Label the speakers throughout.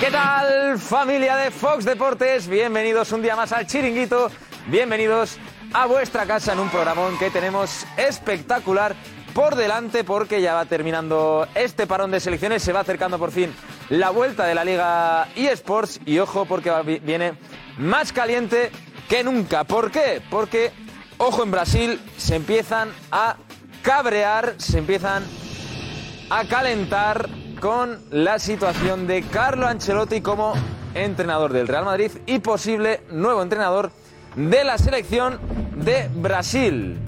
Speaker 1: ¿Qué tal familia de Fox Deportes? Bienvenidos un día más al chiringuito, bienvenidos a vuestra casa en un programón que tenemos espectacular por delante porque ya va terminando este parón de selecciones, se va acercando por fin la vuelta de la liga eSports y ojo porque va- vi- viene más caliente que nunca. ¿Por qué? Porque, ojo, en Brasil se empiezan a cabrear, se empiezan a calentar con la situación de Carlo Ancelotti como entrenador del Real Madrid y posible nuevo entrenador de la selección de Brasil.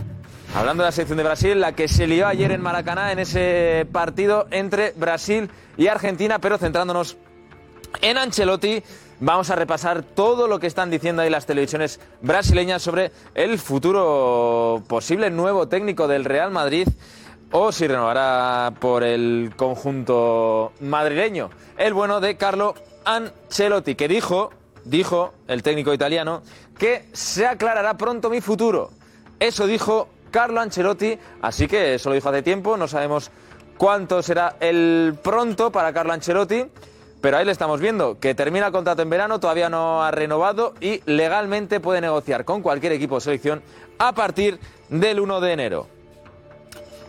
Speaker 1: Hablando de la selección de Brasil, la que se lió ayer en Maracaná en ese partido entre Brasil y Argentina, pero centrándonos en Ancelotti. Vamos a repasar todo lo que están diciendo ahí las televisiones brasileñas sobre el futuro posible nuevo técnico del Real Madrid o si renovará por el conjunto madrileño. El bueno de Carlo Ancelotti, que dijo, dijo el técnico italiano, que se aclarará pronto mi futuro. Eso dijo Carlo Ancelotti, así que eso lo dijo hace tiempo, no sabemos cuánto será el pronto para Carlo Ancelotti. Pero ahí le estamos viendo, que termina el contrato en verano, todavía no ha renovado y legalmente puede negociar con cualquier equipo o selección a partir del 1 de enero.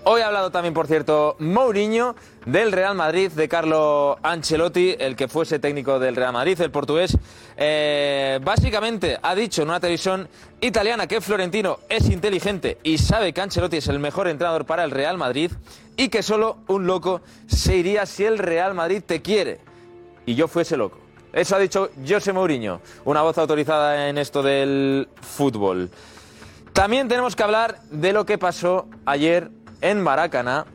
Speaker 1: Hoy ha hablado también, por cierto, Mourinho del Real Madrid, de Carlo Ancelotti, el que fuese técnico del Real Madrid, el portugués. Eh, básicamente ha dicho en una televisión italiana que Florentino es inteligente y sabe que Ancelotti es el mejor entrenador para el Real Madrid y que solo un loco se iría si el Real Madrid te quiere y yo fuese loco. Eso ha dicho José Mourinho, una voz autorizada en esto del fútbol. También tenemos que hablar de lo que pasó ayer en Maracaná.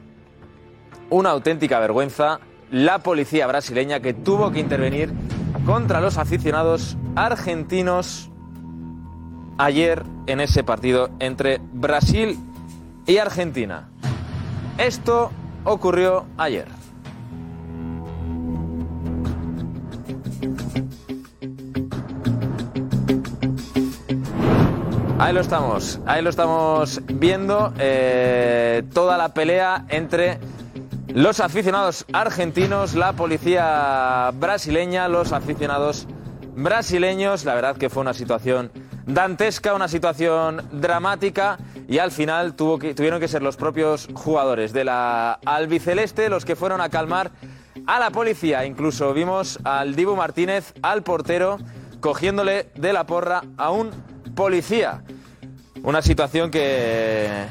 Speaker 1: Una auténtica vergüenza. La policía brasileña que tuvo que intervenir contra los aficionados argentinos ayer en ese partido entre Brasil y Argentina. Esto ocurrió ayer. Ahí lo estamos, ahí lo estamos viendo. eh, toda la pelea entre los aficionados argentinos, la policía brasileña, los aficionados brasileños. La verdad que fue una situación dantesca, una situación dramática y al final tuvo que- tuvieron que ser los propios jugadores de la albiceleste los que fueron a calmar a la policía. Incluso vimos al Dibu Martínez, al portero, cogiéndole de la porra a un policía. Una situación que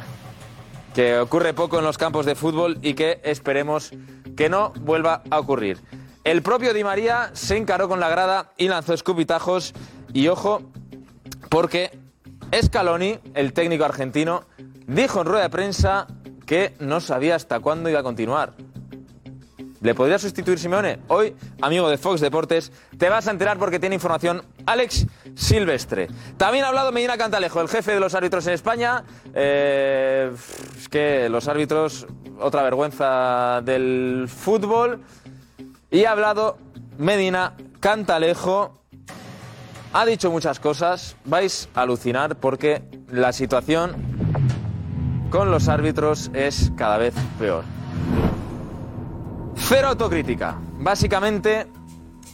Speaker 1: que ocurre poco en los campos de fútbol y que esperemos que no vuelva a ocurrir. El propio Di María se encaró con la grada y lanzó escupitajos y ojo porque Scaloni, el técnico argentino, dijo en rueda de prensa que no sabía hasta cuándo iba a continuar. ¿Le podría sustituir Simeone? Hoy, amigo de Fox Deportes, te vas a enterar porque tiene información Alex Silvestre. También ha hablado Medina Cantalejo, el jefe de los árbitros en España. Eh, es que los árbitros, otra vergüenza del fútbol. Y ha hablado Medina Cantalejo. Ha dicho muchas cosas. Vais a alucinar porque la situación con los árbitros es cada vez peor. Cero autocrítica. Básicamente,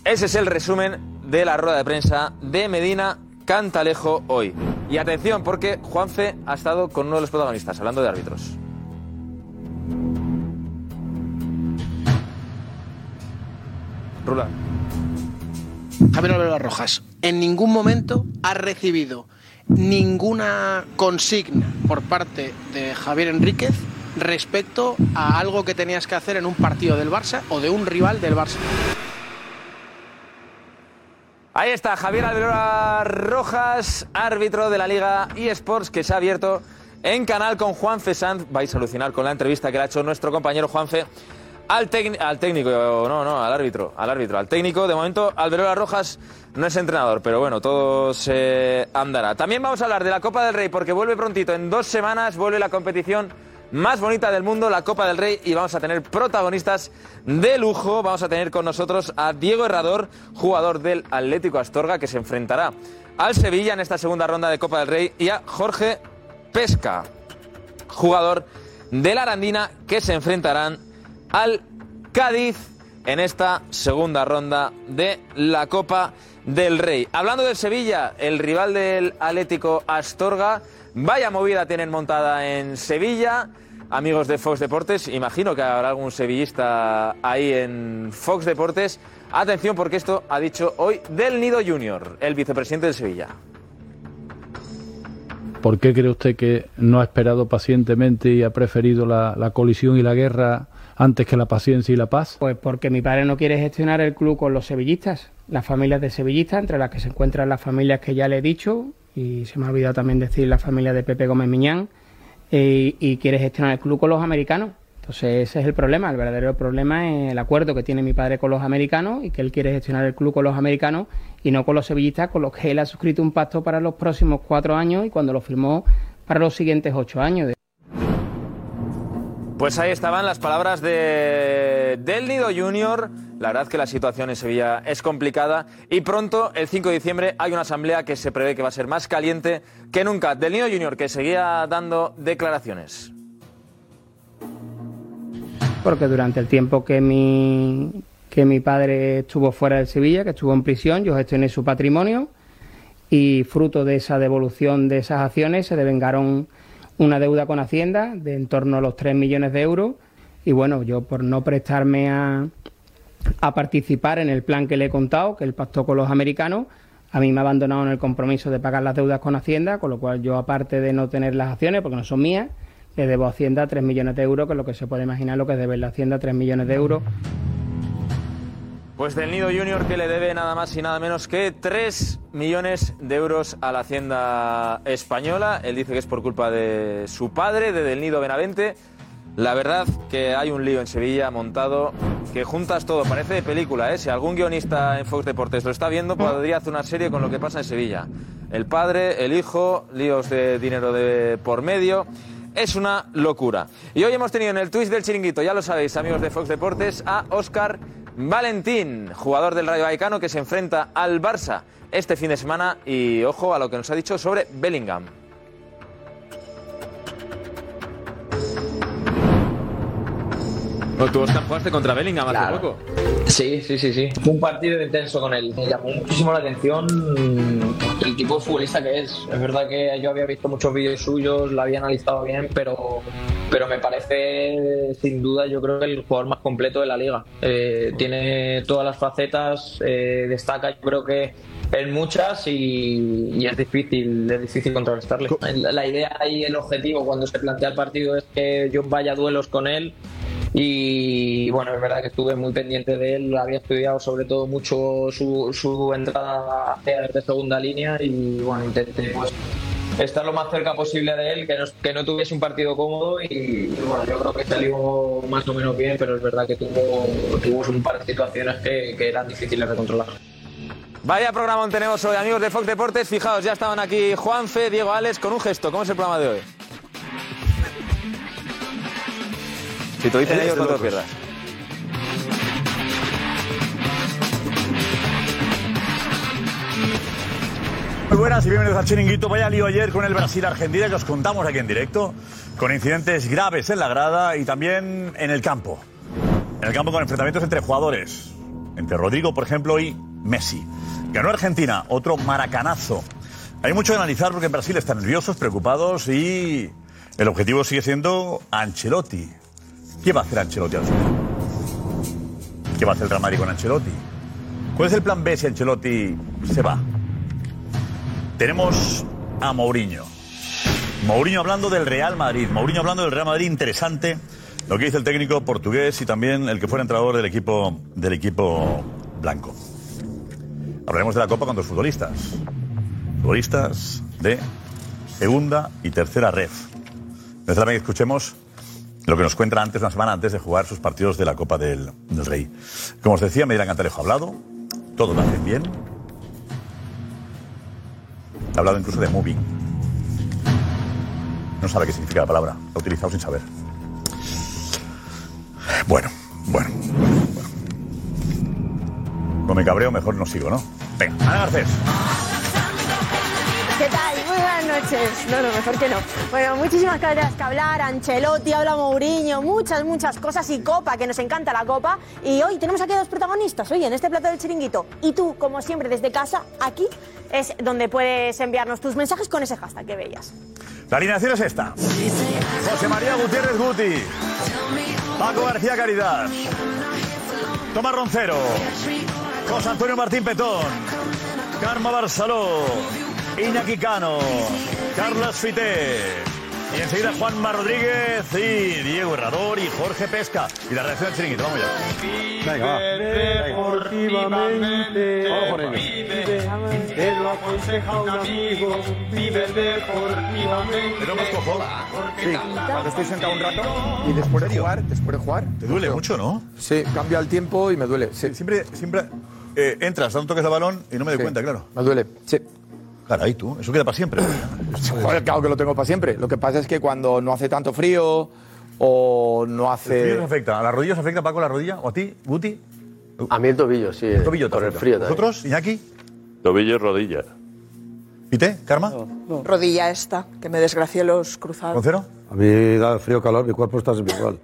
Speaker 1: ese es el resumen de la rueda de prensa de Medina Cantalejo hoy. Y atención, porque Juanfe ha estado con uno de los protagonistas, hablando de árbitros. Rula.
Speaker 2: Javier Álvarez Rojas en ningún momento ha recibido ninguna consigna por parte de Javier Enríquez respecto a algo que tenías que hacer en un partido del Barça o de un rival del Barça.
Speaker 1: Ahí está Javier Alberola Rojas, árbitro de la Liga eSports, que se ha abierto en canal con Juan Sanz. Vais a alucinar con la entrevista que le ha hecho nuestro compañero Juanfe al, tec- al técnico, no, no, al árbitro, al árbitro, al técnico. De momento, Alberola Rojas no es entrenador, pero bueno, todo se andará. También vamos a hablar de la Copa del Rey, porque vuelve prontito, en dos semanas vuelve la competición más bonita del mundo, la Copa del Rey, y vamos a tener protagonistas de lujo. Vamos a tener con nosotros a Diego Herrador, jugador del Atlético Astorga, que se enfrentará al Sevilla en esta segunda ronda de Copa del Rey, y a Jorge Pesca, jugador de la Arandina, que se enfrentarán al Cádiz en esta segunda ronda de la Copa del Rey. Hablando del Sevilla, el rival del Atlético Astorga, vaya movida tienen montada en Sevilla. Amigos de Fox Deportes, imagino que habrá algún sevillista ahí en Fox Deportes. Atención porque esto ha dicho hoy Del Nido Junior, el vicepresidente de Sevilla.
Speaker 3: ¿Por qué cree usted que no ha esperado pacientemente y ha preferido la, la colisión y la guerra antes que la paciencia y la paz?
Speaker 4: Pues porque mi padre no quiere gestionar el club con los sevillistas, las familias de sevillistas, entre las que se encuentran las familias que ya le he dicho, y se me ha olvidado también decir la familia de Pepe Gómez Miñán, eh, y quiere gestionar el club con los americanos. Entonces ese es el problema, el verdadero problema es el acuerdo que tiene mi padre con los americanos y que él quiere gestionar el club con los americanos y no con los sevillistas, con los que él ha suscrito un pacto para los próximos cuatro años y cuando lo firmó para los siguientes ocho años.
Speaker 1: Pues ahí estaban las palabras de Del Nido Junior. La verdad que la situación en Sevilla es complicada y pronto, el 5 de diciembre, hay una asamblea que se prevé que va a ser más caliente que nunca. Del Nido Junior, que seguía dando declaraciones.
Speaker 4: Porque durante el tiempo que mi, que mi padre estuvo fuera de Sevilla, que estuvo en prisión, yo gestioné su patrimonio y fruto de esa devolución de esas acciones se devengaron una deuda con Hacienda de en torno a los 3 millones de euros. Y bueno, yo por no prestarme a, a participar en el plan que le he contado, que el pacto con los americanos, a mí me ha abandonado en el compromiso de pagar las deudas con Hacienda, con lo cual yo aparte de no tener las acciones, porque no son mías, le debo a Hacienda 3 millones de euros, que es lo que se puede imaginar lo que es deber la Hacienda 3 millones de euros.
Speaker 1: Pues del Nido Junior que le debe nada más y nada menos que 3 millones de euros a la Hacienda Española. Él dice que es por culpa de su padre, de Del Nido Benavente. La verdad que hay un lío en Sevilla montado que juntas todo, parece de película, ¿eh? Si algún guionista en Fox Deportes lo está viendo, podría hacer una serie con lo que pasa en Sevilla. El padre, el hijo, líos de dinero de por medio. Es una locura. Y hoy hemos tenido en el twist del chiringuito, ya lo sabéis, amigos de Fox Deportes, a Óscar Valentín, jugador del Rayo Vallecano que se enfrenta al Barça este fin de semana y ojo a lo que nos ha dicho sobre Bellingham. tú, Oscar, jugaste contra Bellingham hace
Speaker 5: Claro.
Speaker 1: poco.
Speaker 5: Sí, sí, sí, sí. Fue un partido intenso con él. Me llamó muchísimo la atención el tipo de futbolista que es. Es verdad que yo había visto muchos vídeos suyos, lo había analizado bien, pero, pero me parece, sin duda, yo creo que el jugador más completo de la liga. Eh, tiene todas las facetas, eh, destaca, yo creo que en muchas y, y es difícil, es difícil contrarrestarle. La la idea y el objetivo cuando se plantea el partido es que yo vaya a duelos con él y bueno, es verdad que estuve muy pendiente de él, había estudiado sobre todo mucho su, su entrada hacia desde segunda línea y bueno, intenté pues estar lo más cerca posible de él, que no, que no tuviese un partido cómodo y bueno, yo creo que salió más o menos bien, pero es verdad que tuvo, tuvo un par de situaciones que, que eran difíciles de controlar.
Speaker 1: Vaya programa tenemos hoy, amigos de Fox Deportes. Fijaos, ya estaban aquí Juanfe, Diego Alex, con un gesto. ¿Cómo es el programa de hoy? Si te lo dicen
Speaker 6: Eres
Speaker 1: ellos,
Speaker 6: de
Speaker 1: no te lo
Speaker 6: locos.
Speaker 1: pierdas.
Speaker 6: Muy buenas y bienvenidos a Chiringuito. Vaya lío ayer con el Brasil-Argentina que os contamos aquí en directo, con incidentes graves en la grada y también en el campo. En el campo con enfrentamientos entre jugadores, entre Rodrigo, por ejemplo, y Messi. Ganó Argentina, otro maracanazo. Hay mucho que analizar porque en Brasil están nerviosos, preocupados y el objetivo sigue siendo Ancelotti. ¿Qué va a hacer Ancelotti al final? ¿Qué va a hacer el Real Madrid con Ancelotti? ¿Cuál es el plan B si Ancelotti se va? Tenemos a Mourinho. Mourinho hablando del Real Madrid. Mourinho hablando del Real Madrid, interesante lo que dice el técnico portugués y también el que fuera entrenador del equipo, del equipo blanco. Hablaremos de la Copa con dos futbolistas. Futbolistas de segunda y tercera red. Necesariamente escuchemos lo que nos cuentan antes, una semana antes de jugar sus partidos de la Copa del, del Rey. Como os decía, Medina Cantalejo ha hablado, todo lo hacen bien. Ha hablado incluso de moving. No sabe qué significa la palabra, la ha utilizado sin saber. Bueno, bueno, bueno, bueno. Como me cabreo, mejor no sigo, ¿no? Venga, Ana Garcés.
Speaker 7: ¿Qué tal? Muy muy buenas noches. No, no, mejor que no. Bueno, muchísimas cosas que hablar. Ancelotti, habla Mourinho, muchas, muchas cosas. Y Copa, que nos encanta la Copa. Y hoy tenemos aquí a dos protagonistas, oye, en este plato del chiringuito. Y tú, como siempre, desde casa, aquí es donde puedes enviarnos tus mensajes con ese hashtag que veías.
Speaker 6: La alineación es esta. José María Gutiérrez Guti. Paco García Caridad. Tomás Roncero. José Antonio Martín Petón. Karma Barceló. Iñaki Cano. Carlos Fité. Y enseguida Juanma Rodríguez y Diego Herrador y Jorge Pesca. Y la reacción del chiringuito. Vamos ya. Venga, va.
Speaker 2: Deportivamente,
Speaker 6: Vamos por ello.
Speaker 2: te lo aconseja un amigo, vive deportivamente.
Speaker 6: Tenemos cojo.
Speaker 8: Sí, cuando estoy sentado un rato y después de jugar, después de jugar.
Speaker 6: Te duele mucho, ¿no?
Speaker 8: Sí, cambia el tiempo y me duele. Sí.
Speaker 6: Siempre, siempre eh, entras, da un toque de balón y no me doy
Speaker 8: Sí.
Speaker 6: cuenta, claro.
Speaker 8: Me duele, sí.
Speaker 6: Caray, tú, eso queda para siempre.
Speaker 8: Joder, claro que lo tengo para siempre. Lo que pasa es que cuando no hace tanto frío o no
Speaker 6: ¿El frío
Speaker 9: Eh,
Speaker 8: hace.
Speaker 6: nos afecta? ¿A las rodillas afecta, Paco, la rodilla? ¿O a ti, Guti?
Speaker 9: A mí el tobillo, sí.
Speaker 6: ¿El tobillo te
Speaker 9: Por el
Speaker 6: afecta?
Speaker 9: frío también.
Speaker 6: ¿Vosotros, Iñaki?
Speaker 10: Tobillo y rodilla.
Speaker 6: ¿Pite? ¿Karma?
Speaker 11: Rodilla esta, que me desgracié los cruzados.
Speaker 6: ¿Roncero?
Speaker 12: A mí da frío, calor, mi cuerpo está igual.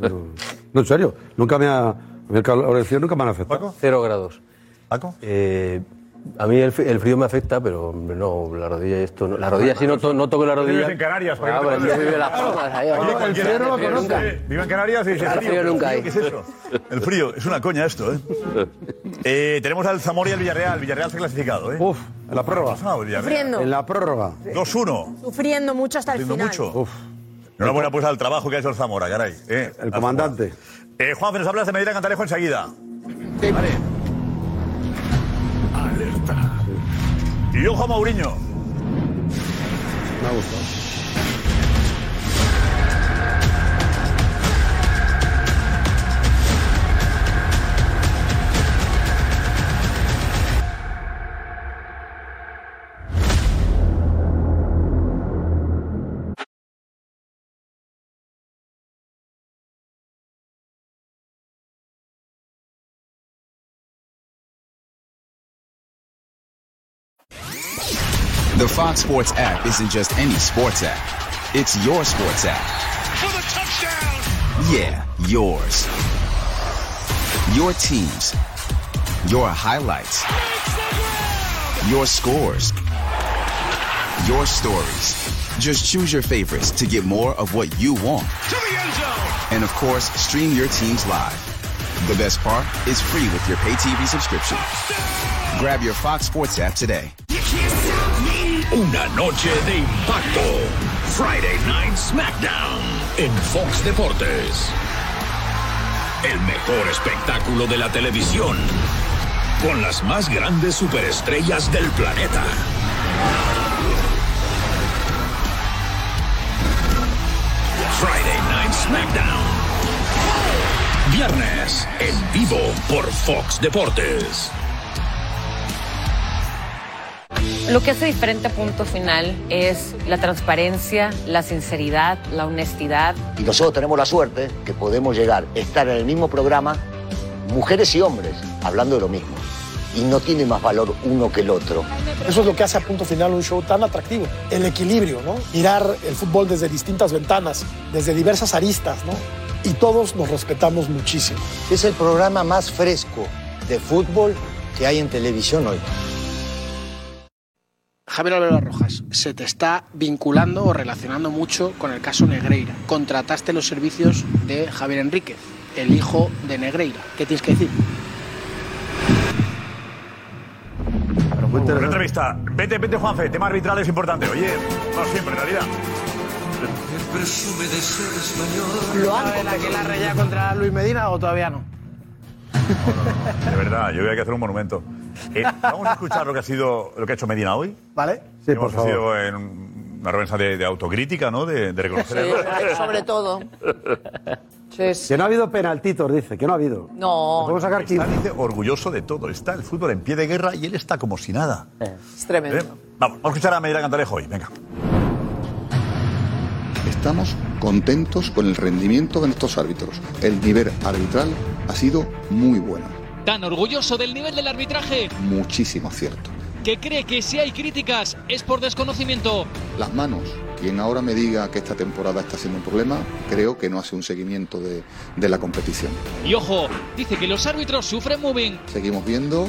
Speaker 12: Pero- no, en serio, nunca me ha. a mí el calor y el frío nunca me han afectado.
Speaker 9: Cero grados. Eh,
Speaker 6: ¿Paco?
Speaker 9: a mí el, fri- el frío me afecta, pero hombre, no, la rodilla y esto. no. la rodilla, si no, to- no toco la rodilla.
Speaker 6: Vives en Canarias,
Speaker 9: Ah,
Speaker 6: para que
Speaker 9: pero
Speaker 6: te
Speaker 9: yo vivo en las
Speaker 6: Claro.
Speaker 9: palmas, ahí
Speaker 6: Oye,
Speaker 9: abajo.
Speaker 6: cualquiera
Speaker 9: El frío
Speaker 6: que
Speaker 9: nunca.
Speaker 6: conoce- Vive en Canarias y dice,
Speaker 9: El frío
Speaker 6: pero
Speaker 9: nunca
Speaker 6: frío,
Speaker 9: hay.
Speaker 6: ¿Qué es eso? El frío, es una coña esto, ¿eh? Eh, tenemos al Zamora y al Villarreal. Villarreal se ha clasificado, ¿eh? Uf,
Speaker 12: en la prórroga.
Speaker 7: Sufriendo. En
Speaker 12: la prórroga.
Speaker 6: 2-1.
Speaker 7: Sufriendo mucho hasta el
Speaker 6: Sufriendo
Speaker 7: final.
Speaker 6: mucho. Enhorabuena pues al trabajo que ha hecho el Zamora, caray. ¿eh?
Speaker 12: El comandante.
Speaker 6: Eh, Juan, nos hablas de Medina Cantalejo enseguida. Alerta. Y ojo a Mourinho.
Speaker 12: Me ha gustado.
Speaker 13: The Fox Sports app isn't just any sports app. It's your sports app.
Speaker 2: For the touchdown.
Speaker 13: Yeah, yours. Your teams. Your highlights. Your scores. Your stories. Just choose your favorites to get more of what you want.
Speaker 2: To the end zone.
Speaker 13: And of course, stream your teams live. The best part is free with your pay TV subscription. Grab your Fox Sports app today.
Speaker 14: Una noche de impacto. Friday Night SmackDown en Fox Deportes. El mejor espectáculo de la televisión. Con las más grandes superestrellas del planeta. Friday Night SmackDown. Viernes en vivo por Fox Deportes.
Speaker 15: Lo que hace diferente a punto final es la transparencia, la sinceridad, la honestidad.
Speaker 16: Y nosotros tenemos la suerte que podemos llegar, estar en el mismo programa, mujeres y hombres, hablando de lo mismo. Y no tiene más valor uno que el otro.
Speaker 17: Eso es lo que hace a punto final un show tan atractivo. El equilibrio, ¿no? Mirar el fútbol desde distintas ventanas, desde diversas aristas, ¿no? Y todos nos respetamos muchísimo.
Speaker 16: Es el programa más fresco de fútbol que hay en televisión hoy.
Speaker 18: Javier Olvera Rojas, se te está vinculando o relacionando mucho con el caso Negreira. Contrataste los servicios de Javier Enríquez, el hijo de Negreira. ¿Qué tienes que decir?
Speaker 6: Una entrevista. Vete, vete, Juanfe. Tema arbitral es importante. Oye, no siempre, en realidad.
Speaker 2: Presume de ser
Speaker 18: ¿Lo
Speaker 2: español.
Speaker 18: han la ya contra Luis Medina o todavía no?
Speaker 6: De verdad, yo voy a que hacer un monumento. Eh, vamos a escuchar lo que ha sido, lo que ha hecho Medina hoy.
Speaker 18: ¿Vale?
Speaker 12: Sí,
Speaker 6: Hemos
Speaker 12: por favor.
Speaker 6: sido en un- una revancha de, de autocrítica, ¿no? De, de reconocer errores.
Speaker 11: sobre todo.
Speaker 12: Que no ha habido penaltitos, dice, que no ha habido.
Speaker 11: No.
Speaker 12: Podemos sacar
Speaker 6: Está, dice, orgulloso de todo. Está el fútbol en pie de guerra y él está como si nada.
Speaker 11: Es tremendo.
Speaker 6: Eh, Vamos, vamos a escuchar a Medina Cantalejo hoy. Venga.
Speaker 19: Estamos contentos con el rendimiento de nuestros árbitros. El nivel arbitral ha sido muy bueno,
Speaker 20: ¿Tan orgulloso del nivel del arbitraje?
Speaker 19: muchísimo cierto.
Speaker 21: que cree que si hay críticas es por desconocimiento.
Speaker 19: Las manos. Quien ahora me diga que esta temporada está siendo un problema, creo que no hace un seguimiento de, de la competición.
Speaker 21: Y ojo, dice que los árbitros sufren moving.
Speaker 19: Seguimos viendo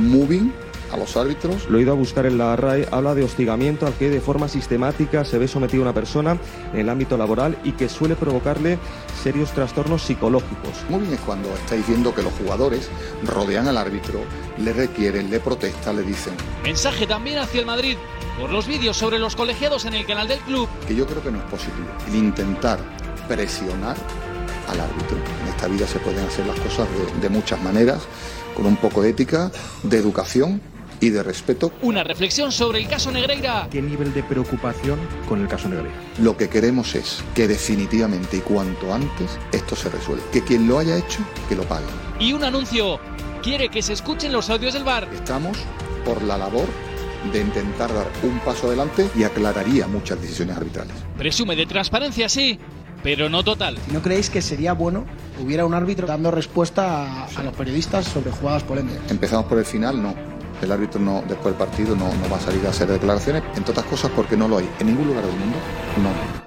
Speaker 19: moving a los árbitros.
Speaker 22: Lo he ido a buscar en la RAE, habla de hostigamiento al que de forma sistemática se ve sometida una persona en el ámbito laboral y que suele provocarle serios trastornos psicológicos.
Speaker 19: Moving es cuando estáis viendo que los jugadores rodean al árbitro, le requieren, le protestan, le dicen.
Speaker 21: Mensaje también hacia el Madrid por los vídeos sobre los colegiados en el canal del club.
Speaker 19: Que yo creo que no es positivo. El intentar presionar al árbitro. En esta vida se pueden hacer las cosas de, de muchas maneras, con un poco de ética, de educación y de respeto.
Speaker 21: Una reflexión sobre el caso Negreira.
Speaker 22: ¿Qué nivel de preocupación con el caso Negreira?
Speaker 19: Lo que queremos es que definitivamente y cuanto antes esto se resuelva. Que quien lo haya hecho, que lo pague.
Speaker 21: Y un anuncio. Quiere que se escuchen los audios del bar.
Speaker 19: Estamos por la labor de intentar dar un paso adelante y aclararía muchas decisiones arbitrales.
Speaker 21: Presume de transparencia, sí, pero no total.
Speaker 2: ¿No creéis que sería bueno que hubiera un árbitro dando respuesta a, a los periodistas sobre jugadas polémicas?
Speaker 19: Empezamos por el final, no. El árbitro no, después del partido no, no va a salir a hacer declaraciones, entre otras cosas porque no lo hay. En ningún lugar del mundo, no.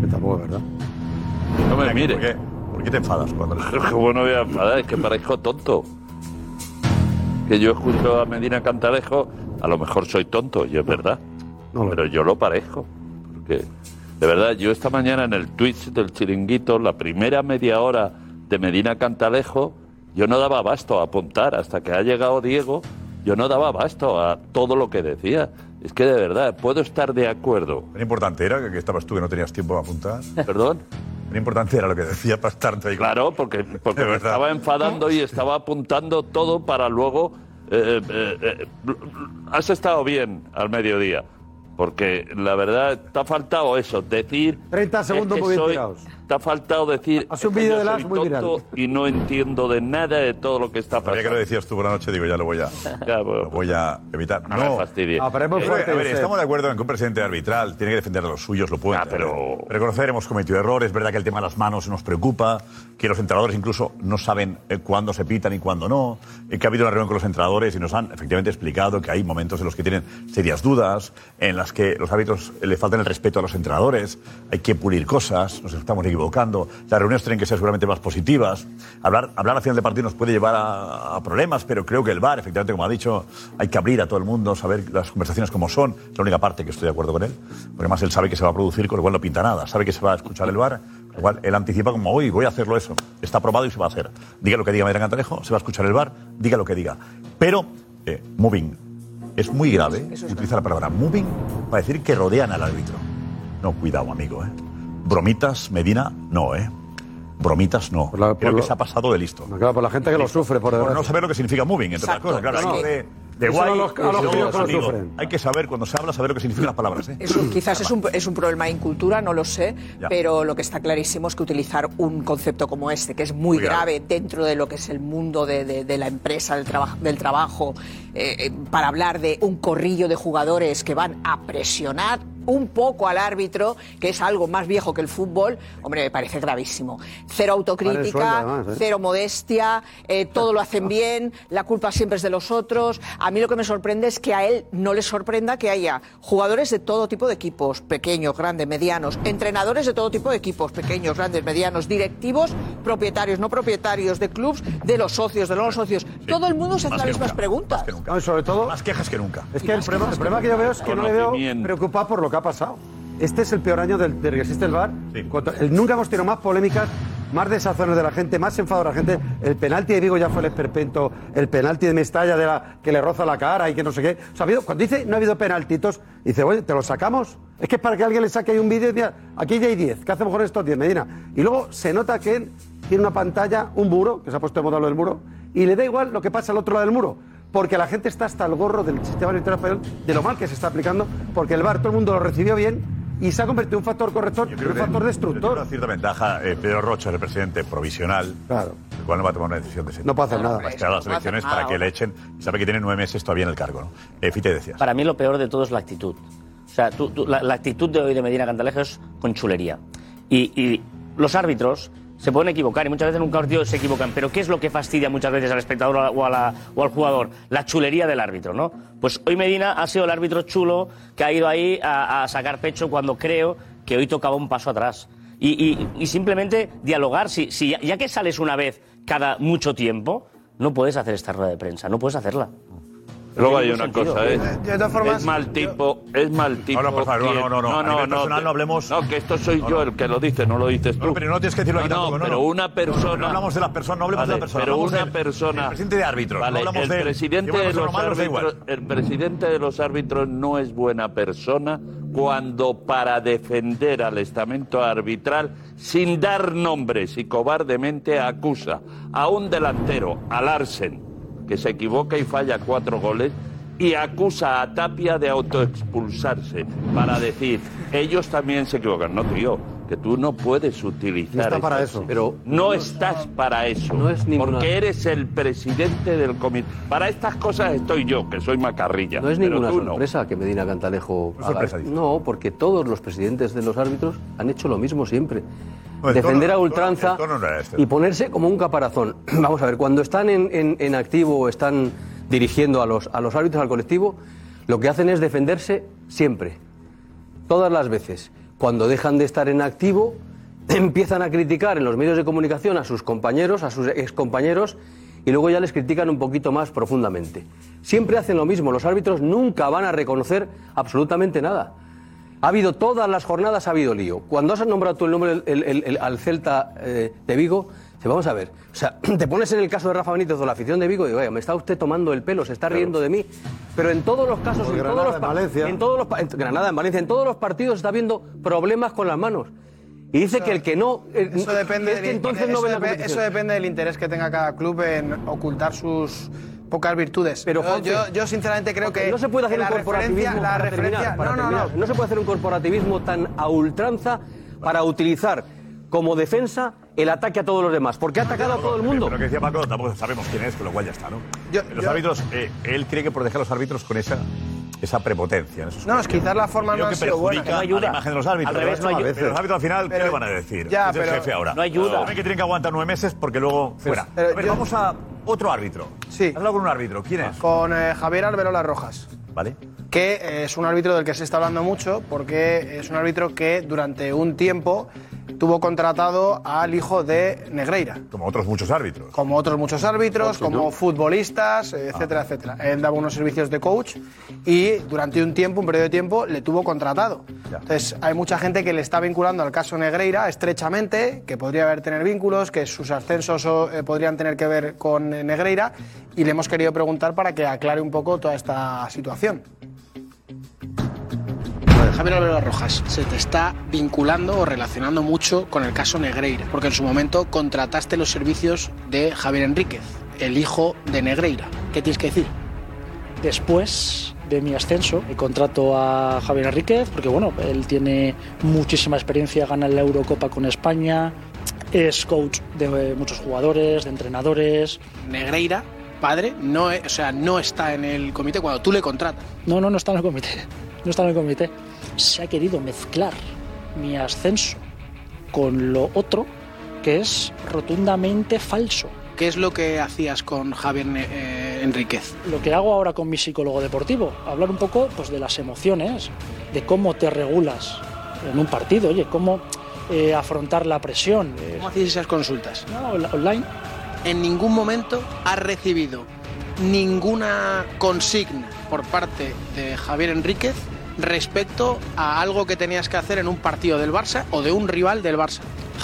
Speaker 12: Que tampoco es verdad.
Speaker 10: No me mire.
Speaker 6: ¿Por qué? ¿Por qué te enfadas cuando
Speaker 10: Claro que bueno voy a enfadar, es que parezco tonto. Que yo escucho a Medina Cantalejo, a lo mejor soy tonto, y es verdad. pero yo lo parezco. Porque, de verdad, yo esta mañana en el Twitch del chiringuito, la primera media hora de Medina Cantalejo, yo no daba abasto a apuntar. Hasta que ha llegado Diego, yo no daba abasto a todo lo que decía. Es que de verdad, puedo estar de acuerdo.
Speaker 6: ¿Era importante era que- que estabas tú que no tenías tiempo de apuntar?
Speaker 10: ¿Perdón?
Speaker 6: ¿Era importante era lo que decía para estar ahí?
Speaker 10: Claro, porque, porque me estaba enfadando y estaba apuntando todo para luego. eh, eh, eh, has estado bien al mediodía, porque la verdad te ha faltado eso, decir.
Speaker 12: 30 segundos
Speaker 10: es que
Speaker 12: muy bien
Speaker 10: soy-
Speaker 12: tirados.
Speaker 10: Te ha faltado decir.
Speaker 12: Haz un
Speaker 10: es que
Speaker 12: vídeo
Speaker 10: yo
Speaker 12: de
Speaker 10: soy
Speaker 12: Lars muy viral.
Speaker 10: tonto Y no entiendo de nada de todo lo que está pasando.
Speaker 6: Sabía que lo decías tú por la noche, digo, ya lo voy a, lo voy a evitar. No,
Speaker 10: me fastidies.
Speaker 12: Ah, pero es muy
Speaker 6: Eh,
Speaker 12: fuerte,
Speaker 6: a ver,
Speaker 12: Josep.
Speaker 6: estamos de acuerdo en que un presidente arbitral tiene que defender a los suyos, lo
Speaker 10: Ah,
Speaker 6: puede. ¿eh? pero... Reconocer, hemos cometido errores, es verdad que el tema de las manos nos preocupa, que los entrenadores incluso no saben eh, cuándo se pitan y cuándo no, eh, que ha habido una reunión con los entrenadores y nos han efectivamente explicado que hay momentos en los que tienen serias dudas, en las que los árbitros eh, le faltan el respeto a los entrenadores, hay que pulir cosas, nos estamos equivocando, las reuniones tienen que ser seguramente más positivas, hablar, hablar al final de partido nos puede llevar a, a problemas, pero creo que el VAR, efectivamente, como ha dicho, hay que abrir a todo el mundo, saber las conversaciones como son. Es la única parte que estoy de acuerdo con él. Porque además él sabe que se va a producir, con lo cual no pinta nada. Sabe que se va a escuchar el VAR, con lo cual él anticipa como, hoy voy a hacerlo eso. Está aprobado y se va a hacer. Diga lo que diga Medina Cantalejo, se va a escuchar el VAR, diga lo que diga. Pero, eh, moving, es muy grave utilizar la palabra moving para decir que rodean al árbitro. No, cuidado, amigo, ¿eh? Bromitas, Medina, no, ¿eh? Bromitas no. Creo
Speaker 12: por
Speaker 6: que
Speaker 12: la-
Speaker 6: se ha pasado de listo.
Speaker 12: Claro, por la gente que lo sufre, por
Speaker 6: Por
Speaker 12: desgracia.
Speaker 6: no saber lo que significa moving, entre otras
Speaker 12: Exacto,
Speaker 6: cosas. Claro,
Speaker 12: es
Speaker 6: hablamos
Speaker 12: que-
Speaker 6: de, de
Speaker 12: Eso
Speaker 6: guay,
Speaker 12: a los- a los
Speaker 6: de
Speaker 12: críos que lo
Speaker 6: amigo.
Speaker 12: sufren.
Speaker 6: Hay que saber, cuando se habla, saber lo que significan las palabras. ¿eh?
Speaker 11: Eso quizás es un, es un problema de incultura, no lo sé,
Speaker 6: Ya.
Speaker 11: pero lo que está clarísimo es que utilizar un concepto como este, que es
Speaker 6: Muy
Speaker 11: muy,
Speaker 6: grave.
Speaker 11: grave, dentro de lo que es el mundo de, de- de la empresa, del, traba- del trabajo, eh, eh, para hablar de un corrillo de jugadores que van a presionar un poco al árbitro, que es algo más viejo que el fútbol, hombre, me parece gravísimo. Cero autocrítica,
Speaker 12: Vale, sueldo, además, ¿eh?
Speaker 11: cero modestia, eh, todo lo hacen bien, la culpa siempre es de los otros. A mí lo que me sorprende es que a él no le sorprenda que haya jugadores de todo tipo de equipos, pequeños, grandes, medianos, entrenadores de todo tipo de equipos, pequeños, grandes, medianos, directivos, propietarios, no propietarios de clubes, de los socios, de los no socios. todo el mundo se hace
Speaker 6: más
Speaker 11: las
Speaker 6: que
Speaker 11: mismas
Speaker 6: nunca,
Speaker 11: preguntas.
Speaker 12: No, y Ah, sobre todo,
Speaker 6: Más quejas que nunca.
Speaker 12: es que el problema, el problema que yo veo es que no le veo preocupado por lo que ha pasado. Este es el peor año del, del que existe el bar. Nunca hemos tenido más polémicas, más desazones de la gente, más enfado de la gente. El penalti de Vigo ya fue el esperpento, el penalti de Mestalla de la, que le roza la cara y que no sé qué. O sea, ha habido- cuando dice no ha habido penaltitos, dice, oye, te los sacamos. Es que es para que alguien le saque ahí un vídeo y diga, aquí ya hay 10, ¿qué hacemos con estos 10, Medina? Y luego se nota que él tiene una pantalla, un muro, que se ha puesto de moda lo del muro, y le da igual lo que pasa al otro lado del muro porque la gente está hasta el gorro del sistema electoral español, de lo mal que se está aplicando, porque el VAR todo el mundo lo recibió bien y se ha convertido en un factor corrector, en un factor destructor.
Speaker 6: Una cierta ventaja, eh, Pedro Rocha es el presidente provisional, el cual no va a tomar una decisión de ese
Speaker 12: No puede hacer
Speaker 6: tipo.
Speaker 12: nada.
Speaker 6: Va a esperar a las
Speaker 12: No puede hacer
Speaker 6: elecciones
Speaker 12: nada
Speaker 6: para que
Speaker 12: ahora.
Speaker 6: le echen. Y sabe que tiene nueve meses todavía en el cargo, ¿no? Eh, Fite, decías.
Speaker 23: Para mí lo peor de todo es la actitud. O sea, tú- tú- la, la actitud de hoy de Medina Cantalejo es con chulería. Y, y los árbitros Se pueden equivocar y muchas veces en un partido se equivocan, pero ¿qué es lo que fastidia muchas veces al espectador o, a- o a la- o al jugador? La chulería del árbitro, ¿no? Pues hoy Medina ha sido el árbitro chulo que ha ido ahí a, a sacar pecho cuando creo que hoy tocaba un paso atrás. Y, y- y simplemente dialogar, si, si ya, ya que sales una vez cada mucho tiempo, no puedes hacer esta rueda de prensa, no puedes hacerla.
Speaker 10: Luego hay
Speaker 23: Tiene
Speaker 10: una
Speaker 23: ningún
Speaker 10: cosa, ¿eh?
Speaker 23: sentido.
Speaker 10: es mal tipo, es mal tipo.
Speaker 6: no, por favor, no,
Speaker 10: quien-
Speaker 6: no, no, no. A nivel personal
Speaker 10: que-
Speaker 6: no hablemos-
Speaker 10: No, que esto soy yo el que lo dice, no lo dices tú.
Speaker 6: pero no tienes que decirlo aquí
Speaker 10: No, no,
Speaker 6: tampoco, no,
Speaker 10: pero
Speaker 6: no.
Speaker 10: una persona...
Speaker 6: No, no hablamos de las personas, no hablemos de la persona,
Speaker 10: Pero
Speaker 6: hablamos
Speaker 10: una
Speaker 6: del-
Speaker 10: persona...
Speaker 6: del presidente de árbitros, no
Speaker 10: Vale,
Speaker 6: hablamos
Speaker 10: el
Speaker 6: de él.
Speaker 10: presidente
Speaker 6: Si una
Speaker 10: de
Speaker 6: persona
Speaker 10: los
Speaker 6: mala, nos da igual.
Speaker 10: árbitros... El presidente de los árbitros no es buena persona cuando para defender al estamento arbitral, sin dar nombres y cobardemente acusa a un delantero, al Arsen, que se equivoca y falla cuatro goles, y acusa a Tapia de autoexpulsarse para decir, ellos también se equivocan. No, tío, que tú no puedes utilizar...
Speaker 12: No está para
Speaker 10: esas-
Speaker 12: eso.
Speaker 10: Pero no estás para eso. Porque eres el presidente del comité. Para estas cosas estoy yo, que soy macarrilla.
Speaker 9: No es
Speaker 10: pero
Speaker 9: ninguna
Speaker 10: tú no.
Speaker 9: sorpresa que Medina Cantalejo.
Speaker 10: No es sorpresa,
Speaker 9: haga-
Speaker 10: dice.
Speaker 9: No, porque todos los presidentes de los árbitros han hecho lo mismo siempre.
Speaker 6: No, Pues el
Speaker 9: Defender
Speaker 6: tono-
Speaker 9: a
Speaker 6: el
Speaker 9: ultranza
Speaker 6: tono- el tono no era este.
Speaker 9: y ponerse como un caparazón. Vamos a ver, cuando están en, en- en activo o están dirigiendo a los, a los árbitros, al colectivo, lo que hacen es defenderse siempre. Todas las veces. Cuando dejan de estar en activo, empiezan a criticar en los medios de comunicación a sus compañeros, a sus excompañeros, y luego ya les critican un poquito más profundamente. Siempre hacen lo mismo, los árbitros nunca van a reconocer absolutamente nada. Ha habido todas las jornadas, ha habido lío. Cuando has nombrado tú el nombre el- el- el- al Celta eh, de Vigo, dice, vamos a ver, o sea, te pones en el caso de Rafa Benítez o la afición de Vigo y digo, "Oiga, me está usted tomando el pelo, se está riendo de mí. Pero en todos los casos,
Speaker 12: Como
Speaker 9: en,
Speaker 12: Granada,
Speaker 9: todos los
Speaker 12: en
Speaker 9: pa-
Speaker 12: Valencia.
Speaker 9: en todos los pa- en Granada, en Valencia, en todos los partidos está habiendo problemas con las manos. Y dice que el que no... eh,
Speaker 18: Eso depende,
Speaker 9: es que
Speaker 18: del-
Speaker 9: entonces
Speaker 18: eso
Speaker 9: no ve la
Speaker 18: depe-
Speaker 9: competición.
Speaker 18: eso depende del interés que tenga cada club en ocultar sus pocas virtudes.
Speaker 9: Pero,
Speaker 18: yo,
Speaker 9: Juanfe,
Speaker 18: yo- yo sinceramente creo
Speaker 9: Juanfe,
Speaker 18: que
Speaker 9: no se puede hacer
Speaker 18: la
Speaker 9: un
Speaker 18: referencia,
Speaker 9: corporativismo
Speaker 18: la
Speaker 9: para
Speaker 18: referencia,
Speaker 9: terminar, para
Speaker 18: no, no,
Speaker 9: terminar.
Speaker 18: no,
Speaker 9: No se puede hacer un corporativismo tan a ultranza para utilizar como defensa el ataque a todos los demás, porque ha atacado a todo el mundo.
Speaker 6: Pero que decía Paco, tampoco sabemos quién es, con lo cual ya está, ¿no? los
Speaker 18: yo-
Speaker 6: árbitros, eh, él cree que protege a los árbitros con esa, esa prepotencia. en esos
Speaker 18: No, es quizás la forma
Speaker 6: Creo
Speaker 18: no ha
Speaker 6: que
Speaker 18: sido buena.
Speaker 6: perjudica a la imagen de los árbitros.
Speaker 18: Al revés, no
Speaker 6: Pero
Speaker 18: ayu-
Speaker 6: Los árbitros al final, ¿qué le van a decir?
Speaker 18: Ya,
Speaker 6: es el
Speaker 18: pero
Speaker 6: jefe ahora.
Speaker 18: no ayuda.
Speaker 6: Saben que tienen que aguantar nueve meses porque luego fuera.
Speaker 18: Pero
Speaker 6: a ver,
Speaker 18: yo-
Speaker 6: vamos a otro árbitro. Sí. Has hablado con un árbitro. ¿Quién es?
Speaker 18: Con eh, Javier Arbelola Rojas.
Speaker 6: Vale.
Speaker 18: que eh, es un árbitro del que se está hablando mucho porque es un árbitro que durante un tiempo tuvo contratado al hijo de Negreira.
Speaker 6: Como otros muchos árbitros.
Speaker 18: Como otros muchos árbitros, como futbolistas, eh, etcétera, etcétera. Él daba unos servicios de coach y durante un tiempo, un periodo de tiempo, le tuvo contratado. Entonces, hay mucha gente que le está vinculando al caso Negreira estrechamente, que podría haber tener vínculos, que sus ascensos o, eh, podrían tener que ver con eh, Negreira, y le hemos querido preguntar para que aclare un poco toda esta situación.
Speaker 2: Javier Álvaro Rojas, se te está vinculando o relacionando mucho con el caso Negreira, porque en su momento contrataste los servicios de Javier Enríquez, el hijo de Negreira. ¿Qué tienes que decir?
Speaker 24: después de mi ascenso. Y contrato a Javier Enríquez porque, bueno, él tiene muchísima experiencia, gana la Eurocopa con España, es coach de eh, muchos jugadores, de entrenadores.
Speaker 2: Negreira, padre, no, e- o sea, no está en el comité cuando tú le contratas.
Speaker 24: No, no, no está en el comité. No está en el comité. Se ha querido mezclar mi ascenso con lo otro que es rotundamente falso.
Speaker 2: ¿Qué es lo que hacías con Javier Ne- eh, Enríquez?
Speaker 24: lo que hago ahora con mi psicólogo deportivo, hablar un poco pues, de las emociones, de cómo te regulas en un partido, oye, cómo eh, afrontar la presión.
Speaker 2: ¿Cómo hacías esas consultas?
Speaker 24: online.
Speaker 2: En ningún momento ha recibido ninguna consigna por parte de Javier Enríquez respecto a algo que tenías que hacer en un partido del Barça o de un rival del Barça.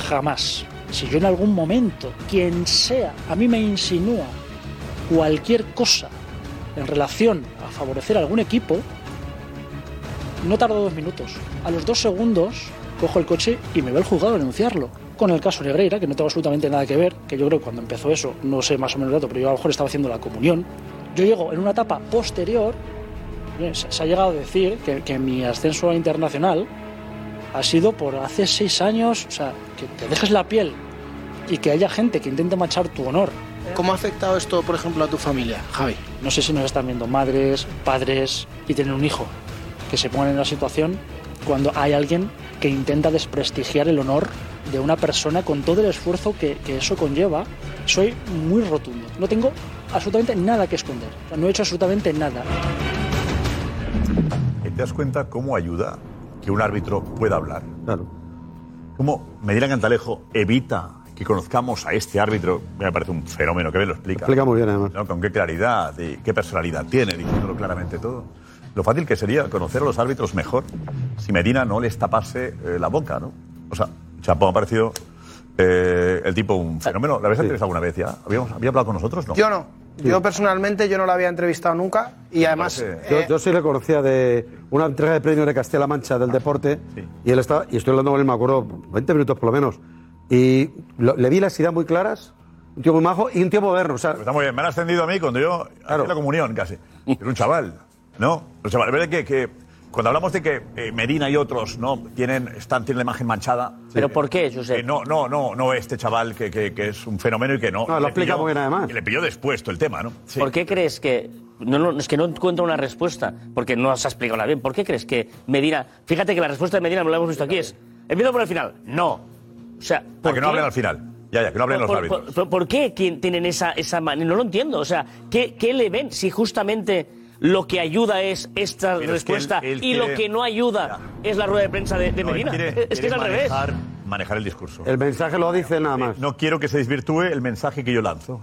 Speaker 24: Jamás. Si yo en algún momento, quien sea, a mí me insinúa cualquier cosa en relación a favorecer a algún equipo, no tardo dos minutos. A los dos segundos cojo el coche y me va el juzgado a denunciarlo. Con el caso Negreira, que no tengo absolutamente nada que ver, que yo creo que cuando empezó eso, no sé más o menos el dato, pero yo a lo mejor estaba haciendo la comunión. Yo llego en una etapa posterior, eh, se se ha llegado a decir que, que mi ascenso a internacional ha sido por hace seis años, o sea, que te dejes la piel y que haya gente que intente manchar tu honor.
Speaker 2: ¿Cómo ha afectado esto, por ejemplo, a tu familia, Javi?
Speaker 24: No sé si nos están viendo madres, padres y tener un hijo que se pongan en la situación cuando hay alguien que intenta desprestigiar el honor de una persona con todo el esfuerzo que, que eso conlleva, soy muy rotundo. No tengo absolutamente nada que esconder. O sea, no he hecho absolutamente nada.
Speaker 6: ¿Te das cuenta cómo ayuda que un árbitro pueda hablar? Claro. ¿Cómo Medina Cantalejo evita que conozcamos a este árbitro? Me parece un fenómeno, que bien lo explica.
Speaker 12: Explica muy bien, además.
Speaker 6: ¿no? Con qué claridad y qué personalidad tiene, diciéndolo claramente todo. Lo fácil que sería conocer a los árbitros mejor si Medina no les tapase eh, la boca, ¿no? O sea, Chapón ha parecido eh, el tipo un fenómeno. ¿La habéis entrevistado alguna vez ya? ¿Habíamos, ¿Había hablado con nosotros? No.
Speaker 18: Yo no. Yo personalmente yo no la había entrevistado nunca y además
Speaker 12: Yo,
Speaker 18: eh,
Speaker 12: yo sí le conocía de una entrega de premios de Castilla-La Mancha
Speaker 6: Ah,
Speaker 12: del deporte y él estaba, y estoy hablando con él, me acuerdo, 20 minutos por lo menos, y lo- le vi las ideas muy claras, un tío muy majo y un tío moderno, o sea,
Speaker 6: Está muy bien, me han ascendido a mí cuando yo hacía la comunión casi. Era un chaval, ¿no? Un chaval, es verdad que, que cuando hablamos de que eh, Medina y otros no tienen, están, tienen la imagen manchada.
Speaker 23: ¿Pero por qué, Josep?
Speaker 6: Eh, no, no, no, no este chaval que, que- que es un fenómeno y que no.
Speaker 23: No, lo
Speaker 6: le
Speaker 23: explica muy bien, además.
Speaker 6: Y le pilló después todo el tema, ¿no?
Speaker 23: ¿Por qué crees que.? No, no, es que no encuentro una respuesta, porque no has explicado nada bien. ¿Por qué crees que Medina.? Fíjate que la respuesta de Medina, no la hemos visto aquí, es. Empiezo por el final. No. O sea.
Speaker 6: Ah,
Speaker 23: ¿por
Speaker 6: que no
Speaker 23: qué?
Speaker 6: hablen al final. Ya, ya, que no hablen los
Speaker 23: por,
Speaker 6: árbitros.
Speaker 23: por- por- por qué quien- tienen esa, esa manera? No lo entiendo. O sea, ¿qué, qué le ven si justamente lo que ayuda es esta
Speaker 6: Pero es que
Speaker 23: respuesta
Speaker 6: él- él
Speaker 23: y
Speaker 6: quiere-
Speaker 23: lo que no ayuda es la rueda de prensa de, de
Speaker 6: No, él
Speaker 23: Medina?
Speaker 6: quiere-
Speaker 23: es que
Speaker 6: quiere
Speaker 23: es al revés.
Speaker 6: manejar- Manejar el discurso.
Speaker 12: el mensaje lo dice nada más.
Speaker 6: No quiero que se desvirtúe el mensaje que yo lanzo.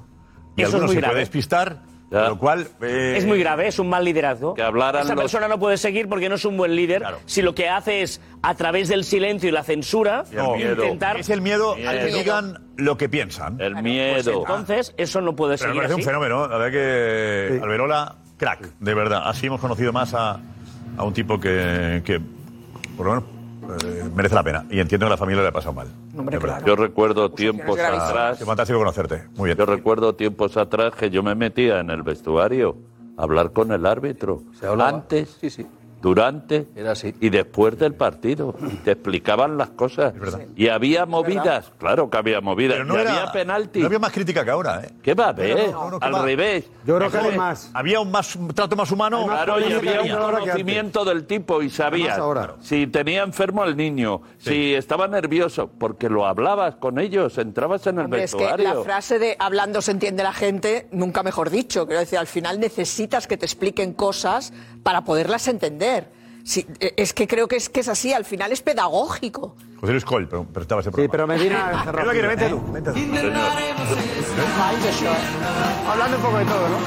Speaker 6: Y
Speaker 23: Eso es
Speaker 6: alguno
Speaker 23: muy
Speaker 6: se
Speaker 23: grave.
Speaker 6: puede despistar, con lo cual. eh,
Speaker 23: Es muy grave, es un mal liderazgo.
Speaker 6: hablaran
Speaker 23: Esa
Speaker 6: los-
Speaker 23: persona no puede seguir porque no es un buen líder. Si lo que hace es, a través del silencio y la censura,
Speaker 6: Y el miedo.
Speaker 23: intentar.
Speaker 6: Es el miedo a que digan lo que piensan. El
Speaker 23: Pues entonces, eso no puede
Speaker 6: Pero me
Speaker 23: seguir.
Speaker 6: parece un
Speaker 23: así.
Speaker 6: fenómeno. La verdad que Alberola, crack, de verdad. Así hemos conocido más a, a un tipo que, que, por lo menos, eh, merece la pena. Y entiendo que la familia le ha pasado mal. De verdad.
Speaker 10: Yo recuerdo tiempos
Speaker 6: es gravísimo.
Speaker 10: atrás.
Speaker 6: Qué fantástico conocerte. Muy bien.
Speaker 10: Yo recuerdo tiempos atrás que yo me metía en el vestuario a hablar con el árbitro. Antes, durante y después del partido. Y te explicaban las cosas. Y había movidas. Claro que había movidas.
Speaker 6: Pero no
Speaker 10: y
Speaker 6: era-
Speaker 10: había penalti.
Speaker 6: no había más crítica que ahora, ¿eh?
Speaker 10: ¿Qué va a haber?
Speaker 6: No, no, no, que
Speaker 10: Al
Speaker 6: va.
Speaker 10: revés.
Speaker 6: Yo creo que
Speaker 10: Mejor.
Speaker 6: hay más. Había un, más, un trato más humano.
Speaker 10: Claro, y había un
Speaker 6: Ahora que antes.
Speaker 10: conocimiento del tipo y sabías
Speaker 6: Además ahora.
Speaker 10: si tenía enfermo al niño, si estaba nervioso, porque lo hablabas con ellos, entrabas en el
Speaker 11: Hombre, es que
Speaker 10: vestuario.
Speaker 11: la frase de hablando se entiende la gente, nunca mejor dicho. Quiero decir, al final necesitas que te expliquen cosas para poderlas entender. Sí, eh, es que creo que es, que es así, al final es pedagógico.
Speaker 6: José Luis Coll, pero, pero ¿eh? estaba ese programa.
Speaker 12: pero Medina cerró.
Speaker 6: Mira, mira, vente tú, vente tú.
Speaker 18: hablando un poco de todo, ¿no?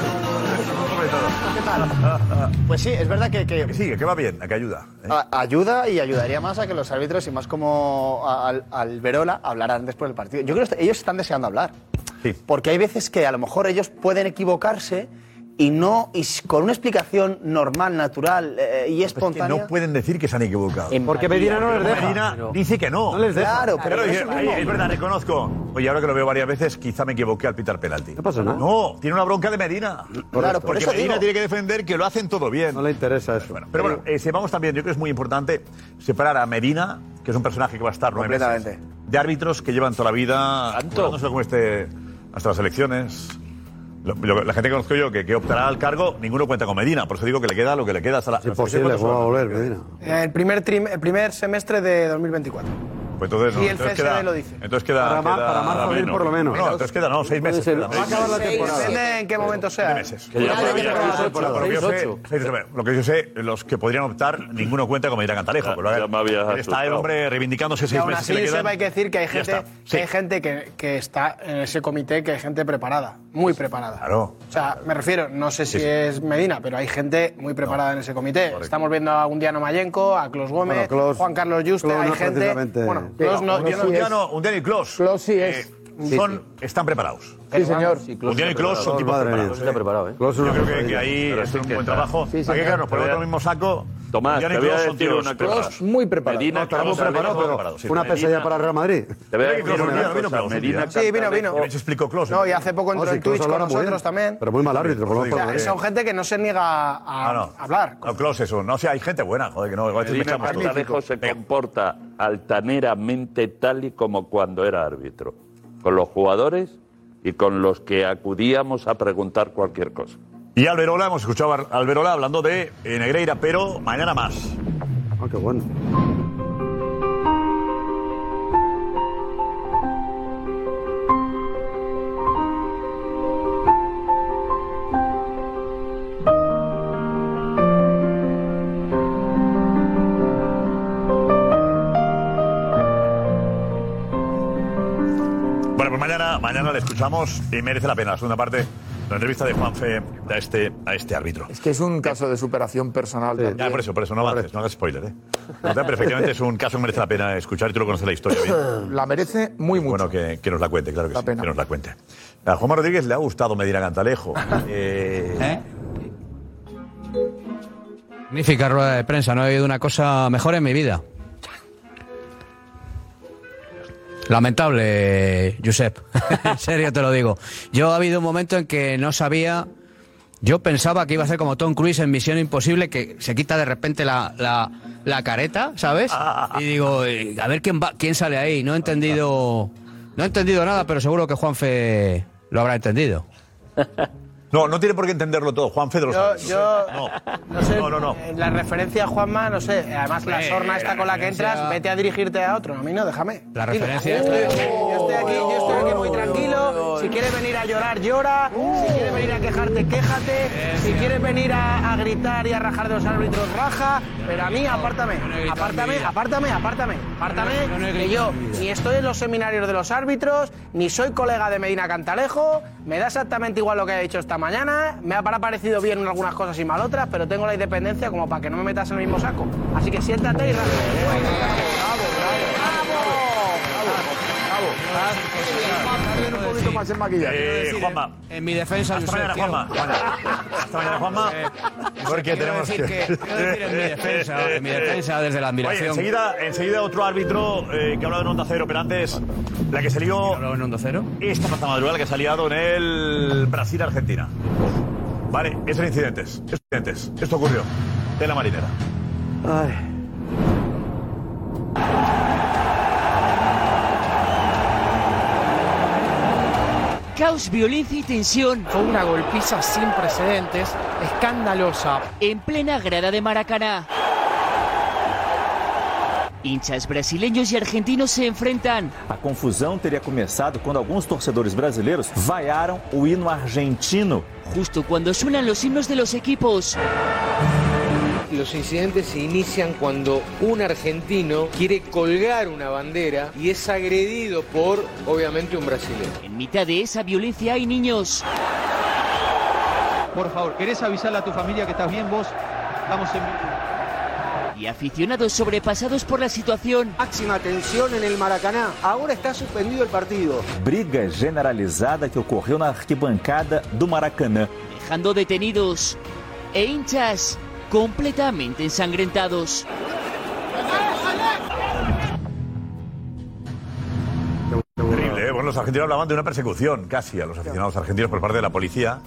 Speaker 18: ¿Qué tal?
Speaker 1: Pues sí, es verdad que... que-
Speaker 6: Sigue, que va bien, a que ayuda. ¿eh?
Speaker 1: a- ayuda y ayudaría más a que los árbitros y más como a- al, al Verola hablaran después del partido. Yo creo que est- ellos están deseando hablar. Porque hay veces que a lo mejor ellos pueden equivocarse y no y s- con una explicación normal, natural eh, y
Speaker 6: Es que
Speaker 1: espontánea.
Speaker 6: no pueden decir que se han equivocado.
Speaker 1: Porque Medina no les
Speaker 6: Pero
Speaker 1: deja.
Speaker 6: Medina
Speaker 1: Pero-
Speaker 6: dice que no.
Speaker 1: No les deja. Claro, pero eso
Speaker 6: Claro, dice,
Speaker 1: mismo.
Speaker 6: "Ay, es verdad, reconozco. Oye, ahora que lo veo varias veces, quizá me equivoqué al pitar penalti. No pasa nada. No, tiene una bronca de Medina.
Speaker 12: Correcto. por
Speaker 6: Porque
Speaker 12: eso
Speaker 6: Medina
Speaker 12: digo.
Speaker 6: tiene que defender que lo hacen todo bien.
Speaker 12: No le interesa eso.
Speaker 6: Pero bueno, eh, sepamos también, yo creo que es muy importante separar a Medina, que es un personaje que va a estar nueve meses,
Speaker 1: Completamente.
Speaker 6: de árbitros que llevan toda la vida jugándoselo como este hasta las elecciones. Lo- lo- la gente que conozco yo que, que optará al cargo, ninguno cuenta con Medina. Por eso digo que le queda lo que le queda hasta la.
Speaker 12: Es posible, ¿cómo va a volver, ¿eh? Medina?
Speaker 18: eh, El primer, trim- el primer semestre de 2024.
Speaker 6: Pues entonces, no,
Speaker 18: Y el
Speaker 6: entonces
Speaker 18: CSD
Speaker 6: queda,
Speaker 18: lo dice.
Speaker 6: Entonces queda.
Speaker 18: Para ma-
Speaker 6: queda
Speaker 18: para marzo, abril, por lo menos.
Speaker 6: No, entonces queda, no, seis meses. queda.
Speaker 18: Va a acabar la temporada. Depende en qué momento sea.
Speaker 6: Por lo
Speaker 18: Depende
Speaker 6: que
Speaker 18: en qué
Speaker 6: yo
Speaker 18: momento
Speaker 6: sé,
Speaker 18: sea.
Speaker 6: por lo que yo sé, seis, ocho. Lo que yo sé, los que podrían optar, ninguno cuenta con Medina Cantalejo. pero lo que- está el
Speaker 10: asustado.
Speaker 6: hombre reivindicándose
Speaker 18: Y
Speaker 6: seis
Speaker 18: aún
Speaker 6: meses.
Speaker 18: así,
Speaker 6: que le quedan.
Speaker 18: Josep, hay que decir que hay
Speaker 6: Ya
Speaker 18: gente,
Speaker 6: está. Sí.
Speaker 18: que, hay gente que, que está en ese comité, que hay gente preparada, muy preparada.
Speaker 6: Claro.
Speaker 18: O sea, me refiero, no sé si
Speaker 6: Sí, sí.
Speaker 18: es Medina, pero hay gente muy preparada en ese comité. Estamos viendo a Undiano Mayenco, a Clos Gómez,
Speaker 12: Bueno, Clos-
Speaker 18: Juan Carlos Juste,
Speaker 12: Clos
Speaker 18: hay
Speaker 12: no es
Speaker 18: gente...
Speaker 12: precisamente-
Speaker 18: Bueno,
Speaker 12: Sí,
Speaker 18: Clos no...
Speaker 12: Clos
Speaker 18: yo no-
Speaker 12: sí
Speaker 6: un Diano, un Diano y Clos. Clos sí es. son, están preparados.
Speaker 12: Sí, señor. Sí, Clos
Speaker 6: Un Diano y
Speaker 12: está
Speaker 6: Clos son
Speaker 12: preparado.
Speaker 6: tipos
Speaker 12: Madre mía.
Speaker 6: preparados.
Speaker 12: Está preparado, ¿eh? Clos es
Speaker 6: Yo
Speaker 12: una
Speaker 6: creo que, que
Speaker 12: maravilla.
Speaker 6: ahí
Speaker 12: Pero
Speaker 6: es
Speaker 12: sí
Speaker 6: un
Speaker 12: que
Speaker 6: buen
Speaker 12: está.
Speaker 6: trabajo.
Speaker 12: Sí, sí,
Speaker 6: Hay que
Speaker 12: claro.
Speaker 6: quedarnos por
Speaker 12: Te voy a-
Speaker 6: el mismo saco.
Speaker 10: Tomás,
Speaker 6: Diano y
Speaker 10: te voy a
Speaker 6: Clos son
Speaker 10: decir
Speaker 6: tíos
Speaker 10: una
Speaker 6: preparados.
Speaker 10: cosa. Muy preparado. Medina,
Speaker 12: no, estamos
Speaker 10: Carlos
Speaker 12: preparados,
Speaker 10: Alberto,
Speaker 12: pero
Speaker 10: sí.
Speaker 12: una
Speaker 10: Medina.
Speaker 12: pesadilla para el Real
Speaker 10: Te
Speaker 12: Madrid.
Speaker 10: voy a
Speaker 12: Mira que
Speaker 10: decir
Speaker 12: Clos
Speaker 10: una
Speaker 12: vino,
Speaker 10: cosa,
Speaker 12: vino Clos,
Speaker 10: Medina Oh,
Speaker 12: ¿eh?
Speaker 18: Sí, vino, vino. No, y hace poco
Speaker 12: Oh,
Speaker 18: entró
Speaker 12: sí,
Speaker 18: en
Speaker 12: Clos
Speaker 18: Twitch con
Speaker 12: hablaba muy bien,
Speaker 18: nosotros también.
Speaker 12: Pero muy mal árbitro, por lo
Speaker 18: O sea,
Speaker 12: menos. eh.
Speaker 18: son gente que no se niega a
Speaker 6: Ah, no.
Speaker 18: hablar.
Speaker 6: No, Clos es un- No, si hay gente buena, joder, que no. a veces
Speaker 10: Medina
Speaker 6: mezclamos todo.
Speaker 10: Cantalejo se comporta altaneramente tal y como cuando era árbitro, con los jugadores y con los que acudíamos a preguntar cualquier cosa.
Speaker 6: Y Alberola, hemos escuchado a Alberola hablando de eh, Negreira, pero mañana más.
Speaker 12: Ah, qué bueno.
Speaker 6: pues le escuchamos y merece la pena. La segunda parte, la entrevista de Juanfe a este, a este árbitro.
Speaker 8: Es que es un caso de superación personal. también.
Speaker 6: Ya, Ah, por eso, por eso, no avances, no hagas spoiler, ¿eh? No, pero perfectamente es un caso que merece la pena escuchar y tú lo conoces la historia bien.
Speaker 8: La merece muy mucho.
Speaker 6: Bueno, que, que nos la cuente, claro que sí, que nos la cuente. A Juanma Rodríguez le ha gustado Medina Cantalejo. Eh,
Speaker 25: Magnífica rueda de prensa, no he oído una cosa mejor en mi vida. Lamentable, Josep. en serio te lo digo. Yo ha habido un momento en que no sabía. Yo pensaba que iba a ser como Tom Cruise en Misión Imposible, que se quita de repente la, la- la careta, ¿sabes?
Speaker 6: Ah.
Speaker 25: Y digo, eh, a ver quién va, quién sale ahí. No he entendido, no he entendido nada, pero seguro que Juanfe lo habrá entendido.
Speaker 6: No, no tiene por qué entenderlo todo. Juanfe de los
Speaker 18: Yo,
Speaker 6: Santos.
Speaker 18: yo
Speaker 6: No.
Speaker 18: no sé,
Speaker 6: No, no, no.
Speaker 18: eh, la referencia a Juanma, no sé, además la sorna esta con la que entras, vete a dirigirte a otro, a mí no, déjame.
Speaker 25: La
Speaker 18: Tranquilo.
Speaker 25: referencia-
Speaker 18: Yo estoy aquí, yo estoy aquí, yo estoy aquí muy tranquilo, si quieres venir a llorar, llora, si quieres venir a quejarte, quéjate, si quieres venir a, a gritar y a rajar de los árbitros, raja, pero a mí apártame, apártame, apártame, apártame, apártame, que yo ni estoy en los seminarios de los árbitros, ni soy colega de Medina Cantalejo, me da exactamente igual lo que haya dicho esta mañana, me habrá parecido bien en algunas cosas y mal otras, pero tengo la independencia como para que no me metas en el mismo saco. Así que siéntate y raja.
Speaker 8: Un poquito más en maquillaje.
Speaker 6: Eh, Juanma.
Speaker 25: En mi defensa,
Speaker 6: Hasta mañana, Juanma. Hasta mañana, Juanma. Porque
Speaker 25: quiero
Speaker 6: tenemos
Speaker 25: decir que- quiero decir en mi defensa, en mi defensa, desde la admiración.
Speaker 6: Oye, enseguida, enseguida otro árbitro eh, que ha hablado en Onda Cero, pero antes, la que se lió...
Speaker 25: en Onda Cero?
Speaker 6: Esta pasada madrugada, la que se ha liado en el Brasil-Argentina. Vale, esos incidentes, esos incidentes. Esto ocurrió de la marinera.
Speaker 26: Caos, violencia y tensión. Fue una golpiza sin precedentes, escandalosa, en plena grada de Maracaná. Hinchas brasileños y argentinos se enfrentan.
Speaker 27: A confusão teria começado quando alguns torcedores brasileiros vaiaram o hino argentino.
Speaker 26: Justo cuando suenan los himnos de los equipos.
Speaker 28: Los incidentes se inician cuando un argentino quiere colgar una bandera y es agredido por, obviamente, un brasileño.
Speaker 26: En mitad de esa violencia hay niños.
Speaker 16: Por favor, ¿querés avisarle a tu familia que estás bien vos? Estamos en
Speaker 26: Y aficionados sobrepasados por la situación.
Speaker 29: Máxima tensión en el Maracaná. Ahora está suspendido el partido.
Speaker 27: Briga generalizada que ocorreu na arquibancada do Maracanã.
Speaker 26: Dejando detenidos. E hinchas completamente ensangrentados.
Speaker 6: Terrible, ¿eh? Bueno, los argentinos hablaban de una persecución casi a los aficionados argentinos por parte de la policía.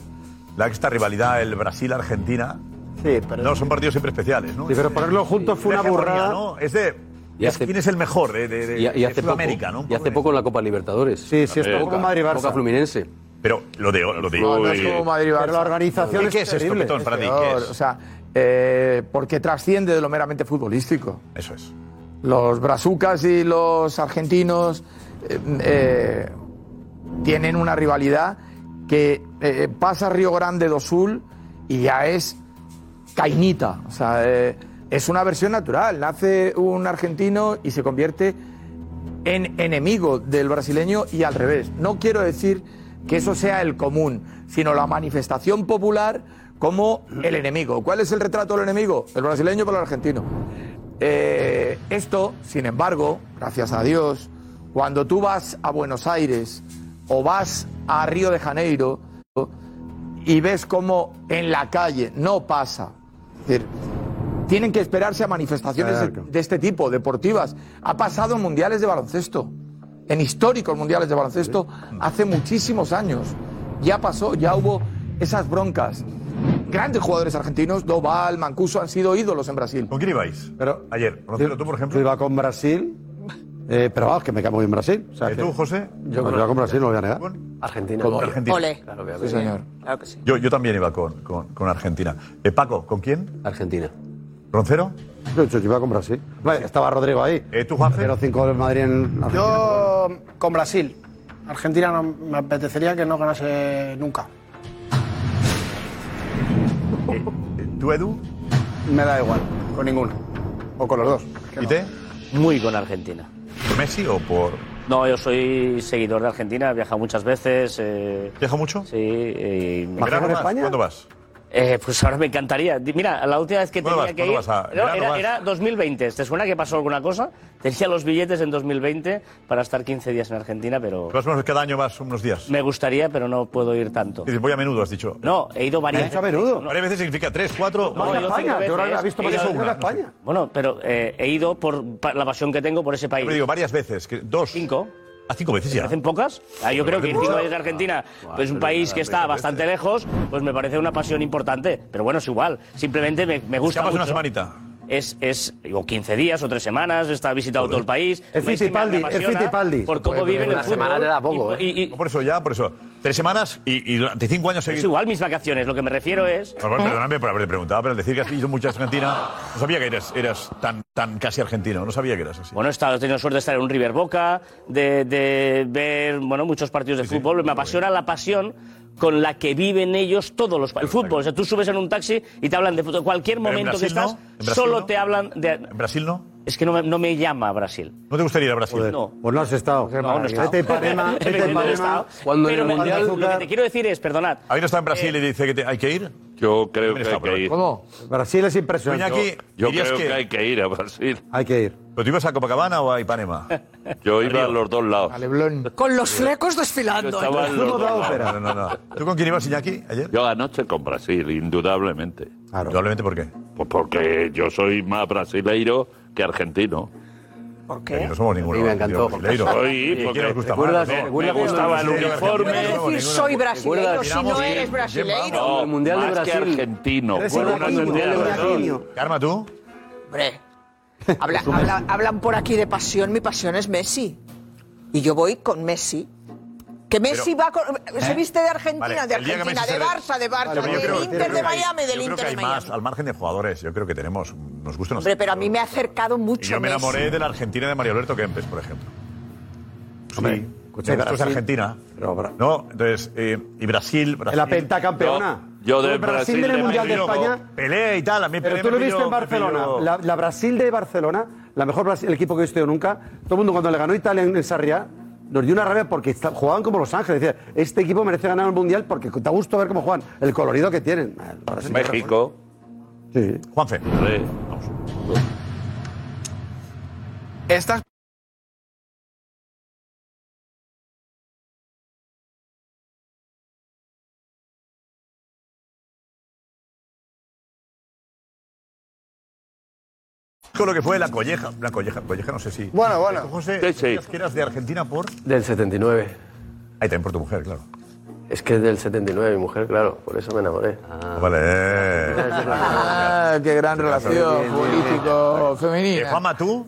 Speaker 6: La esta rivalidad, el Brasil-Argentina. Sí, pero... No, son partidos siempre especiales, ¿no?
Speaker 12: Sí, pero ponerlo juntos fue una
Speaker 6: hegemonía,
Speaker 12: burrada.
Speaker 6: ¿no? Es de... es ¿Quién es el mejor de, de- de-
Speaker 9: Y, y
Speaker 6: de
Speaker 9: hace
Speaker 6: Sudamérica,
Speaker 9: poco,
Speaker 6: no?
Speaker 9: Y hace poco en la Copa Libertadores.
Speaker 6: Sí, sí, estuvo con Madrid-Barça.
Speaker 9: Boca Fluminense.
Speaker 6: Pero lo de... Lo de
Speaker 9: No, no
Speaker 6: Uy.
Speaker 9: es como Madrid-Barça.
Speaker 12: Pero la organización
Speaker 6: ¿Qué es esto, terrible. Pitón, para ti? ¿Qué
Speaker 8: peor,
Speaker 6: es?
Speaker 8: O sea, eh, porque trasciende de lo meramente futbolístico.
Speaker 6: Eso es.
Speaker 8: Los brazucas y los argentinos eh, eh, tienen una rivalidad que eh, pasa Río Grande do Sul y ya es cainita. O sea, eh, es una versión natural. Nace un argentino y se convierte en enemigo del brasileño y al revés. No quiero decir que eso sea el común, sino la manifestación popular como el enemigo. ¿Cuál es el retrato del enemigo? El brasileño para el argentino. Eh, esto, sin embargo, gracias a Dios, cuando tú vas a Buenos Aires o vas a Río de Janeiro y ves cómo en la calle no pasa, es decir, tienen que esperarse a manifestaciones de, de este tipo, deportivas. Ha pasado en mundiales de baloncesto, en históricos mundiales de baloncesto, hace muchísimos años. Ya pasó, ya hubo esas broncas. Grandes jugadores argentinos, Doval, Mancuso, han sido ídolos en Brasil.
Speaker 6: ¿Con quién ibais? Ayer,
Speaker 12: tú, por ejemplo? Yo iba con Brasil, eh, pero vamos, que me cae muy bien Brasil. O sea,
Speaker 6: ¿Y
Speaker 12: que-
Speaker 6: tú, José?
Speaker 12: Yo iba con Brasil, no lo voy a negar.
Speaker 6: Argentina.
Speaker 12: Como yo.
Speaker 6: Argentina.
Speaker 12: Ole. Claro, obviamente. Sí, señor.
Speaker 6: Claro que sí. Yo, yo también iba con, con, con Argentina. Eh, Paco, ¿con quién?
Speaker 9: Argentina.
Speaker 6: ¿Roncero?
Speaker 12: Yo, yo iba con Brasil. Vale, estaba Rodrigo ahí.
Speaker 10: Eh,
Speaker 6: ¿Tú, Juanfe?
Speaker 12: 0-5 del Madrid en Argentina.
Speaker 18: Yo con Brasil. Argentina no, me apetecería que no ganase nunca.
Speaker 6: ¿Tú, Edu?
Speaker 18: Me da igual.
Speaker 23: Con ninguno. O con los dos.
Speaker 6: ¿Y te?
Speaker 30: Muy con Argentina.
Speaker 6: ¿Por Messi o por...?
Speaker 23: No, yo soy seguidor de Argentina, he viajado muchas veces. Eh,
Speaker 6: ¿Viaja mucho?
Speaker 23: Sí. eh,
Speaker 6: ¿Verano vas? ¿Cuándo vas?
Speaker 23: Eh, pues ahora me encantaría. Di- Mira, la última vez que
Speaker 6: ¿Cuándo
Speaker 23: tenía
Speaker 6: vas?
Speaker 23: que ir.
Speaker 6: ¿Cuándo vas? Ah,
Speaker 23: No,
Speaker 6: ¿verano
Speaker 23: era,
Speaker 6: vas?
Speaker 23: era 2020. ¿Te suena que pasó alguna cosa? Tenía los billetes en 2020 para estar 15 días en Argentina, pero.
Speaker 6: Más o menos cada año vas unos días.
Speaker 23: Me gustaría, pero no puedo ir tanto.
Speaker 6: Dices, voy a menudo, has dicho.
Speaker 23: No, he ido varias veces.
Speaker 6: Varias veces significa tres, cuatro.
Speaker 23: No, he ido cinco veces, he ido- Bueno, pero eh, he ido por pa- la pasión que tengo por ese país.
Speaker 6: Pero digo, varias veces, que- dos.
Speaker 23: Cinco.
Speaker 6: ¿A cinco veces ya?
Speaker 23: ¿Hacen pocas? Ah, yo creo que ir cinco veces a Argentina pues, es un país que está bastante lejos, pues me parece una pasión importante. Pero bueno, es igual. Simplemente me, me gusta
Speaker 6: Escapas
Speaker 23: mucho.
Speaker 6: una semanita.
Speaker 23: Es, es, digo, 15 días o tres semanas, está visitado todo el país.
Speaker 6: Es
Speaker 23: Me- me
Speaker 6: Fittipaldi, es
Speaker 23: apasiona
Speaker 6: Fittipaldi.
Speaker 23: Por cómo
Speaker 6: Pues,
Speaker 23: viven
Speaker 6: una
Speaker 23: el fútbol
Speaker 6: semana te da poco, ¿eh?
Speaker 23: y- y- y-
Speaker 6: Por eso ya, por eso. Tres semanas y, y durante cinco años
Speaker 23: es
Speaker 6: seguidos.
Speaker 23: igual mis vacaciones, lo que me refiero es...
Speaker 6: Por favor, perdóname por haberte preguntado, pero al decir que has visto mucha Argentina, no sabía que eras, eras tan, tan casi argentino, no sabía que eras así.
Speaker 23: Bueno, he, estado, he tenido suerte de estar en un River Boca, de, de ver bueno, muchos partidos de fútbol. Me apasiona la pasión con la que viven ellos todos los... pa- El fútbol, o sea, tú subes en un taxi y te hablan de fútbol. Cualquier
Speaker 6: Pero en
Speaker 23: momento que
Speaker 6: Brasil no,
Speaker 23: estás,
Speaker 6: en Brasil
Speaker 23: solo
Speaker 6: no.
Speaker 23: te hablan de... ¿En
Speaker 6: Brasil no?
Speaker 23: Es que no me, no me llama Brasil.
Speaker 6: ¿No te gustaría ir a Brasil?
Speaker 23: No.
Speaker 12: Pues no has
Speaker 23: No,
Speaker 12: estado.
Speaker 23: Este no he estado.
Speaker 12: Vete a Ipanema,
Speaker 23: Me
Speaker 12: vete a
Speaker 23: quedé en el
Speaker 12: Ipanema.
Speaker 23: estado. Pero me- lo que te quiero decir es, perdonad,
Speaker 6: ¿Habéis estado en Brasil
Speaker 23: Eh,
Speaker 6: y dice que te- hay que ir?
Speaker 10: Yo creo
Speaker 6: También
Speaker 10: que
Speaker 6: está,
Speaker 10: hay
Speaker 6: pero-
Speaker 10: que ir.
Speaker 12: Brasil es impresionante.
Speaker 6: Pues,
Speaker 10: Yo- yo, creo que... hay que ir a Brasil.
Speaker 12: Hay que ir.
Speaker 6: ¿Pero tú ibas a Copacabana o a Ipanema?
Speaker 10: Yo iba a los dos lados.
Speaker 16: Con los flecos desfilando.
Speaker 10: Estaba en los dos lados.
Speaker 6: No, no, no. ¿Tú con quién ibas, Iñaki, ayer?
Speaker 10: Yo anoche con Brasil, indudablemente.
Speaker 6: ¿Indudablemente por qué?
Speaker 10: Pues porque yo soy más brasileiro que argentino.
Speaker 16: ¿Por
Speaker 6: qué? Eh, no somos ninguno.
Speaker 10: me
Speaker 6: encantó. brasileiro.
Speaker 10: Soy,
Speaker 6: ¿Quién
Speaker 10: porque
Speaker 6: nos gusta más?
Speaker 10: ¿Recuerdas-
Speaker 6: No,
Speaker 10: me
Speaker 6: recuerdas-
Speaker 10: gustaba el
Speaker 6: brasileiro,
Speaker 10: uniforme.
Speaker 6: argentino,
Speaker 11: Puedes decir soy brasileiro si no
Speaker 10: ¿Quién-
Speaker 11: eres brasileiro.
Speaker 10: quién va? No,
Speaker 11: El Mundial de
Speaker 10: más que
Speaker 11: Brasil.
Speaker 10: argentino.
Speaker 11: Eres
Speaker 10: Bueno,
Speaker 11: iñaquino,
Speaker 10: no, mundial de
Speaker 11: eres
Speaker 10: Brasil.
Speaker 11: iñaquino.
Speaker 6: Karma, ¿tú?
Speaker 11: Hombre, habla- habla- hablan por aquí de pasión, mi pasión es Messi. Y yo voy con Messi. Que Messi va con- se viste de Argentina,
Speaker 6: ¿Eh? Vale,
Speaker 11: de
Speaker 6: el día que
Speaker 11: Argentina,
Speaker 6: Messi se
Speaker 11: de
Speaker 6: ve-
Speaker 11: Barça, de Barça,
Speaker 6: Vale, pero yo
Speaker 11: del
Speaker 6: creo- yo
Speaker 11: Inter
Speaker 6: creo
Speaker 11: de
Speaker 6: que hay-
Speaker 11: Miami, del
Speaker 6: Yo creo
Speaker 11: Inter
Speaker 6: que
Speaker 11: de
Speaker 6: hay
Speaker 11: Miami.
Speaker 6: más, al margen de jugadores, yo creo que tenemos, nos gusta nos
Speaker 11: Hombre, pero a mí me ha acercado mucho
Speaker 6: Y yo me enamoré
Speaker 11: Messi.
Speaker 6: de la Argentina de Mario Alberto Kempes, por ejemplo. Hombre,
Speaker 12: escucha,
Speaker 6: esto es
Speaker 12: Brasil.
Speaker 6: Argentina. no, entonces, eh, y Brasil, Brasil.
Speaker 12: la pentacampeona.
Speaker 10: Yo, yo de
Speaker 12: El Brasil
Speaker 10: Brasil.
Speaker 12: en el
Speaker 10: de
Speaker 12: Mundial de
Speaker 10: Brasil,
Speaker 12: España.
Speaker 6: Pelea y tal, a mí
Speaker 12: Pero
Speaker 6: Pelé
Speaker 12: tú
Speaker 6: me
Speaker 12: lo viste
Speaker 6: pilló-
Speaker 12: en
Speaker 6: me
Speaker 12: Barcelona.
Speaker 6: pilló-
Speaker 12: La, la Brasil de Barcelona, la mejor Brasil- el equipo que he visto nunca. Todo el mundo cuando le ganó Italia en el Sarriá nos dio una rabia porque esta- jugaban como Los Ángeles. Decía, este equipo merece ganar el Mundial porque da gusto ver cómo juegan. El colorido que tienen.
Speaker 10: México.
Speaker 12: Sí.
Speaker 6: Juanfe.
Speaker 2: Estas
Speaker 6: Con lo que fue la colleja. La colleja, colleja no sé si.
Speaker 1: Bueno, bueno.
Speaker 6: José,
Speaker 1: Sí, sí.
Speaker 6: decías que eras de Argentina por.
Speaker 9: Del 79.
Speaker 6: Ahí también por tu mujer, claro.
Speaker 9: Es que es del 79 mi mujer, claro, por eso me enamoré.
Speaker 6: Ah, Vale.
Speaker 8: Ah, qué gran relación político femenina.
Speaker 6: Juanma, tú?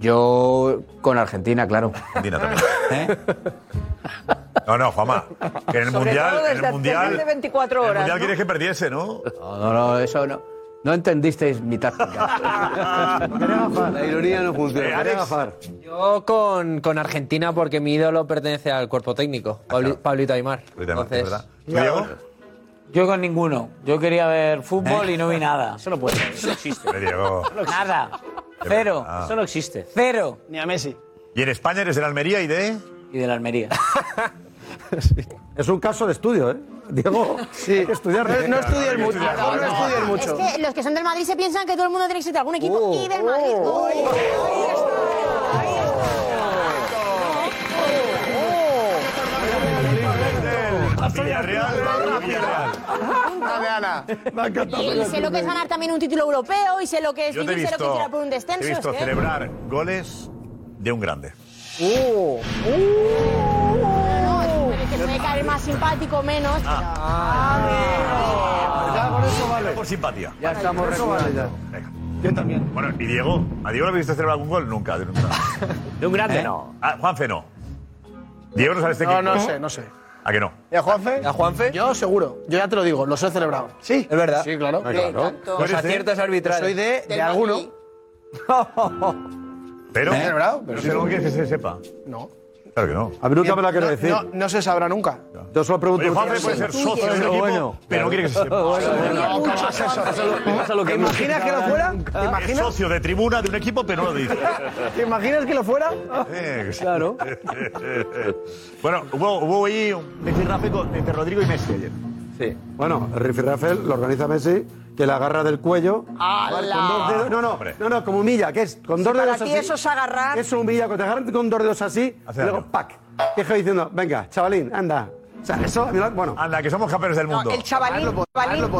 Speaker 25: Yo con Argentina, claro. ¿Eh?
Speaker 6: Argentina también. No, no, Juanma. Que en el
Speaker 11: Sobre
Speaker 6: Mundial.
Speaker 11: todo
Speaker 6: en
Speaker 11: desde
Speaker 6: el Mundial.
Speaker 11: después de 24
Speaker 6: el
Speaker 11: horas.
Speaker 6: mundial
Speaker 11: ¿no?
Speaker 6: quieres que perdiese, ¿no?
Speaker 25: No, no, no, eso no. No entendisteis mi táctica.
Speaker 12: La ironía no funciona.
Speaker 6: Eh, Alex.
Speaker 26: Yo con, con Argentina porque mi ídolo pertenece al cuerpo técnico,
Speaker 12: Ah,
Speaker 26: Pabli- Pablito Aymar. Entonces,
Speaker 16: Yo con ninguno. Yo quería ver fútbol y no
Speaker 6: ¿Eh?
Speaker 16: vi nada. Eso no puede ser. Eso no existe. Nada. Cero.
Speaker 6: Ah. Eso no
Speaker 16: existe. Cero. Ni a Messi.
Speaker 6: Y en España eres de la Almería y de.
Speaker 16: Y de la Almería.
Speaker 12: Es un caso de estudio, ¿eh? Diego, sí. hay que estudiar.
Speaker 18: No- no estudies
Speaker 12: Hay que
Speaker 18: mucho,
Speaker 12: estudiar.
Speaker 18: Diego, no estudies
Speaker 7: Es que los que son del Madrid se piensan que todo el mundo tiene que ser de algún equipo y
Speaker 6: Oh,
Speaker 7: del Madrid. Uy,
Speaker 6: Villarreal, Villarreal.
Speaker 1: Dame, Ana.
Speaker 7: Y sé lo que es ganar también un título europeo y sé lo que es
Speaker 6: Yo te he
Speaker 7: vivir, sé lo que
Speaker 6: visto,
Speaker 7: es ir a por un
Speaker 6: te
Speaker 7: descenso.
Speaker 6: he visto
Speaker 7: es que-
Speaker 6: celebrar goles de un grande.
Speaker 7: Uh, No, pero es que puede caer más simpático menos.
Speaker 6: Ah, Por simpatía.
Speaker 12: Ya estamos recuperando.
Speaker 6: Yo también. Bueno, ¿y Diego? ¿A Diego le habéis visto celebrar algún gol? Nunca, de nunca.
Speaker 23: de un grande no.
Speaker 6: Ah, Juanfe no. Diego no sabe este
Speaker 18: No,
Speaker 6: equipo.
Speaker 18: no sé, no sé.
Speaker 6: ¿A que no?
Speaker 18: ¿Y a Juanfe? ¿A Juanfe? Yo seguro. Yo ya te lo digo, los he celebrado. Sí.
Speaker 26: Es verdad.
Speaker 18: Sí, claro.
Speaker 26: Ah, claro. Los
Speaker 18: Yo soy de-
Speaker 26: aciertos arbitrales.
Speaker 18: yo Soy de, de
Speaker 26: Del
Speaker 18: alguno.
Speaker 6: Pero.
Speaker 18: ¿Eh? Celebrado, pero
Speaker 6: no
Speaker 18: sí.
Speaker 6: sé, no quieres que se sepa.
Speaker 18: No.
Speaker 6: Claro que no.
Speaker 12: A mí nunca me la quiero
Speaker 18: No-
Speaker 12: decir.
Speaker 18: No, no se sabrá nunca.
Speaker 12: Yo solo pregunto.
Speaker 18: Oye, Juanfe puede ser socio del equipo, pero no quiere que se sepa.
Speaker 6: No, ¿cómo es eso?
Speaker 12: ¿Te imaginas que lo fuera? ¿Te
Speaker 6: Es
Speaker 12: imaginas?
Speaker 6: Eh, socio de tribuna de un equipo, pero no lo dice.
Speaker 12: ¿Te imaginas que lo fuera?
Speaker 6: Claro. bueno, hubo, hubo ahí un rifirrafe con- entre Rodrigo y Messi ayer.
Speaker 12: Sí. Bueno, el Riffy Rafael lo organiza Messi, que la agarra del cuello. Con dos dedos- No, no, no, no, como humilla, que es con
Speaker 11: Si
Speaker 12: dos
Speaker 11: para
Speaker 12: dedos
Speaker 11: ti
Speaker 12: así.
Speaker 11: eso es agarrar-
Speaker 12: Eso humilla, cuando te agarran con dos dedos así,
Speaker 6: Ah. Hace
Speaker 12: y luego
Speaker 6: daño.
Speaker 12: ¡pac! Deja diciendo, venga, chavalín, anda. O sea, eso, mira, bueno.
Speaker 6: Anda, que somos campeones del mundo.
Speaker 11: El chavalín, chavalín, el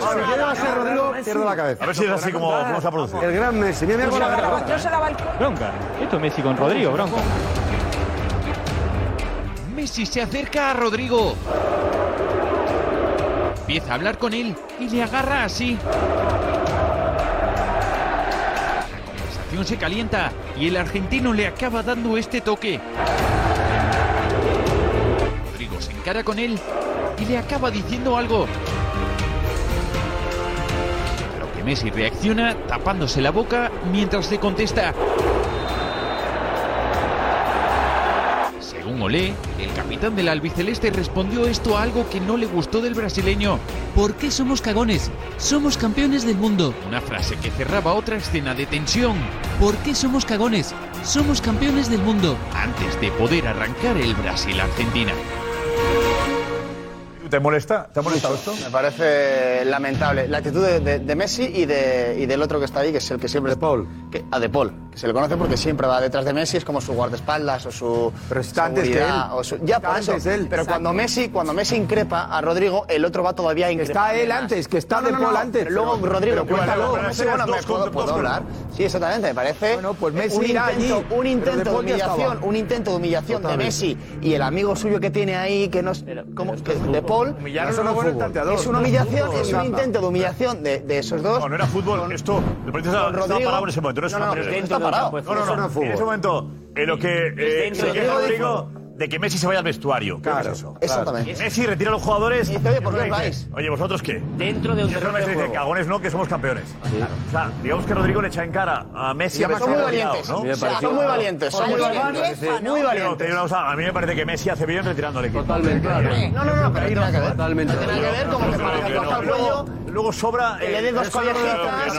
Speaker 11: chavalín.
Speaker 12: Pierdo la cabeza.
Speaker 6: A ver si es así como, como se ha producido.
Speaker 12: El gran Messi, mira, mira cómo la agarra.
Speaker 11: Yo se la balcón.
Speaker 31: Bronca. Esto es Messi con Rodrigo, bronca.
Speaker 20: Messi se acerca a Rodrigo. Empieza a hablar con él y le agarra así. La conversación se calienta y el argentino le acaba dando este toque. Rodrigo se encara con él y le acaba diciendo algo. Pero que Messi reacciona tapándose la boca mientras le contesta. Según Olé, el capitán del albiceleste respondió esto a algo que no le gustó del brasileño. ¿Por qué somos cagones? Somos campeones del mundo. Una frase que cerraba otra escena de tensión. ¿Por qué somos cagones? Somos campeones del mundo. Antes de poder arrancar el Brasil-Argentina.
Speaker 6: ¿Te molesta? ¿Te ha molestado esto?
Speaker 16: Me parece lamentable la actitud de, de- de Messi y, de, y del otro que está ahí, que es el que siempre... De Paul. Que, a De Paul, que se le conoce porque siempre va detrás de Messi, es como su guardaespaldas o su pero
Speaker 12: está antes que él.
Speaker 16: O su, ya,
Speaker 12: Está
Speaker 16: por eso.
Speaker 12: antes él.
Speaker 16: Pero cuando Messi, cuando Messi increpa a Rodrigo, el otro va todavía a
Speaker 12: Está
Speaker 16: increpar.
Speaker 12: él antes, que está De Paul antes.
Speaker 16: pero luego
Speaker 12: Pero-
Speaker 16: Rodrigo,
Speaker 12: pero
Speaker 16: cuenta
Speaker 12: cuando-
Speaker 16: luego.
Speaker 12: pero
Speaker 16: Messi,
Speaker 12: serás
Speaker 16: bueno, me
Speaker 12: dos
Speaker 16: puedo,
Speaker 12: contra- dos
Speaker 16: puedo
Speaker 12: contra-
Speaker 16: hablar. Sí, exactamente, me parece... Bueno, pues
Speaker 12: Messi
Speaker 16: un
Speaker 12: irá
Speaker 16: intento,
Speaker 12: allí,
Speaker 16: un
Speaker 12: pero De
Speaker 16: intento de
Speaker 12: Paul ya estaba.
Speaker 16: humillación, un intento de humillación de
Speaker 12: Totalmente.
Speaker 16: Messi y el amigo suyo que tiene ahí, que no es... ¿cómo? Que- de Paul.
Speaker 6: Humillaron
Speaker 16: Eso
Speaker 6: a
Speaker 16: no
Speaker 6: los buenos
Speaker 16: fue fútbol.
Speaker 6: tanteadores.
Speaker 16: Es una humillación, es un
Speaker 6: Gamba.
Speaker 16: intento de humillación de, de esos dos.
Speaker 6: No, no era fútbol, esto. El partido estaba,
Speaker 16: Con
Speaker 6: estaba
Speaker 16: Rodrigo.
Speaker 6: parado en ese momento. No, es
Speaker 16: No, no,
Speaker 6: una
Speaker 16: no,
Speaker 6: pelea.
Speaker 16: dentro del campo de
Speaker 6: No,
Speaker 16: fútbol.
Speaker 6: no,
Speaker 16: Eso no es
Speaker 6: no.
Speaker 16: fútbol.
Speaker 6: En ese momento, eh, lo que eh, se
Speaker 16: dentro del
Speaker 6: queja
Speaker 16: campo de
Speaker 6: Rodrigo de que Messi se vaya al vestuario. Creo que es eso.
Speaker 16: Exactamente.
Speaker 6: Messi retira a los jugadores.
Speaker 16: Y dice, oye, ¿por qué
Speaker 6: Y dice,
Speaker 16: vais?
Speaker 6: Oye, ¿vosotros qué?
Speaker 16: Dentro de un
Speaker 6: Y el
Speaker 16: terreno
Speaker 6: Messi
Speaker 16: de
Speaker 6: dice,
Speaker 16: juego. Ah,
Speaker 6: cagones no, que somos campeones. O sea, digamos que Rodrigo le echa en cara a Messi.
Speaker 16: Son
Speaker 6: a Messi
Speaker 16: muy
Speaker 6: le ha
Speaker 16: valientes,
Speaker 6: dado, ¿no?
Speaker 16: o sea, son muy valientes, son muy valientes, muy
Speaker 6: Pero te
Speaker 16: valientes.
Speaker 6: digo una cosa, a mí me parece que Messi hace bien retirándole. Totalmente.
Speaker 16: No, no, no, pero ahí nada que ver.
Speaker 6: Totalmente.
Speaker 16: No tiene nada que ver como que para que coja el cuello,
Speaker 6: Luego sobra. eh,
Speaker 16: que le dé
Speaker 6: den
Speaker 16: dos collejitas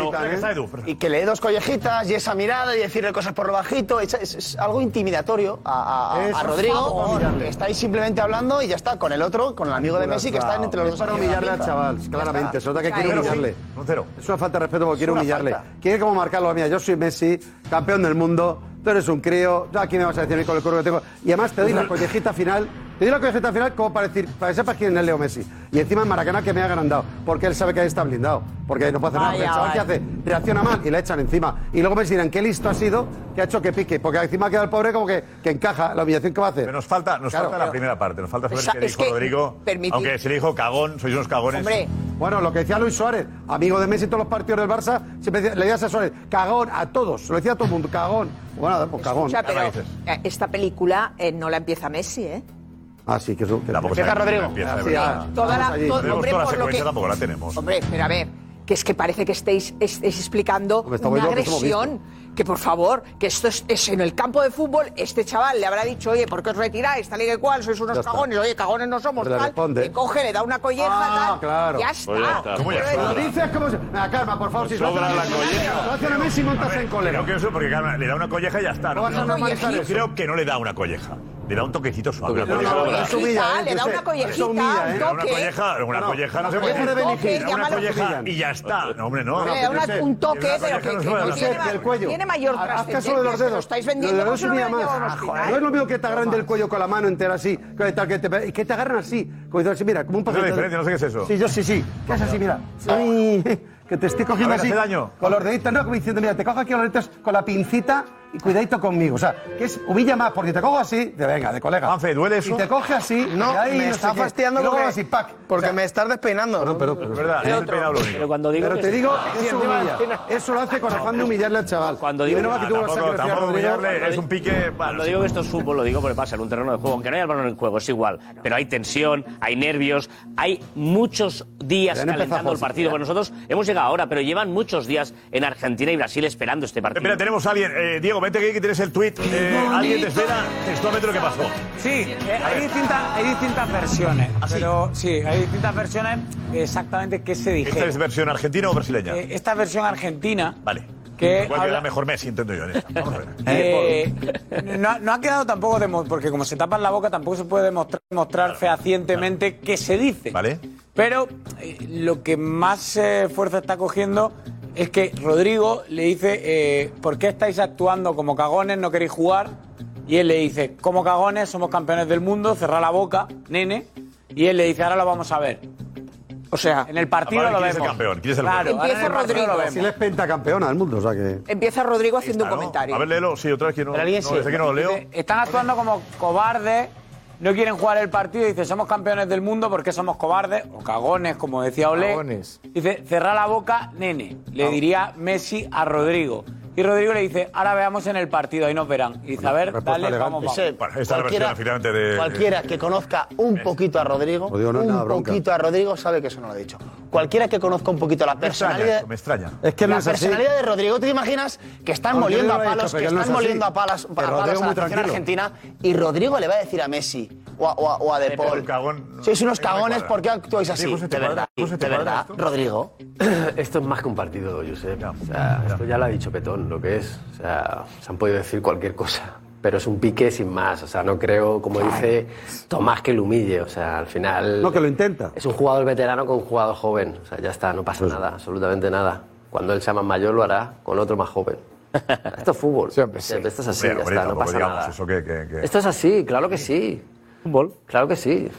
Speaker 16: y que le dé dos collejitas y esa mirada y decirle cosas por lo bajito. Es, es- es algo intimidatorio a, a- a-
Speaker 12: Eso
Speaker 16: a
Speaker 12: es para
Speaker 16: Rodrigo.
Speaker 12: humillarle.
Speaker 16: que Está ahí simplemente hablando y ya está, con el otro, con el amigo de Messi que están entre los dos.
Speaker 12: Para
Speaker 16: aquí en la
Speaker 12: humillarle al
Speaker 16: pista.
Speaker 12: chaval,
Speaker 16: Ya está.
Speaker 12: claramente. Se nota que quiere
Speaker 16: Pero sí,
Speaker 12: humillarle.
Speaker 6: Cero.
Speaker 12: Es una falta de respeto porque quiere
Speaker 16: una
Speaker 12: humillarle.
Speaker 16: falta.
Speaker 12: Quiere como marcarlo a mí. Yo soy Messi, campeón del mundo. Tú eres un crío. Yo aquí me vas a decir a mí con el curro que tengo. Y además te doy la collejita final. Te doy la collejita final como para decir, para que sepas quién es Leo Messi. Y encima en Maracaná que me ha agrandado. Porque él sabe que ahí está blindado. Porque no puede hacer nada.
Speaker 11: Vaya,
Speaker 12: el chaval que
Speaker 11: vaya.
Speaker 12: hace reacciona mal y la echan encima. Y luego me dirán, qué listo ha sido que ha hecho que pique. Porque encima ha quedado el pobre como que, que encaja la humillación que va a hacer.
Speaker 6: Nos falta, Ah, nos
Speaker 12: Claro,
Speaker 6: falta la
Speaker 12: pero-
Speaker 6: primera parte, nos falta saber
Speaker 12: Esa-
Speaker 6: qué
Speaker 12: es
Speaker 6: dijo
Speaker 12: que
Speaker 6: Rodrigo.
Speaker 12: permitir-
Speaker 6: Aunque se le dijo cagón, sois unos cagones.
Speaker 12: Bueno, lo que decía Luis Suárez, amigo de Messi en todos los partidos del Barça, siempre decía- le decía a Suárez, cagón a todos, se lo decía a todo el mundo, cagón. Bueno, pues cagón.
Speaker 11: Escucha, pero eh, esta película eh, no la empieza Messi, ¿eh?
Speaker 12: Ah, sí, que es que
Speaker 6: Tampoco
Speaker 12: Empieza
Speaker 6: se-
Speaker 12: Rodrigo.
Speaker 6: Empieza, de
Speaker 12: Así,
Speaker 6: verdad.
Speaker 12: ah,
Speaker 11: Toda la, to-
Speaker 6: Tenemos toda
Speaker 11: hombre,
Speaker 6: la
Speaker 11: por lo
Speaker 6: secuencia,
Speaker 11: que,
Speaker 6: tampoco la tenemos.
Speaker 11: Hombre, pero a ver, que es que parece que estáis, estáis explicando
Speaker 6: Hombre, estamos
Speaker 11: una
Speaker 6: locos, hemos
Speaker 11: agresión. Que por favor, que esto es, es en el campo de fútbol, este chaval le habrá dicho, oye, ¿por qué os retiráis? Tal y que cual, sois
Speaker 12: Ya
Speaker 11: unos
Speaker 12: está.
Speaker 11: cagones, oye, cagones no somos,
Speaker 12: Le
Speaker 11: tal.
Speaker 12: responde.
Speaker 11: Le coge, le da una colleja,
Speaker 12: Ah,
Speaker 11: tal.
Speaker 12: claro.
Speaker 11: Ya está.
Speaker 6: ¿Cómo ya
Speaker 12: Lo
Speaker 6: está?
Speaker 12: dices como... si- Ah, calma, por favor, si
Speaker 6: Sobra
Speaker 12: lo
Speaker 6: la
Speaker 12: hacen a Messi,
Speaker 6: colleja.
Speaker 12: lo hacen a Messi montas en
Speaker 6: Creo
Speaker 12: cólera.
Speaker 6: que eso, porque claro, le da una colleja y ya está.
Speaker 12: No vas a
Speaker 6: Creo-
Speaker 12: normalizar eso.
Speaker 6: Creo que no le da una colleja. Le da un toquecito suave.
Speaker 12: No, no,
Speaker 6: una colleja.
Speaker 12: no, es humilla, ¿eh?
Speaker 11: le
Speaker 12: Yo
Speaker 11: da
Speaker 12: sé,
Speaker 11: una
Speaker 12: es
Speaker 11: collejita,
Speaker 12: humilla, ¿eh?
Speaker 11: un
Speaker 6: Pero una
Speaker 11: toque.
Speaker 6: colleja, una
Speaker 12: No, no,
Speaker 6: colleja no se
Speaker 12: la
Speaker 6: puede.
Speaker 12: colleja de
Speaker 6: decir.
Speaker 12: Benigil,
Speaker 6: una
Speaker 12: llámalo
Speaker 6: colleja
Speaker 12: humillan.
Speaker 6: y ya está. No, hombre, no.
Speaker 11: Le da una- un toque, pero que, que no tiene, ma- tiene mayor
Speaker 12: Haz
Speaker 11: trascendencia.
Speaker 12: caso de los
Speaker 11: se lo
Speaker 12: dedos.
Speaker 11: estáis
Speaker 12: Lo de los
Speaker 11: vendiendo como
Speaker 12: dedos
Speaker 11: si lo
Speaker 12: unía
Speaker 11: hubieran
Speaker 12: más. Ah,
Speaker 11: llevado a unos
Speaker 12: No es lo mismo que te agarran del cuello con la mano entera así, que tal, que te, y que te agarran así, como diciendo así, mira, como un
Speaker 6: Esa es
Speaker 12: paquete.
Speaker 6: la diferencia, no sé qué es eso.
Speaker 12: Sí, yo sí, sí. Que es así, mira. Ay, que te estoy cogiendo
Speaker 6: A ver,
Speaker 12: así.
Speaker 6: ¿hace daño?
Speaker 12: Con los deditos, no, como diciendo, mira, te cojo aquí los deditos con la pincita y cuidadito conmigo. O sea, que es humilla más, porque te cojo así, de venga, de colega.
Speaker 6: Juanfe, ¿duele eso?
Speaker 12: Y te coge así,
Speaker 18: No,
Speaker 12: y ahí
Speaker 18: me
Speaker 12: no
Speaker 18: está
Speaker 12: sé qué.
Speaker 18: fastidiando
Speaker 12: Y luego
Speaker 18: porque-
Speaker 12: así, pac.
Speaker 18: porque me estás despeinando.
Speaker 6: Es verdad, es el peinado lo único.
Speaker 12: Pero te digo,
Speaker 6: Sí,
Speaker 12: eso
Speaker 6: encima-
Speaker 12: humilla. Eso lo hace con afán de humillarle al chaval. Cuando Y menos mal que tuvo la sangre hacia Rodrigo.
Speaker 6: pique.
Speaker 23: Cuando digo que esto es fútbol, lo digo porque pasa en un terreno de juego. Aunque no haya el balón en juego, es igual. Pero hay tensión, hay nervios, hay muchos días
Speaker 6: Pero han empezado
Speaker 23: calentando el
Speaker 6: José,
Speaker 23: partido. Bueno, nosotros hemos llegado ahora, pero llevan muchos días en Argentina y Brasil esperando este partido.
Speaker 6: Mira, tenemos a alguien. Eh, Diego, Vente aquí que tienes el tweet. Eh, alguien te espera textualmente lo que pasó.
Speaker 32: Sí, eh, hay, distintas, hay distintas versiones.
Speaker 16: ¿Ah,
Speaker 32: Pero sí, hay distintas versiones de exactamente qué se dijeron.
Speaker 6: ¿Esta es versión argentina o brasileña?
Speaker 32: Eh, esta versión argentina.
Speaker 6: Vale.
Speaker 32: Que
Speaker 6: Igual que
Speaker 32: habla-
Speaker 6: la mejor Messi, entiendo yo. en esta. Vamos a ver.
Speaker 32: Eh, no, no ha quedado tampoco demo- porque como se tapan la boca tampoco se puede demostrar, demostrar fehacientemente qué se dice.
Speaker 6: Vale.
Speaker 32: Pero eh, lo que más eh, fuerza está cogiendo es que Rodrigo le dice, eh, ¿por qué estáis actuando como cagones, no queréis jugar? Y él le dice, como cagones, somos campeones del mundo, cerrá la boca, nene. Y él le dice, ahora lo vamos a ver. O sea, en el partido
Speaker 12: Ahora,
Speaker 32: lo
Speaker 12: ¿quién
Speaker 32: vemos.
Speaker 12: es el campeón? ¿Quién es el
Speaker 32: claro,
Speaker 12: bueno?
Speaker 32: ahora en el partido lo vemos.
Speaker 12: Si él es pentacampeona del mundo, o sea que.
Speaker 32: Empieza Rodrigo
Speaker 33: haciendo
Speaker 32: un comentario.
Speaker 6: A ver, léelo. Sí, otra vez que no, no,
Speaker 32: Pero alguien sí.
Speaker 6: desde que no lo leo.
Speaker 32: Dice, Están actuando como cobardes, no quieren jugar el partido. Dice, somos campeones del mundo porque somos cobardes o cagones, como decía Ole.
Speaker 8: Cagones.
Speaker 32: Dice, cerrá la boca, nene. Le
Speaker 8: Ah.
Speaker 32: diría Messi a Rodrigo. Y Rodrigo le dice, ahora veamos en el partido, ahí nos verán. Y dice, a ver, dale, vamos, vamos.
Speaker 16: Ese, cualquiera- Cualquiera que conozca un poquito a Rodrigo,
Speaker 32: Lo digo, no es
Speaker 16: un
Speaker 32: nada bronca.
Speaker 16: poquito a Rodrigo sabe que eso no lo ha dicho. Cualquiera que conozca un poquito la
Speaker 6: Me extraña,
Speaker 16: personalidad,
Speaker 6: me extraña.
Speaker 16: Es que la personalidad de Rodrigo, ¿te imaginas que están
Speaker 6: Rodrigo lo
Speaker 16: moliendo a
Speaker 6: ha dicho,
Speaker 16: palos,
Speaker 6: pero
Speaker 16: que
Speaker 6: él no
Speaker 16: están
Speaker 6: es así.
Speaker 16: moliendo a palas, a
Speaker 6: Que
Speaker 16: palos
Speaker 6: Rodrigo
Speaker 16: a la
Speaker 6: muy
Speaker 16: selección
Speaker 6: tranquilo.
Speaker 16: argentina y Rodrigo le va a decir a Messi o a, o a- o a De
Speaker 6: Pero
Speaker 16: Paul,
Speaker 6: un cagón,
Speaker 16: sois unos
Speaker 6: no me
Speaker 16: cagones,
Speaker 6: cuadra.
Speaker 16: ¿por qué actuáis así?
Speaker 6: Sí, pues se te
Speaker 16: de
Speaker 6: cuadra,
Speaker 16: verdad,
Speaker 6: pues se te
Speaker 16: de
Speaker 6: cuadra
Speaker 16: verdad,
Speaker 6: esto.
Speaker 16: Rodrigo.
Speaker 34: Esto es más compartido, Josep. O sea, esto ya lo ha dicho Petón, lo que es. O sea, se han podido decir cualquier cosa. Pero es un pique sin más. O sea, no creo, como dice Tomás, que lo humille. O sea, al final.
Speaker 12: No, que lo intenta.
Speaker 34: Es un jugador veterano con un jugador joven. O sea, ya está, no pasa nada, absolutamente nada. Cuando él sea más mayor lo hará con otro más joven. Esto es fútbol. Pues, Esto es así,
Speaker 6: Hombre,
Speaker 34: ya
Speaker 6: hombre,
Speaker 34: está, no
Speaker 6: tampoco
Speaker 34: pasa
Speaker 6: digamos
Speaker 34: nada.
Speaker 6: Eso que, que, que-
Speaker 34: Esto es así, claro que sí. Fútbol. Claro que sí.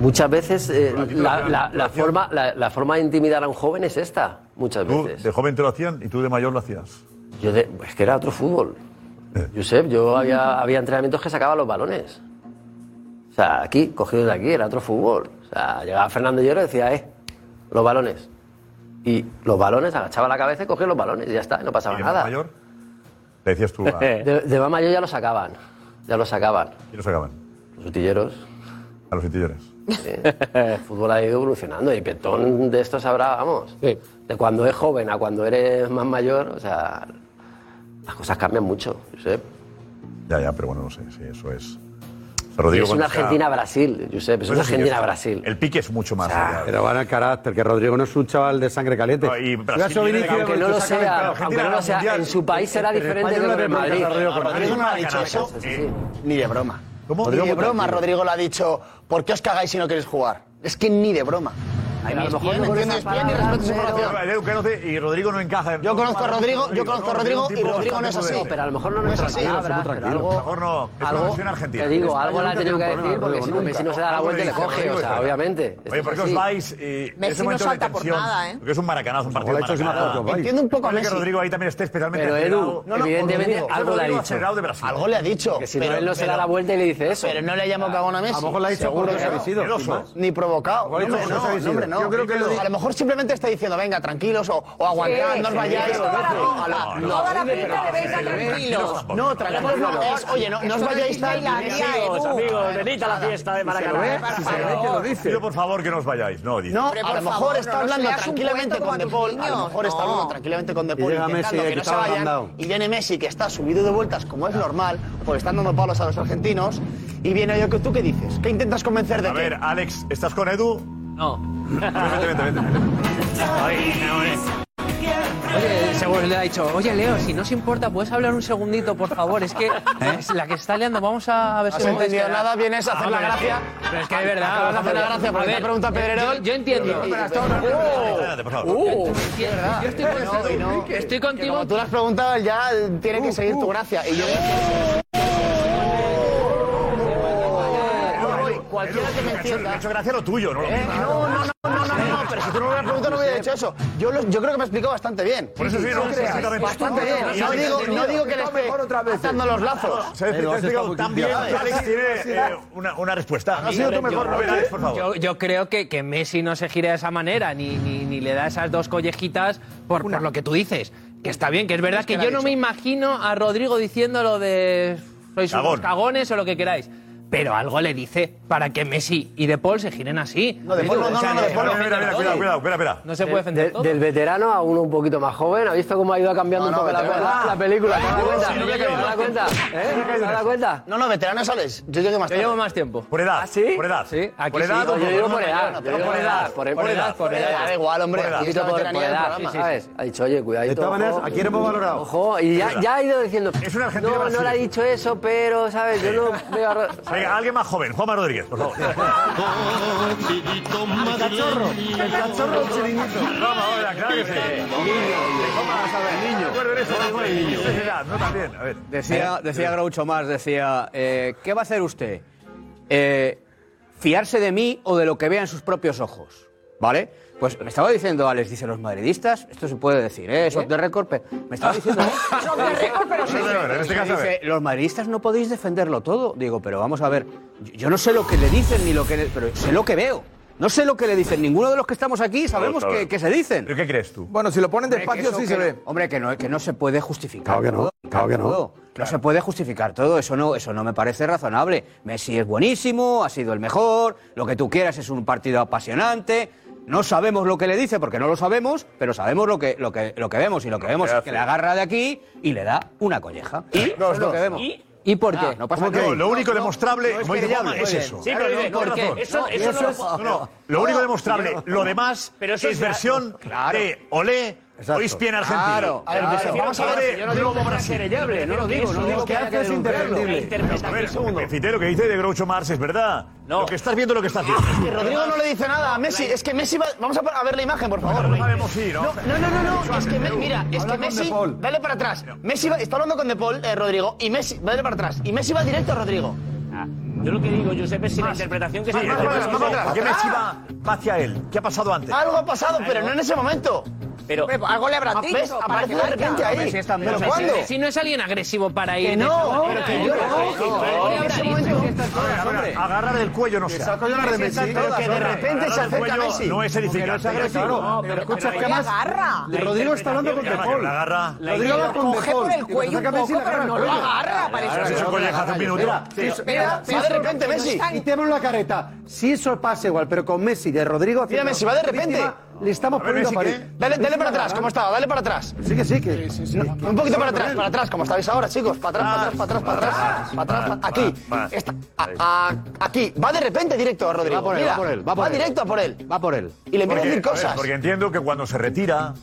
Speaker 34: Muchas veces eh, la, la- la forma, la, la forma de intimidar a un joven es esta, muchas
Speaker 6: Tú
Speaker 34: veces.
Speaker 6: de joven te lo hacían y tú de mayor lo hacías.
Speaker 34: Yo de- pues, es que era otro fútbol. Josep, yo había, había entrenamientos que sacaba los balones. O sea, aquí, cogido de aquí, era otro fútbol. O sea, llegaba Fernando Lloro y decía, eh, los balones. Y los balones, agachaba la cabeza y cogía los balones y ya está, y no pasaba
Speaker 6: ¿Y de más
Speaker 34: nada.
Speaker 6: mayor? Le decías tú. a-
Speaker 34: De, de más mayor ya lo sacaban. Ya lo sacaban.
Speaker 6: ¿Quién lo sacaban?
Speaker 34: Los utilleros.
Speaker 6: A los utilleros.
Speaker 34: este, El fútbol ha ido evolucionando y Petón de esto sabrá, vamos. De cuando es joven a cuando eres más mayor, o sea, las cosas cambian mucho, Josep.
Speaker 6: Ya, ya, pero bueno, no sé si eso es. Rodrigo
Speaker 34: es una
Speaker 6: cuando está-
Speaker 34: Argentina-Brasil, Josep, es
Speaker 6: Eso
Speaker 34: una
Speaker 6: sí que es-
Speaker 34: Argentina-Brasil.
Speaker 6: El pique es mucho más. allá.
Speaker 12: Pero van al carácter, que Rodrigo no es un chaval de sangre caliente.
Speaker 6: No, y Brasil
Speaker 12: Yo a su
Speaker 6: viene de-
Speaker 12: inicio-
Speaker 34: Aunque no lo
Speaker 12: se saca del-
Speaker 34: sea,
Speaker 12: Argentina
Speaker 34: aunque no
Speaker 12: gana
Speaker 34: lo
Speaker 12: el
Speaker 34: sea,
Speaker 12: Mundial.
Speaker 34: en su país será
Speaker 12: Entre
Speaker 34: diferente que
Speaker 12: España
Speaker 34: con
Speaker 12: no le
Speaker 34: el
Speaker 12: brinca
Speaker 34: Madrid.
Speaker 12: a Rodrigo con
Speaker 16: Rodrigo no ha dicho eso ni de broma.
Speaker 34: ¿Cómo?
Speaker 16: Ni de
Speaker 34: Rodrigo
Speaker 16: broma,
Speaker 34: Montalvo.
Speaker 16: Rodrigo le ha dicho, ¿por qué os cagáis si no queréis jugar? Es que ni de broma.
Speaker 6: Ay,
Speaker 16: Ni
Speaker 6: a lo mejor
Speaker 16: ESPN,
Speaker 6: no con
Speaker 16: entiendo
Speaker 6: esas
Speaker 16: ESPN, ni
Speaker 6: palabras,
Speaker 16: respeto su
Speaker 6: pero-
Speaker 16: información.
Speaker 6: Vale, Edu, que no te- Y Rodrigo no encaja.
Speaker 16: Yo conozco a Rodrigo, yo conozco a Rodrigo y Rodrigo no es así.
Speaker 34: Pero a lo mejor no
Speaker 16: No es
Speaker 34: nuestras
Speaker 16: así,
Speaker 34: palabras,
Speaker 16: Rodrigo,
Speaker 34: pero
Speaker 16: tranquilo.
Speaker 34: algo...
Speaker 16: A lo mejor
Speaker 6: no, es una
Speaker 34: algo-
Speaker 6: versión argentina.
Speaker 34: Te digo,
Speaker 6: España
Speaker 34: algo
Speaker 6: nunca
Speaker 34: la he tenido que
Speaker 6: tiene un
Speaker 34: decir,
Speaker 6: problema,
Speaker 34: porque
Speaker 6: Rodrigo,
Speaker 34: si no
Speaker 6: nunca. Ah,
Speaker 34: Messi no se da la
Speaker 6: Algo
Speaker 34: vuelta
Speaker 6: le
Speaker 34: y le
Speaker 6: dice,
Speaker 34: coge,
Speaker 6: Rodrigo,
Speaker 34: o sea,
Speaker 6: espera.
Speaker 34: obviamente.
Speaker 6: Oye, ¿por qué os vais? eh, en
Speaker 34: Messi
Speaker 6: ese
Speaker 34: no
Speaker 6: momento de
Speaker 34: salta por
Speaker 6: tensión?
Speaker 34: nada, ¿eh?
Speaker 6: Porque es un maracanazo, un
Speaker 34: Ojalá
Speaker 6: partido
Speaker 34: hecho
Speaker 6: de
Speaker 34: sin más
Speaker 6: maracaná.
Speaker 34: cosas, vais. Entiendo un poco a
Speaker 6: Parece
Speaker 34: Messi.
Speaker 6: que Rodrigo ahí también esté especialmente
Speaker 34: Pero
Speaker 6: acelerado.
Speaker 34: Edu, evidentemente
Speaker 6: Rodrigo,
Speaker 34: algo le ha
Speaker 6: Rodrigo
Speaker 34: dicho.
Speaker 6: acelerado de Brasil.
Speaker 34: Algo le ha dicho, Porque si no, pero- él no se da pero- la vuelta y le dice eso.
Speaker 16: Pero no le ha llamado cagón a Messi.
Speaker 34: A lo mejor lo ha dicho
Speaker 16: Seguro
Speaker 34: porque
Speaker 16: que
Speaker 34: se ha
Speaker 16: no.
Speaker 34: sido, sin
Speaker 16: Celoso.
Speaker 34: más.
Speaker 16: Ni
Speaker 34: A
Speaker 16: provocado.
Speaker 34: lo mejor ha
Speaker 16: No,
Speaker 34: dicho
Speaker 16: hombre,
Speaker 34: porque se ha
Speaker 16: no,
Speaker 34: sido.
Speaker 16: no, hombre, no.
Speaker 34: Yo creo que lo-
Speaker 16: A lo mejor simplemente está diciendo, venga, tranquilos, o, o aguantad,
Speaker 34: Sí,
Speaker 16: no os
Speaker 34: sí,
Speaker 16: vayáis.
Speaker 34: sí, lo hace.
Speaker 16: No, a la-
Speaker 34: Toda
Speaker 16: no,
Speaker 34: la
Speaker 16: sí,
Speaker 34: pinta
Speaker 16: pero-
Speaker 34: de venga,
Speaker 16: pero-
Speaker 34: tranquilos.
Speaker 16: No, tranquilos. no, es, Oye, no no os vayáis tan...
Speaker 34: Amigos, amigos, venid a la fiesta de Maracaná.
Speaker 6: Pido por favor que no os vayáis. No, dice.
Speaker 16: No, a lo mejor está hablando tranquilamente con De Paul. A lo mejor está hablando tranquilamente con De
Speaker 6: Y
Speaker 16: Paul
Speaker 6: llega Messi,
Speaker 16: intentando
Speaker 6: eh,
Speaker 16: que no
Speaker 6: que
Speaker 16: se
Speaker 6: estaba
Speaker 16: vayan.
Speaker 6: mandado.
Speaker 16: Y viene Messi, que está subido de vueltas, como es normal, porque están dando palos a los argentinos. Y viene yo que tú, ¿qué dices? ¿Qué intentas convencer de
Speaker 6: A
Speaker 16: qué?
Speaker 6: ver, Alex, ¿estás con Edu?
Speaker 35: No.
Speaker 6: Vente, vente, vente.
Speaker 26: Oye, seguro le ha dicho, oye Leo, si no os importa, ¿puedes hablar un segundito, por favor? Es que
Speaker 12: ¿Eh?
Speaker 26: es la que está liando, vamos a ver
Speaker 16: No
Speaker 26: si...
Speaker 16: has
Speaker 26: me puedes
Speaker 16: entendido
Speaker 26: quedar".
Speaker 16: nada, vienes a hacer la
Speaker 26: Hombre, es que-
Speaker 16: gracia.
Speaker 26: Pero es que de verdad...
Speaker 16: Acabas de hacer la
Speaker 26: vamos a ver.
Speaker 16: gracia porque
Speaker 26: A
Speaker 16: te
Speaker 26: ver,
Speaker 16: pregunta Pedrerol.
Speaker 26: Yo, yo entiendo.
Speaker 6: Espérate, por favor.
Speaker 26: Uh,
Speaker 16: Yo estoy contigo. Estoy contigo. Como tú lo has preguntado, ya tiene que seguir tu gracia. Y yo. Yo voy, Cualquiera que me
Speaker 6: Me ha
Speaker 16: encienda.
Speaker 6: hecho gracia lo tuyo, ¿no?
Speaker 16: Eh, No, no, no, no, no, no, pero si tú no me hubieras preguntado no hubiera hecho eso. Yo, lo- yo creo que me he explicado bastante bien.
Speaker 6: Por eso sí, no, perfectamente.
Speaker 16: Bastante bien. No
Speaker 6: Sí,
Speaker 16: digo,
Speaker 6: sí,
Speaker 16: no
Speaker 6: sí.
Speaker 16: digo que le esté atando los lazos.
Speaker 6: Se ha te ha explicado tan bien. Alex tiene eh, una, una respuesta. A ver, Alex, por favor.
Speaker 26: Yo, yo creo que, que Messi no se gira de esa manera, ni, ni, ni le da esas dos collejitas por, por lo que tú dices. Que está bien, que es verdad que, que la yo ha no dicho. me imagino a Rodrigo diciendo lo de sois
Speaker 6: Cagón.
Speaker 26: unos cagones o lo que queráis. pero algo le dice para que Messi y De Paul se giren así.
Speaker 6: No, De Paul no, no, no, no, De Paul no. Mira, mira, cuidado, cuidado, espera, espera.
Speaker 26: No se puede
Speaker 34: Del-
Speaker 26: defender
Speaker 34: del-
Speaker 26: todo.
Speaker 34: Del veterano a uno un poquito más joven. ¿Ha visto cómo ha ido cambiando un poco la, la- la película? ¿Te has dado cuenta? ¿Te has dado cuenta? ¿Eh? ¿Te has dado cuenta?
Speaker 16: No, no, veterano sales. Yo llego más
Speaker 26: Yo llevo más tiempo.
Speaker 6: Por
Speaker 16: ¿Ah,
Speaker 6: edad. Por edad.
Speaker 26: Sí, aquí
Speaker 6: Por
Speaker 26: sí.
Speaker 6: edad.
Speaker 34: No, yo digo por edad,
Speaker 6: No,
Speaker 34: yo
Speaker 6: pero
Speaker 34: digo
Speaker 6: por edad.
Speaker 34: por edad, por edad, por edad.
Speaker 16: Da igual, hombre.
Speaker 34: Por edad.
Speaker 16: aquí es la
Speaker 34: Por- por
Speaker 16: veteranía del
Speaker 34: edad,
Speaker 16: programa.
Speaker 34: sí, sí, ¿sabes? Ha dicho, oye, cuidadito.
Speaker 16: De todas maneras,
Speaker 34: ojo.
Speaker 16: aquí lo hemos valorado.
Speaker 34: Ojo, y
Speaker 16: Es
Speaker 34: ya,
Speaker 16: verdad.
Speaker 34: ya ha ido diciendo.
Speaker 6: Es una
Speaker 34: No, no le ha dicho eso, pero, ¿sabes? Yo no veo. a-
Speaker 6: Venga, alguien más joven. Juanma Rodríguez, por favor.
Speaker 16: Ah,
Speaker 12: El cachorro, el cachorro del chiringuito.
Speaker 6: Vamos, ahora, claro que sí. Niño. Recuerden eso, recuerden. Es edad, no también. A ver.
Speaker 25: Decía, decía Groucho Marx, decía, eh, ¿qué va a hacer usted? Eh, ¿Fiarse de mí o de lo que vea en sus propios ojos? ¿Vale? Pues me estaba diciendo Alex, dice los madridistas, esto se puede decir, ¿eh? Eso de récord, pero me estaba diciendo... ¿eh?
Speaker 6: pero sí. En este caso, a ver.
Speaker 25: Dice, los madridistas no podéis defenderlo todo. Digo, pero vamos a ver, yo, yo no sé lo que le dicen ni lo que... le- pero sé lo que veo. No sé lo que le dicen. Ninguno de los que estamos aquí sabemos
Speaker 6: No lo
Speaker 25: que,
Speaker 6: sabe.
Speaker 25: que se dicen.
Speaker 6: ¿Pero qué crees tú?
Speaker 25: Bueno, si lo ponen
Speaker 8: despacio, sí se ve.
Speaker 25: Hombre, que no, que no se puede justificar.
Speaker 12: Claro que no,
Speaker 25: todo,
Speaker 12: claro que no.
Speaker 25: todo. No se puede justificar todo, eso no, eso no me parece razonable. Messi es buenísimo, ha sido el mejor, lo que tú quieras es un partido apasionante. No sabemos lo que le dice porque no lo sabemos, pero sabemos lo que, lo que, lo que vemos y lo que vemos es
Speaker 6: hace.
Speaker 25: que le agarra de aquí y le da una colleja. Y eso es lo que vemos. ¿Y? por qué? No pasa
Speaker 6: ¿Cómo que
Speaker 25: nada.
Speaker 6: Ah, no? Lo único demostrable,
Speaker 25: no es
Speaker 6: como dice
Speaker 25: querellable.
Speaker 6: Juanma, es
Speaker 25: Muy bien.
Speaker 6: eso.
Speaker 25: Sí, pero
Speaker 6: Claro,
Speaker 25: dice,
Speaker 6: no,
Speaker 25: ¿por
Speaker 6: no,
Speaker 25: qué?
Speaker 6: no,
Speaker 25: Eso-
Speaker 6: no,
Speaker 25: eso no lo puedo-
Speaker 6: no, no. Lo único demostrable, lo demás
Speaker 25: Pero eso
Speaker 6: es
Speaker 25: es-
Speaker 6: versión
Speaker 25: Claro.
Speaker 6: de Olé,
Speaker 25: Exacto.
Speaker 6: hoy en Argentina.
Speaker 25: Claro,
Speaker 6: A ver,
Speaker 25: claro.
Speaker 6: empezamos. Vamos a ver,
Speaker 25: Yo no digo que sea querellable, no lo digo, no digo que haya que denunciarlo. La interpretación,
Speaker 6: A ver, Fite, lo que dice de Groucho Marx es verdad. Lo que estás viendo es lo que está haciendo.
Speaker 16: Que Rodrigo no le dice nada a Messi. Es que Messi va. Vamos a, pa- a ver la imagen, por favor. No, no, no, no, no, Es que, me- mira, es que Messi. Dale para atrás. Messi va- está hablando con De Paul, eh, Rodrigo. Y Messi. Dale para atrás. Y Messi va directo a Rodrigo.
Speaker 23: Yo lo que digo, Josep, es si la interpretación que se
Speaker 6: Sí,
Speaker 23: le
Speaker 6: más para atrás, más para atrás. ¿Por qué Messi va va hacia él? ¿Qué ha pasado antes?
Speaker 16: Algo ha pasado, pero no en ese momento.
Speaker 23: Pero
Speaker 16: Hombre, algo le habrá dicho.
Speaker 2: ¿Ves?
Speaker 16: Aparece de repente ahí. ¿Pero cuándo?
Speaker 26: Si no es alguien agresivo para ir.
Speaker 16: Que no,
Speaker 26: de esa manera,
Speaker 16: pero que
Speaker 26: ¿eh?
Speaker 16: yo
Speaker 26: Algo le habrá dicho.
Speaker 6: Agarrar del cuello no se hace.
Speaker 16: Pero que de repente se acerca Messi.
Speaker 6: No es edificante.
Speaker 12: Claro, pero escucha,
Speaker 2: pero
Speaker 12: que
Speaker 2: ella
Speaker 12: más.
Speaker 2: agarra.
Speaker 12: Rodrigo está hablando con De
Speaker 6: Claro,
Speaker 12: Paul.
Speaker 6: la agarra.
Speaker 12: Rodrigo va con
Speaker 2: Coge
Speaker 12: De
Speaker 2: por
Speaker 12: Paul.
Speaker 2: el cuello un poco, pero no lo agarra. parece.
Speaker 6: Ahora se hizo colleja hace un minuto.
Speaker 12: Sí, eso-
Speaker 2: Espera,
Speaker 12: sí,
Speaker 2: va de
Speaker 12: eso-
Speaker 2: repente Messi.
Speaker 12: Quitémonos la careta. Si eso pasa igual, pero con Messi, de Rodrigo hacia
Speaker 16: Mira, Messi va de repente.
Speaker 12: Le estamos
Speaker 16: A ver,
Speaker 12: poniendo
Speaker 16: Messi,
Speaker 12: a pared.
Speaker 16: ¿qué? Dale, dale para atrás, ¿cómo estaba? Dale para atrás.
Speaker 12: Sí, que sí, que.
Speaker 16: No, Un poquito para atrás, para atrás, como estáis ahora, chicos. Para atrás, para atrás, para atrás, para atrás. Para atrás, para- aquí.
Speaker 6: Más.
Speaker 16: Está- a- a- aquí. Va de repente directo a Rodrigo.
Speaker 25: Va por él,
Speaker 16: Mira,
Speaker 25: va por él, va por él.
Speaker 16: directo a por él.
Speaker 25: Va por él.
Speaker 16: Y le empieza a
Speaker 6: Porque,
Speaker 16: decir
Speaker 6: a ver,
Speaker 16: cosas.
Speaker 6: porque entiendo que cuando se retira,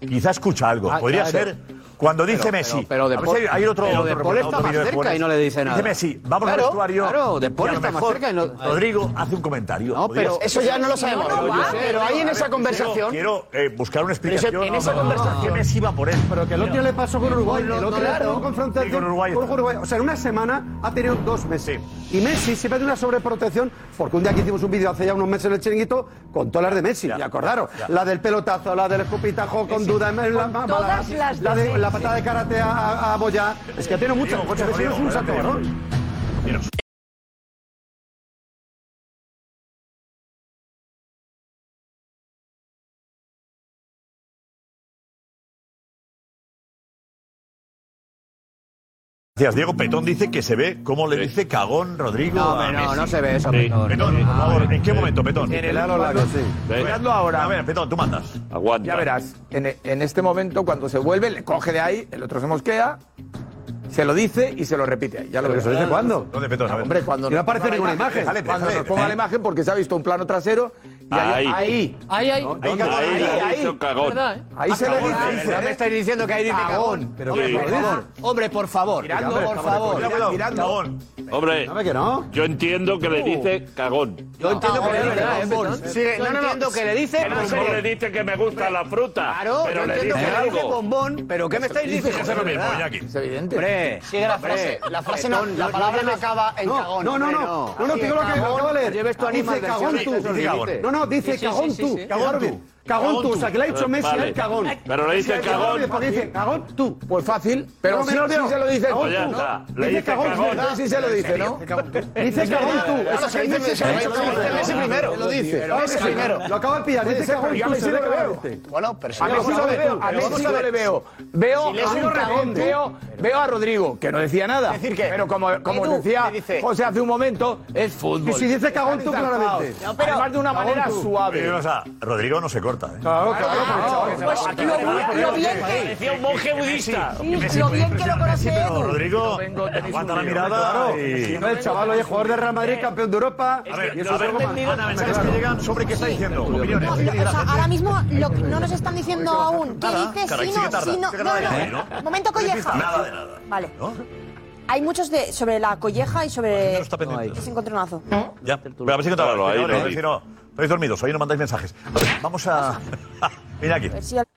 Speaker 6: quizá escucha algo.
Speaker 25: Ah,
Speaker 6: Podría
Speaker 25: claro.
Speaker 6: ser cuando dice
Speaker 25: Pero-
Speaker 6: Messi.
Speaker 25: pero- pero De
Speaker 6: A ver
Speaker 25: Paul-
Speaker 6: si hay, hay otro,
Speaker 25: pero De
Speaker 6: otro
Speaker 25: Paul
Speaker 6: reportaje,
Speaker 25: está
Speaker 6: otro
Speaker 25: más
Speaker 6: vídeo de
Speaker 25: cerca
Speaker 6: Paul.
Speaker 25: y no le dice nada.
Speaker 6: Dice Messi, vamos
Speaker 25: Claro,
Speaker 6: al vestuario.
Speaker 25: claro, De
Speaker 6: y
Speaker 25: Paul
Speaker 6: a lo
Speaker 25: está más
Speaker 6: mejor
Speaker 25: cerca y no-
Speaker 6: Rodrigo hace un comentario.
Speaker 25: No,
Speaker 6: Podría
Speaker 25: pero
Speaker 6: ser.
Speaker 16: Eso ya no lo sabemos.
Speaker 2: no va,
Speaker 16: Pero- pero ahí en
Speaker 6: A
Speaker 16: esa
Speaker 6: ver,
Speaker 16: conversación.
Speaker 6: Quiero quiero, eh, buscar una
Speaker 16: Pero
Speaker 6: explicación.
Speaker 16: en esa conversación-
Speaker 6: Que Messi va por él.
Speaker 12: Pero que el otro día le pasó con Uruguay.
Speaker 16: No,
Speaker 12: El
Speaker 16: no,
Speaker 12: otro día
Speaker 16: claro.
Speaker 12: tuvo confrontación
Speaker 6: Sí, con Uruguay.
Speaker 12: O sea, en una semana ha tenido dos meses. Y Messi siempre tiene una sobreprotección, porque un día que hicimos un vídeo hace ya unos meses en el chiringuito, con todas las de Messi, y acordaros.
Speaker 6: ya.
Speaker 12: La del pelotazo, la del escupitajo, con duda, la, la-
Speaker 2: todas
Speaker 12: la-
Speaker 2: las de
Speaker 12: la, de,
Speaker 2: Messi.
Speaker 12: la patada de karate a, a, a Boyá. Es que ha tenido muchas.
Speaker 6: Rodrigo,
Speaker 12: porque
Speaker 6: coche,
Speaker 12: Messi no es un
Speaker 6: Rodrigo,
Speaker 12: santo varón.
Speaker 6: Mira. Gracias, Diego Petón dice que se ve cómo le dice cagón Rodrigo.
Speaker 25: No,
Speaker 6: a
Speaker 25: hombre, no,
Speaker 6: Messi.
Speaker 25: no se ve eso, Petón.
Speaker 6: Petón, por favor, Ah, eh, ¿en qué momento, Petón?
Speaker 25: En el
Speaker 12: Pelado los labios, sí.
Speaker 25: Miradlo ahora.
Speaker 6: A ver, Petón, tú mandas.
Speaker 10: Aguanta.
Speaker 8: Ya verás, en, e- en este momento cuando se vuelve, le coge de ahí, el otro se mosquea, se lo dice y se lo repite ahí. Ya lo
Speaker 12: ¿Pero
Speaker 8: verás.
Speaker 12: se lo dice cuándo?
Speaker 6: ¿Dónde, Petón? A ver.
Speaker 8: Hombre, cuando
Speaker 12: Y no aparece
Speaker 8: ponga la
Speaker 12: ninguna imagen.
Speaker 6: Déjale,
Speaker 8: Cuando
Speaker 6: déjale.
Speaker 8: nos pues, ponga la imagen porque se ha visto un plano trasero y ahí,
Speaker 10: Ahí.
Speaker 8: Ah, ahí,
Speaker 26: Ay, ay.
Speaker 10: Ahí,
Speaker 8: ¿Dónde?
Speaker 10: ahí,
Speaker 8: Ahí,
Speaker 10: ahí,
Speaker 8: ahí.
Speaker 10: hizo cagón.
Speaker 26: ¿Verdad, eh?
Speaker 8: ahí se le
Speaker 6: cagón,
Speaker 8: dice.
Speaker 6: eh,
Speaker 8: dice,
Speaker 25: No me
Speaker 8: ¿eh?
Speaker 25: estáis diciendo que ahí dice cagón.
Speaker 12: Pero
Speaker 10: Sí.
Speaker 12: que por favor.
Speaker 25: Hombre, por favor.
Speaker 8: Miradlo,
Speaker 25: Hombre,
Speaker 8: por favor.
Speaker 6: Cuidado, cuidado,
Speaker 8: Mirando.
Speaker 6: cagón.
Speaker 10: Hombre,
Speaker 12: Dame que no.
Speaker 10: yo entiendo que le dice cagón.
Speaker 25: Yo entiendo que le dice bombón. Yo
Speaker 16: Sigue. No, no, no.
Speaker 25: entiendo que le
Speaker 10: A
Speaker 25: dice
Speaker 10: lo mejor le dice que me gusta la fruta.
Speaker 25: Claro,
Speaker 10: pero
Speaker 25: yo
Speaker 10: le
Speaker 25: entiendo
Speaker 10: dice
Speaker 25: que le dice
Speaker 10: algo.
Speaker 25: bombón, pero ¿qué me estáis diciendo?
Speaker 6: Eso es lo mismo, Iñaki.
Speaker 8: Es evidente.
Speaker 25: Hombre,
Speaker 16: Sigue la frase. La frase no.
Speaker 25: Petón,
Speaker 16: La
Speaker 25: no-
Speaker 16: palabra
Speaker 25: no
Speaker 16: no
Speaker 25: lleves-
Speaker 16: acaba en
Speaker 12: No,
Speaker 16: cagón.
Speaker 12: no, no, no,
Speaker 16: Hombre,
Speaker 12: no, no,
Speaker 16: Así
Speaker 12: digo lo que
Speaker 16: es,
Speaker 12: acabo de leer.
Speaker 25: Lleves tu animal
Speaker 12: dice
Speaker 25: del
Speaker 12: cagón
Speaker 25: circo,
Speaker 12: tú.
Speaker 25: eso
Speaker 6: dice cagón.
Speaker 12: No, no, dice
Speaker 26: Sí, sí,
Speaker 12: cagón
Speaker 26: sí, sí,
Speaker 12: tú.
Speaker 26: sí.
Speaker 12: Cagón tú. Cagón tú, o sea, que le ha dicho Messi
Speaker 10: Vale.
Speaker 12: al cagón.
Speaker 10: Pero le dice
Speaker 12: O sea, que
Speaker 10: cagón.
Speaker 12: porque dice cagón tú.
Speaker 8: Pues fácil, pero
Speaker 12: No,
Speaker 8: sí-
Speaker 12: me lo veo.
Speaker 8: sí se lo dice
Speaker 12: Cagón
Speaker 8: tú,
Speaker 12: tú,
Speaker 8: ¿no?
Speaker 12: ¿no?
Speaker 8: Le dice cagón,
Speaker 12: cagón,
Speaker 8: ¿verdad? Sí se lo dice, ¿no?
Speaker 12: Dice cagón tú.
Speaker 8: Claro,
Speaker 12: Eso
Speaker 8: se
Speaker 12: que
Speaker 8: dice
Speaker 12: dice
Speaker 8: Messi,
Speaker 12: cagón
Speaker 8: se
Speaker 12: tú.
Speaker 8: lo dice Messi primero.
Speaker 12: Lo dice.
Speaker 8: Pero Messi primero.
Speaker 12: Lo acaba de pillar.
Speaker 8: Puede
Speaker 12: Dice
Speaker 8: ser,
Speaker 12: cagón
Speaker 8: pero yo a
Speaker 12: tú.
Speaker 8: Messi
Speaker 12: se
Speaker 8: no
Speaker 12: lo
Speaker 8: le
Speaker 12: veo.
Speaker 8: veo.
Speaker 1: Bueno, pero
Speaker 8: A Messi no le veo, a
Speaker 12: Pero
Speaker 8: Messi
Speaker 12: vamos
Speaker 8: no
Speaker 12: ver.
Speaker 8: le veo. Veo
Speaker 12: Si le es
Speaker 8: a-
Speaker 12: un
Speaker 8: veo-
Speaker 12: cagón,
Speaker 8: veo- veo a Rodrigo, que no decía nada. Pero como, como
Speaker 12: Edu,
Speaker 8: decía
Speaker 12: ¿qué dice?
Speaker 8: José hace un momento, es fútbol.
Speaker 12: Y si dice cagón tú,
Speaker 8: Están
Speaker 12: claramente.
Speaker 8: zarpados. Además de una
Speaker 6: Cagón
Speaker 8: manera
Speaker 6: tú.
Speaker 8: suave.
Speaker 6: Pero, o sea, Rodrigo no se corta. ¿eh?
Speaker 11: Pues lo, bu- lo bien que.
Speaker 10: Decía un monje budista.
Speaker 11: Sí, lo bien que lo conoce Edu.
Speaker 6: Rodrigo, aguanta la mirada.
Speaker 12: Claro,
Speaker 6: y-
Speaker 12: el chaval, oye, jugador de Real Madrid, campeón de Europa.
Speaker 6: A ver,
Speaker 12: Y eso
Speaker 6: a
Speaker 12: es
Speaker 6: ver,
Speaker 12: algo más.
Speaker 6: Ana, mensajes que llegan sobre qué está diciendo. Opiniones.
Speaker 7: No, lo- o sea, ahora mismo lo- no nos están diciendo aún qué
Speaker 6: Nada,
Speaker 7: dice,
Speaker 6: caray,
Speaker 7: si
Speaker 6: sí que
Speaker 7: no,
Speaker 6: tarda,
Speaker 7: si no.
Speaker 6: sí que tarda en
Speaker 7: No,
Speaker 6: decir,
Speaker 7: no.
Speaker 6: ¿no?
Speaker 7: Momento colleja.
Speaker 6: Nada de nada.
Speaker 7: Vale. Hay muchos de sobre la colleja y sobre ese encontronazo.
Speaker 6: Ya. Pero a ver
Speaker 10: Claro,
Speaker 6: si contábalo.
Speaker 10: ahí
Speaker 6: Ahí,
Speaker 10: lo
Speaker 6: no,
Speaker 10: di.
Speaker 6: si no, estáis dormidos, ahí no mandáis mensajes. A ver, vamos a. Mira aquí.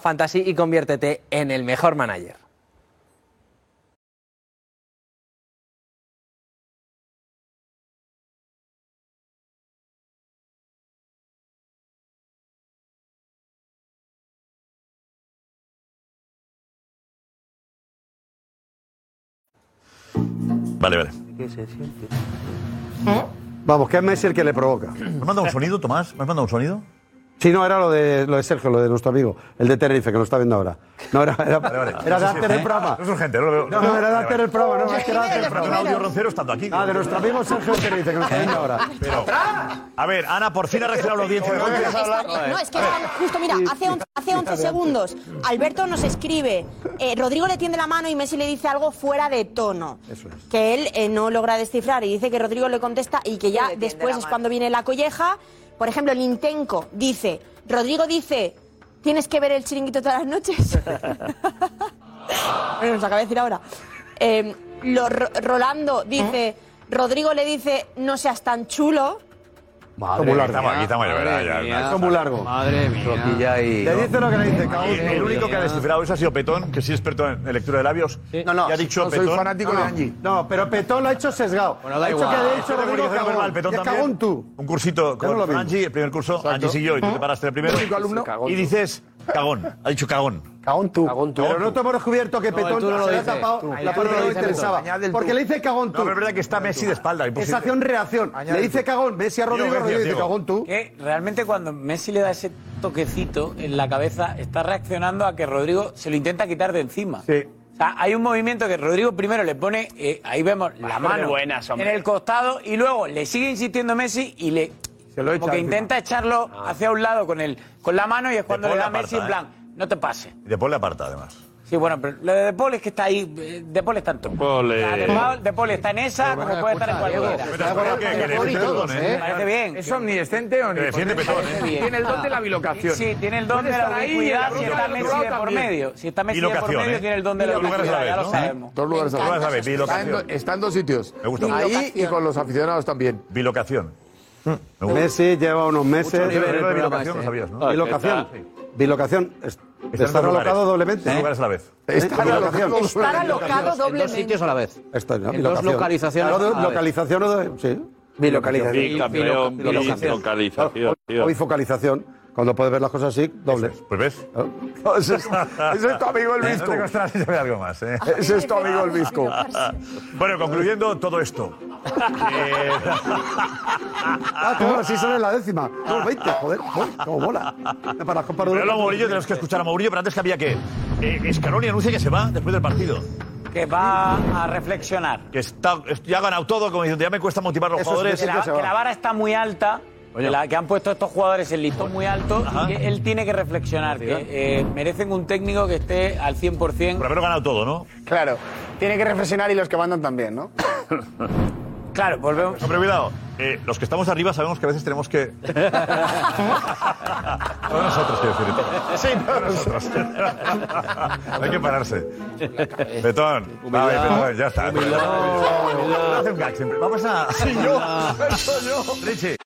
Speaker 26: Fantasy y conviértete en el mejor manager.
Speaker 6: Vale, vale.
Speaker 12: Vamos, que es Messi el que le provoca.
Speaker 6: ¿Me has mandado un sonido, Tomás? ¿Me has mandado un sonido?
Speaker 12: Sí, no, era lo de, lo de Sergio, lo de nuestro amigo, el de Tenerife, que lo está viendo ahora. No, era, era, era de antes del programa.
Speaker 6: No es urgente, no lo veo.
Speaker 12: No, no, era de antes del programa, no, es que era de antes del
Speaker 6: Un
Speaker 12: programa.
Speaker 6: audio roncero estando aquí.
Speaker 12: Ah, de nuestro amigo Sergio de Tenerife, que lo está viendo ahora.
Speaker 6: Pero, a ver, Ana, por fin ha reaccionado la audiencia.
Speaker 7: No, es que está- no, es que está- justo, mira, hace, on- hace 11 segundos Alberto nos escribe, eh, Rodrigo le tiende la mano y Messi le dice algo fuera de tono, que él eh, no logra descifrar y dice que Rodrigo le contesta y que ya después es cuando viene la colleja. Por ejemplo, el Intenco dice, Rodrigo dice, tienes que ver el chiringuito todas las noches. bueno, nos acaba de decir ahora. Eh, lo- Ro- Rolando dice,
Speaker 1: ¿Eh?
Speaker 7: Rodrigo le dice, no seas tan chulo.
Speaker 12: Madre
Speaker 6: Muy
Speaker 12: mía.
Speaker 6: largo. Estamos aquí, estamos de verdad, ya, ya.
Speaker 12: Esto es muy largo. Madre mía. Le dice lo que le dice, cabrón.
Speaker 6: El único que ha descifrado eso ha sido Petón, que sí es experto en en lectura de labios.
Speaker 12: No, no,
Speaker 6: Y ha dicho
Speaker 12: no soy
Speaker 6: Petón.
Speaker 12: fanático de Angie. No, pero Petón lo ha hecho sesgado.
Speaker 6: Bueno,
Speaker 12: Ha
Speaker 6: da
Speaker 12: hecho
Speaker 6: igual.
Speaker 12: que ha
Speaker 6: Esto
Speaker 12: dicho
Speaker 6: de
Speaker 12: Rodrigo
Speaker 6: comunicación
Speaker 12: Cagón.
Speaker 6: verbal, Petón
Speaker 12: Y es
Speaker 6: también.
Speaker 12: cagón tú.
Speaker 6: Un cursito
Speaker 12: no lo ¿Mm?
Speaker 6: con
Speaker 12: vimos.
Speaker 6: Angie, el primer curso, Angie siguió y tú te paraste el primero. Y dices, cagón, ha dicho cagón.
Speaker 1: Cagón tú.
Speaker 12: ¿Mm? Pero no te hemos descubierto que
Speaker 6: No,
Speaker 12: Petón
Speaker 6: tú no lo
Speaker 12: se le ha
Speaker 6: dices,
Speaker 12: tapado
Speaker 6: tú.
Speaker 12: la
Speaker 6: Tú
Speaker 12: parte
Speaker 6: no
Speaker 12: que
Speaker 6: lo
Speaker 12: le
Speaker 6: dices,
Speaker 12: interesaba.
Speaker 6: Añade el
Speaker 12: Porque
Speaker 6: tú.
Speaker 12: le dice cagón
Speaker 6: No,
Speaker 12: tú.
Speaker 6: pero es verdad que está Messi de espalda.
Speaker 12: Es acción-reacción.
Speaker 32: Añade
Speaker 12: Le
Speaker 32: el
Speaker 12: dice
Speaker 32: tú.
Speaker 12: cagón. Messi a Rodrigo, Rodrigo dice cagón tú.
Speaker 32: Que realmente cuando Messi le da ese toquecito en la cabeza, está reaccionando a que Rodrigo se lo intenta quitar de encima. O sea, hay un movimiento que Rodrigo primero le pone, eh, ahí vemos la
Speaker 23: pero
Speaker 32: mano
Speaker 23: buenas,
Speaker 32: en
Speaker 23: hombre.
Speaker 32: el costado y luego le sigue insistiendo Messi y le
Speaker 12: lo
Speaker 32: como
Speaker 12: echa
Speaker 32: que
Speaker 12: encima.
Speaker 32: intenta echarlo hacia un lado con el con la mano y es cuando
Speaker 6: Paul
Speaker 32: le da
Speaker 6: la aparta,
Speaker 32: Messi en
Speaker 6: ¿eh?
Speaker 32: plan, no te pases.
Speaker 6: Y después le aparta, además.
Speaker 32: Sí, bueno, pero lo de De Paul es que está ahí, eh, De Paul eh, está en todo. O sea, De Paul- De Paul está en esa, como puede estar en cualquiera.
Speaker 8: ¿eh?
Speaker 32: Me parece bien.
Speaker 8: ¿Es omnisciente o
Speaker 32: ¿eh? Que defiende Petón, ¿eh?
Speaker 8: Tiene el don de la bilocación.
Speaker 32: Sí, tiene el don
Speaker 8: Puede
Speaker 32: de la
Speaker 8: estar ahí
Speaker 32: ubicuidad,
Speaker 8: y
Speaker 32: si
Speaker 8: la
Speaker 32: está
Speaker 8: bronca del
Speaker 32: Messi
Speaker 8: otro
Speaker 32: de
Speaker 8: lado
Speaker 32: por
Speaker 8: también.
Speaker 32: medio. Si está Messi de por medio, tiene el don de la
Speaker 8: Dos lugares
Speaker 32: ubicuidad,
Speaker 8: a la
Speaker 32: ya
Speaker 8: vez,
Speaker 32: lo
Speaker 8: ¿no?
Speaker 32: sabemos.
Speaker 8: Dos lugares a la
Speaker 32: Me
Speaker 8: vez.
Speaker 32: encanta esa
Speaker 8: Está en, do- está en dos sitios. Me
Speaker 6: gusta.
Speaker 8: Ahí y con los aficionados también.
Speaker 6: Bilocación.
Speaker 12: Messi lleva unos meses.
Speaker 6: Mucho nivel de bilocación, no sabías,
Speaker 12: Ah,
Speaker 6: ¿no?
Speaker 12: Bilocación.
Speaker 6: Sí.
Speaker 12: Bilocación. Es-
Speaker 6: Está en
Speaker 12: Estar
Speaker 6: dos lugares.
Speaker 12: alocado doblemente.
Speaker 6: Dos lugares a la vez.
Speaker 12: Estar alocado.
Speaker 11: Estar alocado doblemente.
Speaker 12: a la vez. Esto es una
Speaker 11: En
Speaker 12: bilocación.
Speaker 11: dos localizaciones
Speaker 12: Claro,
Speaker 11: a la vez.
Speaker 12: localización o de- sí.
Speaker 10: Bilocalización. Bicampeón,
Speaker 12: Bilocación.
Speaker 10: bilocalización, tío.
Speaker 12: O bifocalización. Cuando puedes ver las cosas así, doble.
Speaker 6: Pues ves.
Speaker 12: Eso es, eso es tu amigo el
Speaker 6: No te
Speaker 12: Visco.
Speaker 6: costará si se ve algo más, ¿eh?
Speaker 12: Ese es tu amigo el Visco.
Speaker 6: bueno, concluyendo todo esto. Eh,
Speaker 12: Ah, claro, así sale la décima. No, 20, joder. joder, Cómo mola. Para comparar
Speaker 6: Pero luego Mourinho, tenemos que escuchar a Mourinho, pero antes que había que... Eh, Scaloni anuncia que se va después del partido.
Speaker 32: Que va a reflexionar.
Speaker 6: Que está, es- ya ha ganado todo, como diciendo, ya me cuesta motivar a los jugadores.
Speaker 32: que, la, que la vara está muy alta, que la que han puesto estos jugadores el listón muy alto, y que él tiene que reflexionar, que eh, merecen un técnico que esté al 100%. Pero
Speaker 6: haberlo ganado todo, ¿no?
Speaker 1: Claro. Tiene que reflexionar y los que mandan también, ¿no?
Speaker 6: Claro, volvemos. Hombre, cuidado. Eh, los que estamos arriba sabemos que a veces tenemos que. todos nosotros, quiero decir. Sí, todos nosotros. Hay que pararse. Betón.
Speaker 2: Humildad.
Speaker 6: Ay, Betón, ya está.
Speaker 2: Humildad.
Speaker 6: Hace un gag siempre. Vamos a.
Speaker 2: Sí, yo.
Speaker 6: Soy yo. Richie.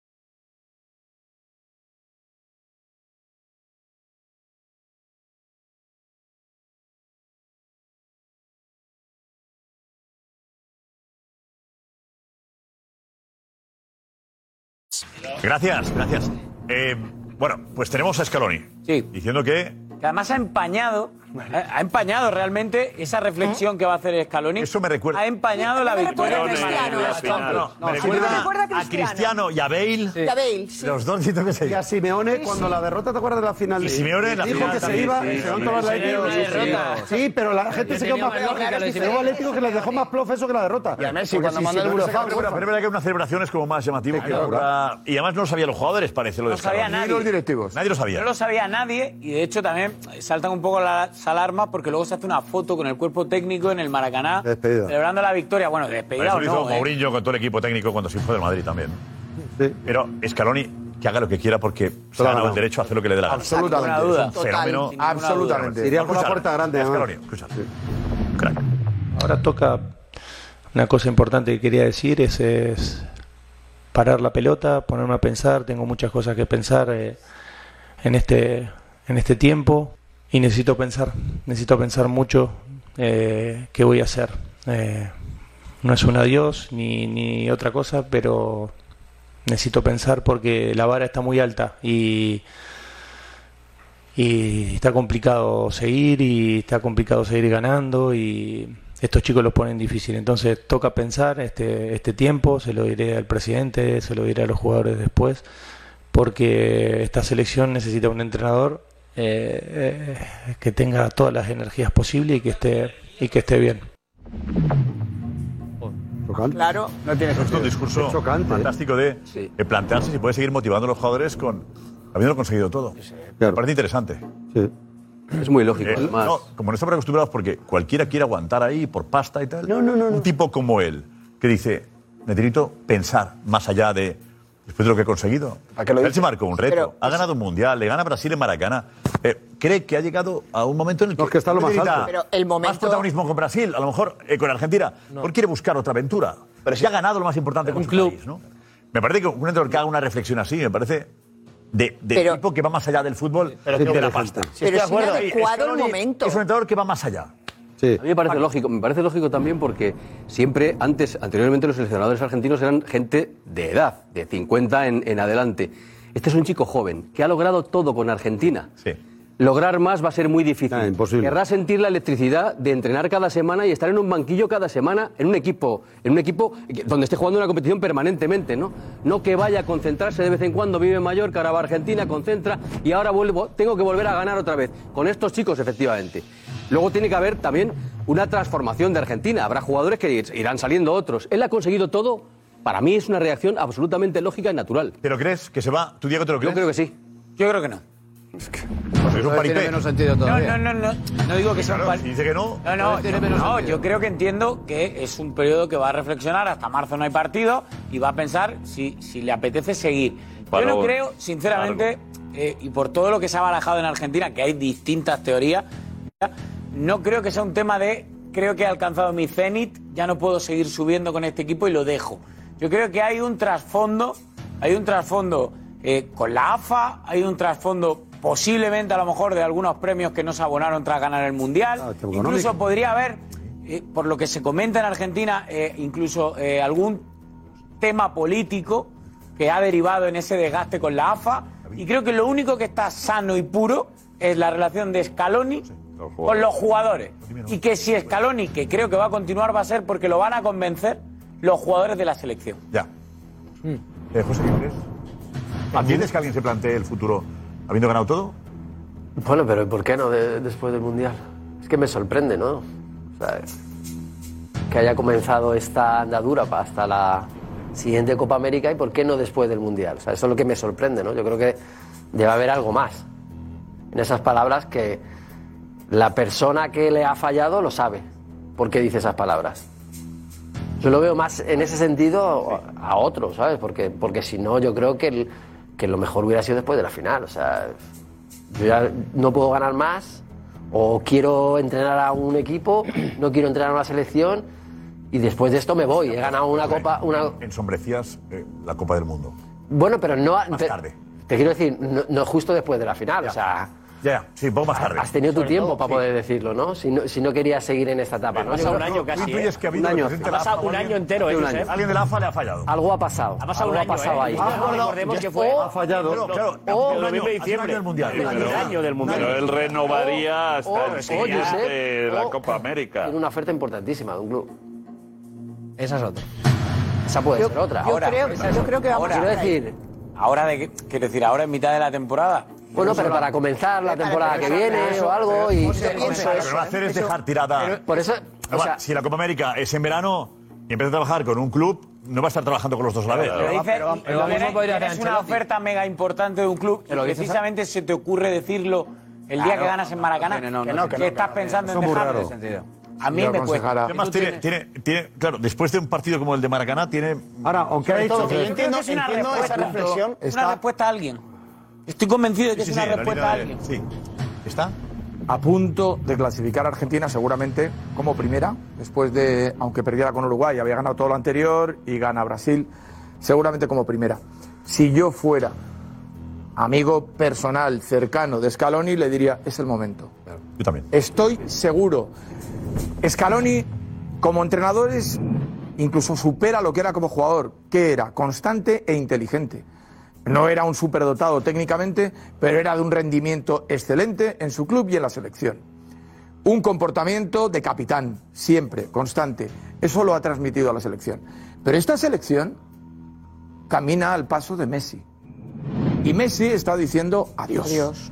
Speaker 6: Gracias, gracias. Eh, bueno, pues tenemos a Scaloni. Sí. Diciendo que.
Speaker 32: Que además ha empañado, ha ha empañado realmente esa reflexión que va a hacer Scaloni. Eso
Speaker 6: me recuerda.
Speaker 32: Ha empañado la
Speaker 6: Me
Speaker 32: victoria.
Speaker 6: recuerda a Cristiano,
Speaker 32: de
Speaker 6: esto.
Speaker 32: Maracaná.
Speaker 6: No, no, me
Speaker 32: sí,
Speaker 6: recuerda
Speaker 32: me
Speaker 6: a Cristiano. y a Bale.
Speaker 12: Sí. Y a Bale, sí.
Speaker 6: Los dos diciendo que se
Speaker 12: Y a Simeone, cuando la derrota, ¿te acuerdas de la final?
Speaker 6: Y Simeone en la
Speaker 12: Dijo
Speaker 6: final
Speaker 12: que se
Speaker 6: también,
Speaker 12: iba,
Speaker 6: sí,
Speaker 12: se
Speaker 6: sí,
Speaker 12: levantó
Speaker 6: sí,
Speaker 12: la Atlético.
Speaker 6: sí, sí, sí.
Speaker 12: Sí, pero la gente
Speaker 6: Yo
Speaker 12: se quedó
Speaker 6: tenía
Speaker 12: más
Speaker 6: más lógica lo de
Speaker 12: peor.
Speaker 6: Simeone.
Speaker 12: Luego Atlético que les dejó más profeso que la derrota.
Speaker 36: Y a Messi,
Speaker 12: Porque
Speaker 36: cuando
Speaker 12: si
Speaker 36: mandó el
Speaker 12: Simeone se
Speaker 36: burofax,
Speaker 12: acabó
Speaker 6: Pero es verdad que una celebración es como más llamativo. que
Speaker 12: claro.
Speaker 6: otra. Y además no lo sabían los jugadores, parece lo
Speaker 32: No
Speaker 6: de Scaloni.
Speaker 32: sabía nadie. Ni los directivos.
Speaker 6: Pues Nadie lo sabía.
Speaker 32: No lo sabía nadie y de hecho también saltan un poco las alarmas porque luego se hace una foto con el cuerpo técnico en el Maracaná
Speaker 6: Despedida.
Speaker 32: celebrando la victoria. Bueno,
Speaker 6: Pero
Speaker 32: despedida
Speaker 6: eso
Speaker 32: o
Speaker 6: lo hizo
Speaker 32: no. ¿eh?
Speaker 6: Mourinho con todo el equipo técnico cuando se fue del Madrid también. Pero Scaloni que haga lo que quiera porque se ha ganado el derecho a hacer lo que le dé la gana.
Speaker 37: Absolutamente.
Speaker 6: Es
Speaker 37: Total,
Speaker 6: un fenómeno.
Speaker 37: sin ninguna duda. Absolutamente.
Speaker 12: Iría por la
Speaker 6: Escuchad,
Speaker 12: puerta grande. además.
Speaker 6: Scaloni, escuchad.
Speaker 38: Ahora toca una cosa importante que quería decir es, es parar la pelota, ponerme a pensar. Tengo muchas cosas que pensar eh, en este en este tiempo y necesito pensar, necesito pensar mucho eh, qué voy a hacer. Eh, no es un adiós ni, ni otra cosa, pero necesito pensar porque la vara está muy alta y y está complicado seguir y está complicado seguir ganando y estos chicos lo ponen difícil. Entonces toca pensar este, este tiempo, se lo diré al presidente, se lo diré a los jugadores después, porque esta selección necesita un entrenador eh, eh, que tenga todas las energías posibles y que esté, y que esté bien.
Speaker 6: Claro. No tiene un discurso fantástico de, de plantearse si puede seguir motivando a los jugadores con habiendo conseguido todo. Me parece interesante.
Speaker 9: Es muy lógico,
Speaker 6: Eh,
Speaker 9: además.
Speaker 6: no, como no estamos acostumbrados porque cualquiera quiere aguantar ahí por pasta y tal. Un tipo como él que dice, necesito pensar más allá de después de lo que he conseguido. él se marcó un reto, ha ganado un mundial, le gana a Brasil en Maracaná. Eh, cree que ha llegado a un momento en el que,
Speaker 12: está lo más
Speaker 6: necesita
Speaker 12: alto. Pero
Speaker 16: el
Speaker 6: más protagonismo con Brasil, a lo mejor eh, con Argentina, porque quiere buscar otra aventura. Pero ya ha ganado lo más importante con su país, ¿no? Me parece que un entrenador que haga una reflexión así, me parece de, de tipo que va más allá del fútbol, pero que una pasta.
Speaker 16: Pero es inadecuado el
Speaker 6: Scaloni
Speaker 16: momento.
Speaker 6: Es un entrenador que va más allá.
Speaker 9: A mí me parece lógico, me parece lógico también porque siempre antes, anteriormente los seleccionadores argentinos eran gente de edad, de 50 en, en adelante. Este es un chico joven que ha logrado todo con Argentina. Lograr más va a ser muy difícil. Querrá sentir la electricidad de entrenar cada semana y estar en un banquillo cada semana en un equipo, en un equipo que- donde esté jugando una competición permanentemente, ¿no? No que vaya a concentrarse de vez en cuando, vive en Mallorca, ahora va a Argentina, concentra y ahora vuelvo, tengo que volver a ganar otra vez. Con estos chicos, efectivamente. Luego tiene que haber también una transformación de Argentina. Habrá jugadores que irán saliendo otros. Él ha conseguido todo. Para mí es una reacción absolutamente lógica y natural.
Speaker 6: ¿Pero crees que se va? ¿Tú, Diego, te lo
Speaker 9: crees? Yo creo que sí.
Speaker 32: Yo creo que no.
Speaker 6: Porque es un paripé.
Speaker 32: No, no, no, no. No digo que sea un
Speaker 6: Dice que no.
Speaker 32: No, no, yo, no, yo creo que entiendo que es un periodo que va a reflexionar, hasta marzo no hay partido, y va a pensar si, si le apetece seguir.
Speaker 10: Para
Speaker 32: yo no
Speaker 10: un-
Speaker 32: creo, sinceramente, eh, y por todo lo que se ha barajado en Argentina, que hay distintas teorías, no creo que sea un tema de creo que he alcanzado mi cenit, ya no puedo seguir subiendo con este equipo y lo dejo. Yo creo que hay un trasfondo, hay un trasfondo eh, con la AFA, hay un trasfondo posiblemente a lo mejor de algunos premios que no se abonaron tras ganar el Mundial.
Speaker 12: económico.
Speaker 32: incluso podría haber, eh, por lo que se comenta en Argentina, eh, incluso eh, algún tema político que ha derivado en ese desgaste con la AFA. Y creo que lo único que está sano y puro es la relación de Scaloni con los jugadores. Y que si Scaloni, que creo que va a continuar, va a ser porque lo van a convencer los jugadores de la selección.
Speaker 6: Ya. Eh, José, ¿qué crees? ¿Entiendes que alguien se plantee el futuro habiendo ganado todo?
Speaker 34: Bueno, pero ¿por qué no de- después del Mundial? Es que me sorprende, ¿no? O sea, que haya comenzado esta andadura pa- hasta la siguiente Copa América y por qué no después del Mundial. O sea, eso es lo que me sorprende, ¿no? Yo creo que debe haber algo más. En esas palabras que la persona que le ha fallado lo sabe. ¿Por qué dice esas palabras? Yo lo veo más en ese sentido a otro, ¿sabes? Porque, porque si no, yo creo que, el- que lo mejor hubiera sido después de la final. O sea, yo ya no puedo ganar más, o quiero entrenar a un equipo, no quiero entrenar a una selección, y después de esto me voy. He ganado una copa. Una...
Speaker 6: Ensombrecías eh, la Copa del Mundo.
Speaker 34: Bueno, pero no.
Speaker 6: Más
Speaker 34: te,
Speaker 6: tarde.
Speaker 34: te quiero decir, no, no justo después de la final, o sea.
Speaker 6: Ya, ya, sí, poco más tarde.
Speaker 34: Has tenido tu
Speaker 6: Sobre
Speaker 34: tiempo
Speaker 6: todo,
Speaker 34: para
Speaker 6: sí.
Speaker 34: poder decirlo, ¿no? Si no, si no querías seguir en esta etapa.
Speaker 6: Pero
Speaker 34: ¿no?
Speaker 6: pasa
Speaker 34: Yo
Speaker 6: un
Speaker 34: creo-
Speaker 6: año casi, ¿Tú intuyes ¿eh? que ha habido
Speaker 34: un año.
Speaker 6: presidente de la AFA o alguien? Sí, un año. Alguien de la AFA le ha fallado.
Speaker 34: Algo ha pasado.
Speaker 6: Ha pasado
Speaker 34: algo
Speaker 6: un año,
Speaker 34: ha pasado
Speaker 6: ¿eh?
Speaker 34: ahí.
Speaker 6: Ah, bueno, Recordemos que fue-
Speaker 34: Ha
Speaker 6: Claro,
Speaker 34: fallado.
Speaker 6: claro,
Speaker 34: O-
Speaker 6: Oh, hace un año, hace un año del Mundial.
Speaker 10: Sí, pero,
Speaker 6: Hace un año del Mundial.
Speaker 10: pero él renovaría hasta
Speaker 34: oh,
Speaker 10: el
Speaker 34: oh,
Speaker 10: siguiente
Speaker 34: Josep,
Speaker 10: de la
Speaker 34: oh.
Speaker 10: Copa América.
Speaker 34: Tiene una oferta importantísima de un club.
Speaker 11: Esa es otra.
Speaker 34: Esa puede
Speaker 11: Yo-
Speaker 34: ser otra.
Speaker 11: yo Ahora, creo-
Speaker 34: esa es
Speaker 11: yo
Speaker 34: otra.
Speaker 11: creo que vamos
Speaker 34: Ahora,
Speaker 11: por
Speaker 34: quiero
Speaker 11: ahí.
Speaker 34: decir,
Speaker 32: Ahora de qué- quiero decir, ahora en mitad de la temporada.
Speaker 34: bueno, pero para comenzar la temporada que viene o algo y eso
Speaker 6: Lo que va a hacer es dejar tirada.
Speaker 34: Por eso,
Speaker 6: Ah, va, si la Copa América es en verano y empieza a trabajar con un club, no va a estar trabajando con los dos a la vez.
Speaker 32: Pero dice, tienes- tienes una oferta mega importante de un club y
Speaker 6: lo dices a-
Speaker 32: precisamente se te ocurre decirlo el día
Speaker 6: Claro,
Speaker 32: que ganas en Maracaná.
Speaker 6: no, no,
Speaker 32: que
Speaker 6: no,
Speaker 32: no,
Speaker 6: que
Speaker 32: que
Speaker 6: no,
Speaker 32: estás
Speaker 6: que no,
Speaker 32: pensando
Speaker 6: eso
Speaker 32: en
Speaker 6: es muy
Speaker 32: dejarlo.
Speaker 6: raro.
Speaker 32: A mí me cuesta.
Speaker 6: Además, tiene, tiene, tiene, claro, después de un partido como el de Maracaná, tiene.
Speaker 12: Ahora, aunque
Speaker 32: Sobre todo, que yo entiendo, entiendo esa reflexión. Una respuesta a alguien. Estoy convencido de que es una respuesta a alguien.
Speaker 6: Sí. ¿Está?
Speaker 8: A punto de clasificar a Argentina seguramente como primera, después de, aunque perdiera con Uruguay, había ganado todo lo anterior y gana Brasil, seguramente como primera. Si yo fuera amigo personal, cercano de Scaloni, le diría, es el momento.
Speaker 6: Yo también.
Speaker 8: Estoy seguro. Scaloni, como entrenador, es- incluso supera lo que era como jugador, que era constante e inteligente. No era un superdotado técnicamente, pero era de un rendimiento excelente en su club y en la selección. Un comportamiento de capitán, siempre, constante. Eso lo ha transmitido a la selección. Pero esta selección camina al paso de Messi. Y Messi está diciendo adiós.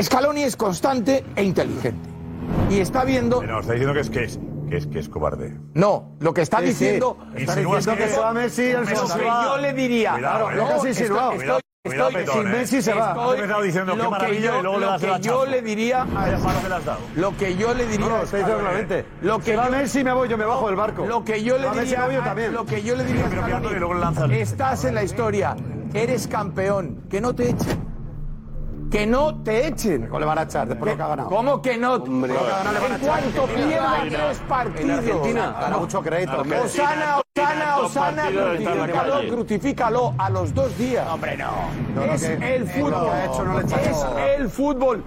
Speaker 8: Scaloni es constante e inteligente. Y está viendo.
Speaker 6: No, está diciendo que es, que es, que es, que es cobarde.
Speaker 8: No, lo que está
Speaker 6: Sí, sí.
Speaker 8: diciendo.
Speaker 6: Está Insinúas diciendo que que- se va Messi, él se
Speaker 8: Lo
Speaker 6: va.
Speaker 8: que yo le diría.
Speaker 6: Cuidado,
Speaker 8: claro,
Speaker 6: eh.
Speaker 8: no,
Speaker 6: Casi
Speaker 8: estoy-
Speaker 6: insinuado.
Speaker 8: estoy-
Speaker 6: Cuidado,
Speaker 8: estoy-
Speaker 6: cuidado, Petón,
Speaker 8: si
Speaker 6: eh.
Speaker 8: Messi se va.
Speaker 6: Has empezado diciendo, qué
Speaker 8: lo que
Speaker 6: maravilla,
Speaker 8: yo,
Speaker 6: y luego le
Speaker 8: lo
Speaker 6: das el
Speaker 8: que yo
Speaker 6: hachazo.
Speaker 8: le diría a Lo que yo le diría.
Speaker 12: No, no, está diciendo
Speaker 8: a Scaloni-
Speaker 12: claramente.
Speaker 8: Lo que yo,
Speaker 12: Messi, me voy, yo me bajo del barco.
Speaker 8: Lo que yo le
Speaker 12: Va Messi,
Speaker 8: diría.
Speaker 12: me voy yo
Speaker 8: a-
Speaker 12: también.
Speaker 8: Lo que yo le diría. a Scaloni, Estás en la historia. Eres campeón. Que no te echen. Que no te echen.
Speaker 12: Le van a echar después de lo que ha ganado.
Speaker 8: ¿Cómo que no?
Speaker 12: Hombre.
Speaker 8: en cuanto pierda tres partidos.
Speaker 12: En Argentina, gana mucho crédito.
Speaker 8: Osana, Osana, Osana,
Speaker 12: partidos están en la
Speaker 8: crucifícalo,
Speaker 12: calle.
Speaker 8: crucifícalo a los dos días. Hombre, no. Es
Speaker 12: No, no, que-
Speaker 8: el
Speaker 12: eh, lo
Speaker 8: fútbol.
Speaker 12: que ha hecho no le echa
Speaker 8: Es
Speaker 12: todo.
Speaker 8: el fútbol.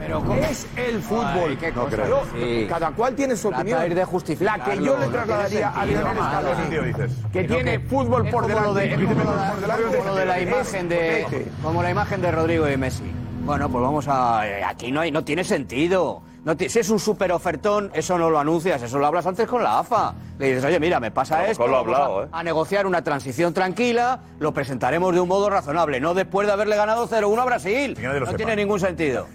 Speaker 8: Es el fútbol.
Speaker 12: qué cosa.
Speaker 8: Yo-
Speaker 12: Sí.
Speaker 8: Cada cual tiene su
Speaker 12: Trata
Speaker 8: opinión.
Speaker 12: de ir de justificarlo,
Speaker 8: La que yo le
Speaker 12: no
Speaker 8: trasladaría
Speaker 12: tiene
Speaker 8: a
Speaker 12: sentido,
Speaker 8: Lionel
Speaker 12: no, no,
Speaker 8: Scaloni,
Speaker 12: no, no, no, no.
Speaker 8: que
Speaker 12: Creo
Speaker 8: tiene
Speaker 12: que
Speaker 8: fútbol
Speaker 12: es
Speaker 8: por
Speaker 12: como
Speaker 8: delante.
Speaker 12: lo de- es como lo de-
Speaker 8: por delante.
Speaker 25: Como lo de la
Speaker 8: Es
Speaker 25: imagen de.
Speaker 8: potente.
Speaker 25: Como la imagen de Rodrigo y Messi. Bueno, pues vamos a. eh, Aquí no, hay, no tiene sentido. No ti- si es un super ofertón, eso no lo anuncias, eso lo hablas antes con la AFA. Le dices, oye, mira, me pasa
Speaker 10: A lo
Speaker 25: esto.
Speaker 10: mejor lo ha
Speaker 25: vamos
Speaker 10: hablado,
Speaker 25: a,
Speaker 10: ¿eh?
Speaker 25: a negociar una transición tranquila, lo presentaremos de un modo razonable, no después de haberle ganado 0-1 a Brasil.
Speaker 10: nadie lo
Speaker 25: No
Speaker 10: sepa.
Speaker 25: tiene ningún sentido.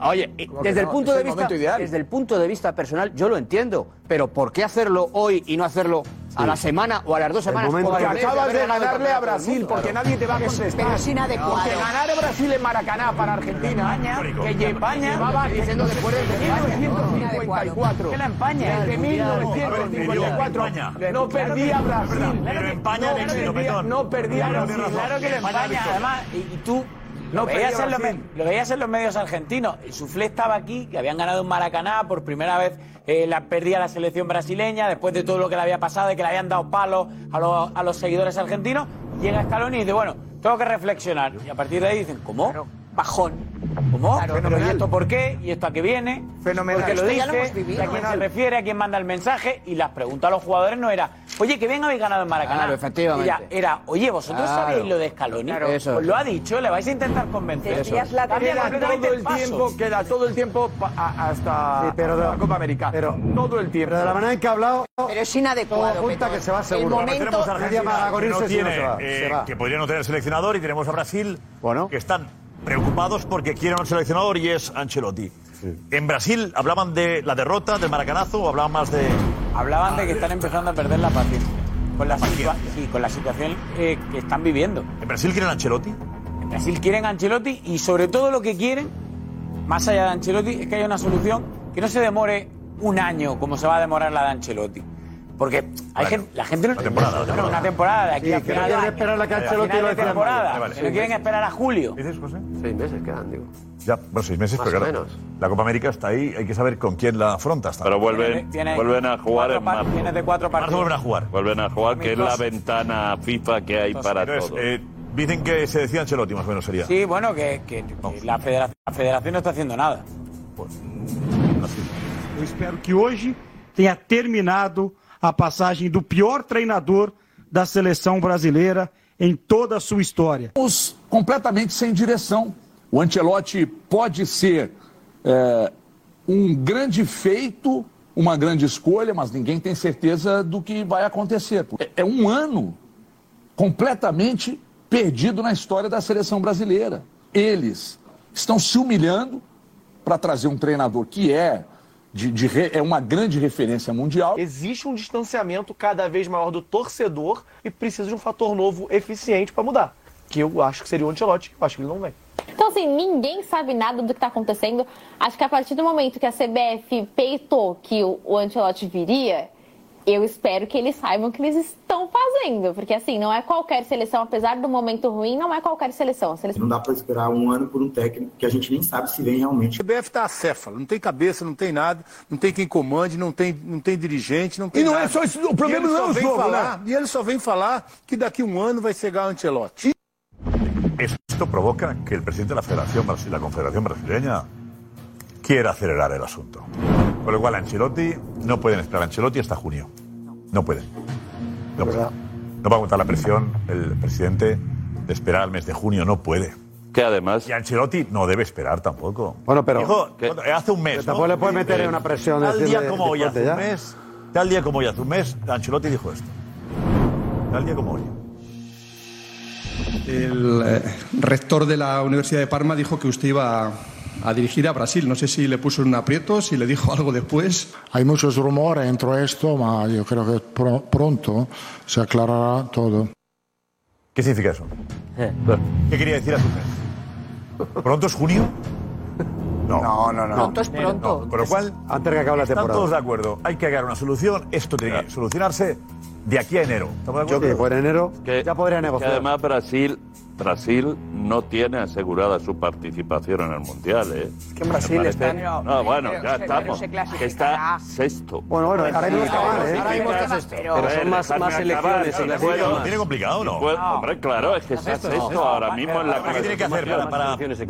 Speaker 25: Oye, y
Speaker 10: ¿Cómo que
Speaker 25: desde el
Speaker 10: no?
Speaker 25: punto
Speaker 10: Es
Speaker 25: de
Speaker 10: el
Speaker 25: vista
Speaker 10: momento ideal.
Speaker 25: desde el punto de vista personal yo lo entiendo, pero ¿por qué hacerlo hoy y no hacerlo a la semana o a las dos
Speaker 8: El
Speaker 25: semanas?
Speaker 8: momento
Speaker 25: Porque
Speaker 8: ideal.
Speaker 25: acabas de ganarle a
Speaker 8: Brasil, porque nadie te va a contestar.
Speaker 16: Pero es inadecuado.
Speaker 8: Porque ganar a Brasil en Maracaná para Argentina, que
Speaker 32: España,
Speaker 8: llevaba
Speaker 32: estoy diciendo después del Mundial.
Speaker 8: 1954.
Speaker 32: Que la empaña.
Speaker 8: Desde
Speaker 6: A
Speaker 8: 1954.
Speaker 6: ver, Empaña.
Speaker 8: No perdía Brasil.
Speaker 6: Pero España
Speaker 8: No
Speaker 6: le exigió,
Speaker 8: perdía-
Speaker 6: Petón.
Speaker 8: No perdía
Speaker 6: Claro que
Speaker 8: Brasil.
Speaker 6: razón.
Speaker 32: Claro que lo empaña, además, y, y tú
Speaker 8: No
Speaker 32: lo, veías
Speaker 8: perdía
Speaker 32: en los,
Speaker 8: Brasil.
Speaker 32: me- lo veías en los medios argentinos. El Suflé estaba aquí, que habían ganado en Maracaná, por primera vez eh, la perdía la selección brasileña, después de todo lo que le había pasado, de que le habían dado palos a los, a los seguidores argentinos. Llega Scaloni y dice, bueno, tengo que reflexionar. Y a partir de ahí dicen, ¿cómo? Bajón. ¿Cómo? Pero ¿Y esto por qué? ¿Y esto a qué viene?
Speaker 8: Fenomenal.
Speaker 32: Porque lo
Speaker 8: Esto
Speaker 32: dice,
Speaker 8: ya lo hemos vivido.
Speaker 32: a quién se
Speaker 8: Fenomenal.
Speaker 32: refiere, a quién manda el mensaje y las preguntas a los jugadores no era, oye, que bien habéis ganado en Maracaná.
Speaker 25: Claro, efectivamente.
Speaker 32: Era, era, oye, vosotros
Speaker 25: Claro.
Speaker 32: sabéis lo de Scaloni.
Speaker 25: Claro. Eso
Speaker 32: Pues
Speaker 25: es.
Speaker 32: lo ha dicho, le vais a intentar convencer.
Speaker 8: Eso es.
Speaker 32: Cambia
Speaker 8: queda
Speaker 32: completamente
Speaker 8: todo el
Speaker 32: paso.
Speaker 8: tiempo, queda todo el tiempo pa- a- hasta,
Speaker 12: Sí, pero
Speaker 8: hasta
Speaker 12: de-
Speaker 8: la Copa América. todo el tiempo.
Speaker 12: Pero de la manera en que ha hablado,
Speaker 16: Pero es inadecuado.
Speaker 12: todo apunta
Speaker 16: Petón.
Speaker 12: que se va
Speaker 16: El
Speaker 12: seguro.
Speaker 16: momento-
Speaker 6: Tenemos a Argentina,
Speaker 12: Nadie va a
Speaker 6: que,
Speaker 12: agonirse
Speaker 6: no
Speaker 12: si no
Speaker 6: tiene,
Speaker 12: se va,
Speaker 6: eh,
Speaker 12: se va.
Speaker 6: que podría no tener seleccionador y tenemos a Brasil que están preocupados porque quieren un seleccionador y es Ancelotti. En Brasil hablaban de la derrota, del maracanazo o hablaban más de...
Speaker 32: Hablaban de que están empezando a perder la paciencia. Con la, situa- sí, con la situación eh, que están viviendo.
Speaker 6: ¿En Brasil quieren Ancelotti?
Speaker 32: En Brasil quieren Ancelotti y sobre todo lo que quieren, más allá de Ancelotti, es que haya una solución que no se demore un año como se va a demorar la de Ancelotti. Porque hay gente, la gente no
Speaker 6: temporada, la
Speaker 32: Bueno, una temporada de aquí
Speaker 6: Sí,
Speaker 32: a
Speaker 6: que no
Speaker 32: final
Speaker 6: quieren
Speaker 32: de año.
Speaker 6: esperar a que
Speaker 32: A
Speaker 6: Ancelotti
Speaker 32: final
Speaker 6: lo
Speaker 32: de
Speaker 6: decida en mayo.
Speaker 32: temporada.
Speaker 6: Vale, vale.
Speaker 32: que no quieren esperar a julio.
Speaker 6: ¿Dices, José?
Speaker 8: Seis meses quedan, digo.
Speaker 6: Ya, bueno, seis meses,
Speaker 8: Más
Speaker 6: pero
Speaker 8: o
Speaker 6: claro. La Copa América está ahí, hay que saber con quién la afrontas.
Speaker 10: Pero vuelven, vuelven a jugar en marzo.
Speaker 32: Tienes de cuatro partidos.
Speaker 6: vuelven a jugar.
Speaker 10: Vuelven a jugar, que es la
Speaker 6: Amistosos.
Speaker 10: ventana FIFA que hay para
Speaker 6: Pero es,
Speaker 10: todos.
Speaker 6: eh, dicen que se decía Ancelotti, más o menos sería.
Speaker 32: Sí, bueno, que, que- que la, federa- la federación no está haciendo nada.
Speaker 39: Eu espero que hoje tenha terminado a passagem do pior treinador da seleção brasileira em toda a sua história.
Speaker 40: Os completamente sem direção. O Ancelotti pode ser é, um grande feito, uma grande escolha, mas ninguém tem certeza do que vai acontecer. É- É um ano completamente perdido na história da seleção brasileira. Eles estão se humilhando para trazer um treinador que é, de, de re- é uma grande referência mundial.
Speaker 16: Existe um distanciamento cada vez maior do torcedor e precisa de um fator novo eficiente para mudar. Que eu acho que seria o Ancelotti, que eu acho que ele não vem.
Speaker 21: Então, assim, ninguém sabe nada do que está acontecendo. Acho que a partir do momento que a CBF peitou que o, o Ancelotti viria, eu espero que eles saibam o que eles estão fazendo. Porque, assim, não é qualquer seleção, apesar do momento ruim, não é qualquer seleção. A seleção...
Speaker 41: Não dá para esperar um ano por um técnico que a gente nem sabe se vem realmente.
Speaker 12: O CBF está acéfalo, não tem cabeça, não tem nada, não tem quem comande, não tem, não tem dirigente, não tem
Speaker 42: E não
Speaker 12: nada.
Speaker 42: é só isso, o
Speaker 12: E
Speaker 42: problema
Speaker 12: ele
Speaker 42: não é
Speaker 12: só
Speaker 42: o
Speaker 12: vem
Speaker 42: jogo,
Speaker 12: falar-
Speaker 40: né?
Speaker 12: E ele só vem falar que daqui a um ano vai chegar o Ancelotti.
Speaker 6: Esto provoca que el presidente de la Federación Brasi- la Confederación Brasileña quiera acelerar el asunto. Con lo cual, Ancelotti, no pueden esperar a Ancelotti hasta junio. No pueden. No pueden. No va a aguantar la presión el presidente de esperar al mes de junio, no puede.
Speaker 10: Que además.
Speaker 6: Y Ancelotti no debe esperar tampoco.
Speaker 12: Bueno, pero-
Speaker 6: Dijo, cuando- hace un mes.
Speaker 12: Pero tampoco le puedes meter
Speaker 6: Eh,
Speaker 12: una presión,
Speaker 6: Tal día
Speaker 12: decirle,
Speaker 6: como hoy, hace un
Speaker 12: "Ponte ya".
Speaker 6: mes, tal día como hoy, hace un mes, Ancelotti dijo esto. Tal día como hoy.
Speaker 19: El eh, rector de la Universidad de Parma dijo que usted iba a, a dirigir a Brasil. No sé si le puso en un aprieto, si le dijo algo después.
Speaker 43: Hay muchos rumores dentro de esto, pero yo creo que pro- pronto se aclarará todo.
Speaker 6: ¿Qué significa eso? ¿Qué quería decir a su mes? ¿Pronto es junio? No, no, no.
Speaker 12: Pronto es pronto.
Speaker 6: con lo cual,
Speaker 12: Antes de que acabe la
Speaker 6: están
Speaker 12: temporada.
Speaker 6: todos de acuerdo. Hay que llegar a una solución. Esto tiene que solucionarse de aquí a enero. ¿Estamos de acuerdo?
Speaker 12: en enero
Speaker 10: ya
Speaker 12: podría
Speaker 10: Que
Speaker 12: negociar.
Speaker 10: además Brasil, Brasil no tiene asegurada su participación en el Mundial, ¿eh? Es
Speaker 12: que en Brasil están-
Speaker 10: No, bueno,
Speaker 12: Pero
Speaker 10: ya
Speaker 12: se-
Speaker 10: estamos.
Speaker 12: pero se
Speaker 10: Que está sexto.
Speaker 12: Bueno, bueno, ahora mismo está mal, ¿eh?
Speaker 10: Ahora mismo está sexto.
Speaker 12: Pero-
Speaker 10: A
Speaker 12: Pero son
Speaker 10: ver,
Speaker 12: más-
Speaker 10: dejadme
Speaker 12: más
Speaker 10: acabar.
Speaker 12: elecciones,
Speaker 10: Claro,
Speaker 12: elecciones
Speaker 10: bueno,
Speaker 12: más.
Speaker 6: Tiene complicado, ¿no?
Speaker 10: Bueno, Hombre, claro, es que está
Speaker 6: Sexto,
Speaker 10: sexto
Speaker 6: no.
Speaker 10: ahora mismo en la
Speaker 6: Ahora, ¿qué tiene que hacer para- para-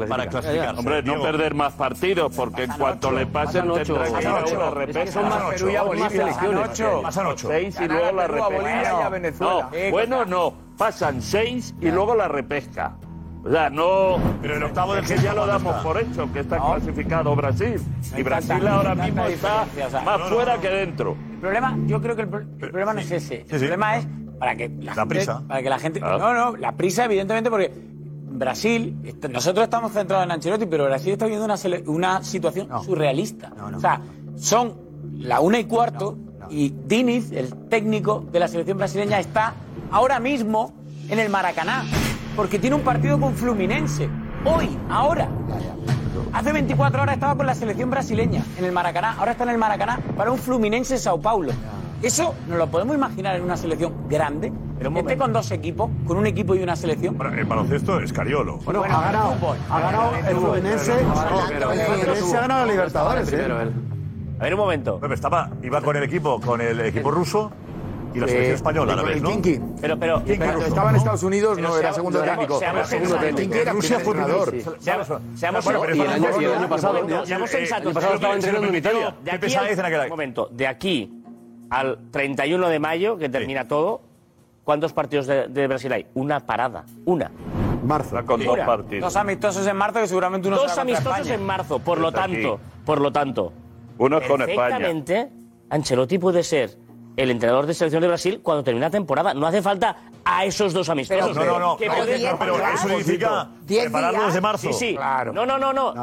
Speaker 6: para clasificarse,
Speaker 10: Hombre, no
Speaker 6: Diego?
Speaker 10: perder más partidos, porque en cuanto le pasen
Speaker 6: Pasan ocho.
Speaker 10: tendrá que ir a
Speaker 6: Pasan
Speaker 10: una
Speaker 6: ocho.
Speaker 10: repesca.
Speaker 6: Son más Perú y a Bolivia. Pasan ocho. Pasan ocho.
Speaker 10: Seis y Eh,
Speaker 6: Ganar
Speaker 10: luego
Speaker 6: a
Speaker 10: la
Speaker 6: Perú, a Bolivia
Speaker 10: repesca.
Speaker 6: y a Venezuela.
Speaker 10: No, bueno, no. Pasan seis y luego la repesca. O sea, no. Pero el octavo
Speaker 6: del
Speaker 10: que
Speaker 6: sexto
Speaker 10: ya lo
Speaker 6: cuando
Speaker 10: damos
Speaker 6: está.
Speaker 10: por hecho, que está clasificado Brasil.
Speaker 32: No
Speaker 10: Y
Speaker 32: hay
Speaker 10: Brasil
Speaker 32: tanta-
Speaker 10: ahora
Speaker 32: tanta
Speaker 10: mismo está
Speaker 32: diferencia, o sea,
Speaker 10: más
Speaker 32: no, no,
Speaker 10: fuera
Speaker 32: no.
Speaker 10: que dentro.
Speaker 32: El problema, yo creo que el, pro- el problema no es ese. El problema es para que la, gente,
Speaker 10: prisa.
Speaker 32: Para que la gente. No, no, la prisa, evidentemente, porque Brasil, est- nosotros estamos centrados en Ancelotti, pero Brasil está viviendo una, sele- una situación surrealista. O sea, son la una y cuarto y Diniz, el técnico de la selección brasileña, está ahora mismo en el Maracaná, porque tiene un partido con Fluminense. Hoy, ahora. Hace 24 horas estaba con la selección brasileña en el Maracaná, ahora está en el Maracaná para un Fluminense Sao Paulo. Eso nos lo podemos imaginar en una selección grande, este con dos equipos, con un equipo y una selección.
Speaker 6: El baloncesto es Cariolo.
Speaker 32: Bueno, ha ganado,
Speaker 12: ha ganado el Fluminense.
Speaker 6: pero-
Speaker 12: El Fluminense ha ganado la Libertadores, ¿eh?
Speaker 6: A ver, un momento. estaba, iba con el equipo, con el equipo ruso y la selección española a la vez, ¿no?
Speaker 23: Pero, pero,
Speaker 6: eh, Kinky
Speaker 23: pero-
Speaker 6: ruso.
Speaker 23: estaba en Estados Unidos,
Speaker 6: Pero
Speaker 23: no era
Speaker 6: seamos-
Speaker 23: segundo
Speaker 6: seamos-
Speaker 23: técnico.
Speaker 6: seamos
Speaker 23: Era segundo
Speaker 6: sensatos.
Speaker 23: técnico. Era
Speaker 6: Rusia
Speaker 23: primer
Speaker 6: fue primer
Speaker 23: entrenador.
Speaker 6: sí. Seamos- seamos
Speaker 23: Bueno,
Speaker 6: sensatos.
Speaker 23: pero
Speaker 6: Y el año- y el año pasado-
Speaker 23: Seamos sensatos.
Speaker 6: eh, el año pasado estaba entrenando en Italia.
Speaker 23: De
Speaker 6: ¿Qué
Speaker 23: aquí
Speaker 6: pensaba
Speaker 23: al-
Speaker 6: Dicen aquel año?
Speaker 23: Un momento, de aquí al 31 de mayo, que termina todo, ¿cuántos partidos de, de Brasil hay? Una parada. Una.
Speaker 12: Marzo.
Speaker 23: Con
Speaker 32: dos partidos. Dos amistosos en marzo que seguramente uno
Speaker 23: Dos
Speaker 32: será contra
Speaker 23: amistosos
Speaker 32: España.
Speaker 23: en marzo, por lo
Speaker 32: Está aquí.
Speaker 23: tanto. Por lo tanto.
Speaker 10: Uno es con
Speaker 23: perfectamente, Ancelotti puede ser el entrenador de selección de Brasil cuando termina la temporada. No hace falta a esos dos amistosos.
Speaker 6: No, no, no,
Speaker 23: Que
Speaker 6: no,
Speaker 23: pueden-
Speaker 6: no, pero eso significa Diez prepararlos días. de
Speaker 23: Sí,
Speaker 6: marzo.
Speaker 23: sí.
Speaker 6: Claro.
Speaker 23: No, no, no, no.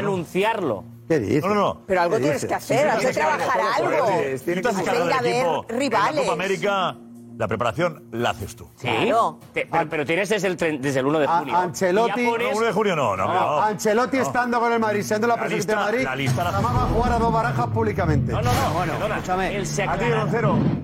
Speaker 23: Anunciarlo.
Speaker 12: Ah. ¿Qué dices?
Speaker 6: No, no, no.
Speaker 12: Pero algo
Speaker 23: ¿Qué
Speaker 12: tienes
Speaker 23: dices?
Speaker 12: que hacer,
Speaker 23: Sí, sí,
Speaker 12: hay que
Speaker 23: tienes
Speaker 12: trabajar
Speaker 23: hacer
Speaker 12: algo.
Speaker 23: Tienes- tienes
Speaker 6: Tú te has
Speaker 23: que
Speaker 6: encargado
Speaker 23: hacer-
Speaker 6: del equipo. En la Copa América La preparación la haces tú.
Speaker 38: Sí. Te- pero, pero tienes desde el, tren- desde el 1 de
Speaker 12: A-
Speaker 38: junio.
Speaker 12: Ah, Ancelotti.
Speaker 38: Y ya pones-
Speaker 6: No, 1 de junio no, no, no.
Speaker 12: Ancelotti
Speaker 6: No.
Speaker 12: estando con el Madrid, siendo la,
Speaker 6: La
Speaker 12: presidenta
Speaker 6: lista-
Speaker 12: de Madrid,
Speaker 6: la lista la-
Speaker 12: llamaba a jugar a dos barajas públicamente.
Speaker 6: No, no, no, bueno, escúchame. Él se aclara.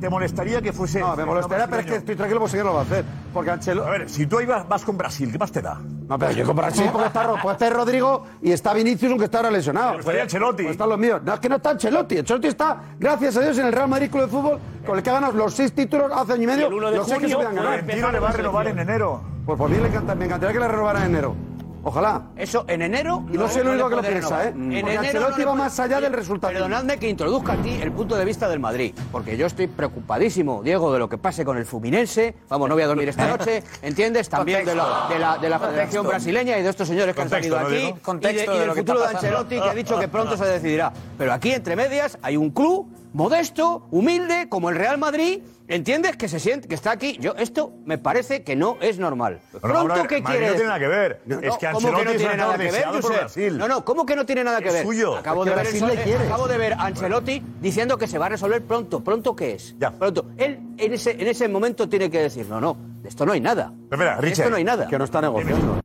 Speaker 6: ¿te molestaría que fuese.?
Speaker 12: No, me molestaría, pero es que estoy tranquilo porque sé que no lo va a hacer. Porque Ancelotti. A
Speaker 6: ver, si tú ahí vas, vas con Brasil, ¿qué más te da?
Speaker 12: No, pero yo con Brasil porque está, Ro- pues está Rodrigo y está Vinicius, aunque está ahora lesionado. Pero
Speaker 6: estaría Ancelotti.
Speaker 12: están los míos. No, es que no está Ancelotti. Ancelotti está, gracias a Dios, en el Real Madrid Club de Fútbol, con el que ha ganado los seis títulos hace año y medio.
Speaker 6: el 1 de
Speaker 12: los seis que se
Speaker 6: junio
Speaker 12: podían ganar.
Speaker 6: Florentino le va a renovar en enero.
Speaker 12: Pues por mí le encanta- me encantaría que le renovaran en enero. Ojalá.
Speaker 32: Eso en enero.
Speaker 12: Y no soy el
Speaker 32: le
Speaker 12: único que lo
Speaker 32: puede
Speaker 12: piensa,
Speaker 32: renovar.
Speaker 12: ¿eh?
Speaker 32: En
Speaker 12: Porque
Speaker 32: enero
Speaker 12: Ancelotti
Speaker 32: le
Speaker 12: va
Speaker 32: puede-
Speaker 12: más allá del resultado.
Speaker 32: Perdonadme que introduzca aquí el punto de vista del Madrid, porque yo estoy preocupadísimo, Diego, de lo que pase con el Fuminense. Vamos, no voy a dormir esta noche, ¿entiendes? También de, la- de la, de la Federación Brasileña y de estos señores que
Speaker 16: Contexto,
Speaker 32: han
Speaker 16: ¿no,
Speaker 32: salido
Speaker 16: Diego?
Speaker 32: aquí.
Speaker 16: Contexto
Speaker 32: y de- y
Speaker 16: de
Speaker 32: del
Speaker 16: lo que está
Speaker 32: futuro de
Speaker 16: pasando.
Speaker 32: Ancelotti, que ha dicho que pronto se decidirá. Pero aquí, entre medias, hay un club modesto, humilde, como el Real Madrid. ¿Entiendes? Que se siente, que está aquí. Yo, esto me parece que no es normal.
Speaker 6: Pero vamos a
Speaker 32: ¿Pronto
Speaker 6: ver,
Speaker 32: qué
Speaker 6: Madrid
Speaker 32: quieres?
Speaker 6: no tiene nada que ver. Es que
Speaker 32: ¿cómo
Speaker 6: Ancelotti
Speaker 32: no
Speaker 6: es
Speaker 32: tiene
Speaker 6: un
Speaker 32: nada que
Speaker 6: entrenador
Speaker 32: ver,
Speaker 6: deseado por
Speaker 32: Josep?
Speaker 6: Brasil.
Speaker 32: No, no, ¿cómo que no tiene nada que
Speaker 6: Es
Speaker 32: ver?
Speaker 6: suyo.
Speaker 32: Acabo
Speaker 6: Porque
Speaker 32: de, ver
Speaker 6: Brasil
Speaker 32: eso-
Speaker 6: le quiere.
Speaker 32: acabo de ver a Ancelotti diciendo que se va a resolver pronto. ¿Pronto qué es? Pronto. Él en ese, en ese momento tiene que decir, no, no, de esto no hay nada.
Speaker 6: Pero espera,
Speaker 32: De
Speaker 6: Richard,
Speaker 32: esto no hay nada.
Speaker 12: Que no está negociando.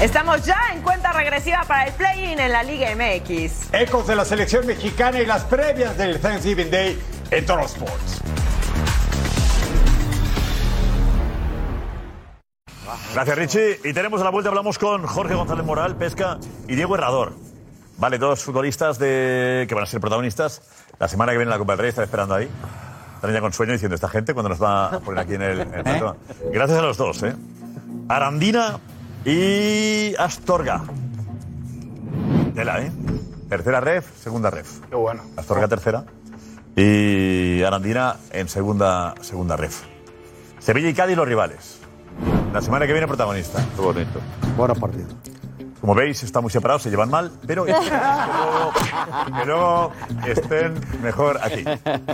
Speaker 1: Estamos ya en cuenta regresiva para el play-in en la Liga MX.
Speaker 18: Ecos de la selección mexicana y las previas del Thanksgiving Day en Toro Sports.
Speaker 6: Gracias, Richie. Y tenemos a la vuelta, hablamos con Jorge González Moral, Pesca y Diego Herrador. Vale, dos futbolistas de... que van a ser protagonistas. La semana que viene en la Copa del Rey, están esperando ahí. Están ya con sueño diciendo esta gente cuando nos va a poner aquí en el... en el plató. Gracias a los dos, ¿eh? Arandina y Astorga. Tela, ¿eh? Tercera ref, segunda ref. Qué bueno. Astorga tercera y Arandina en segunda, segunda ref. Sevilla y Cádiz los rivales. La semana que viene protagonista. Qué bonito.
Speaker 12: Buenos partidos.
Speaker 6: Como veis, están muy separados, se llevan mal, pero este, que luego estén mejor aquí.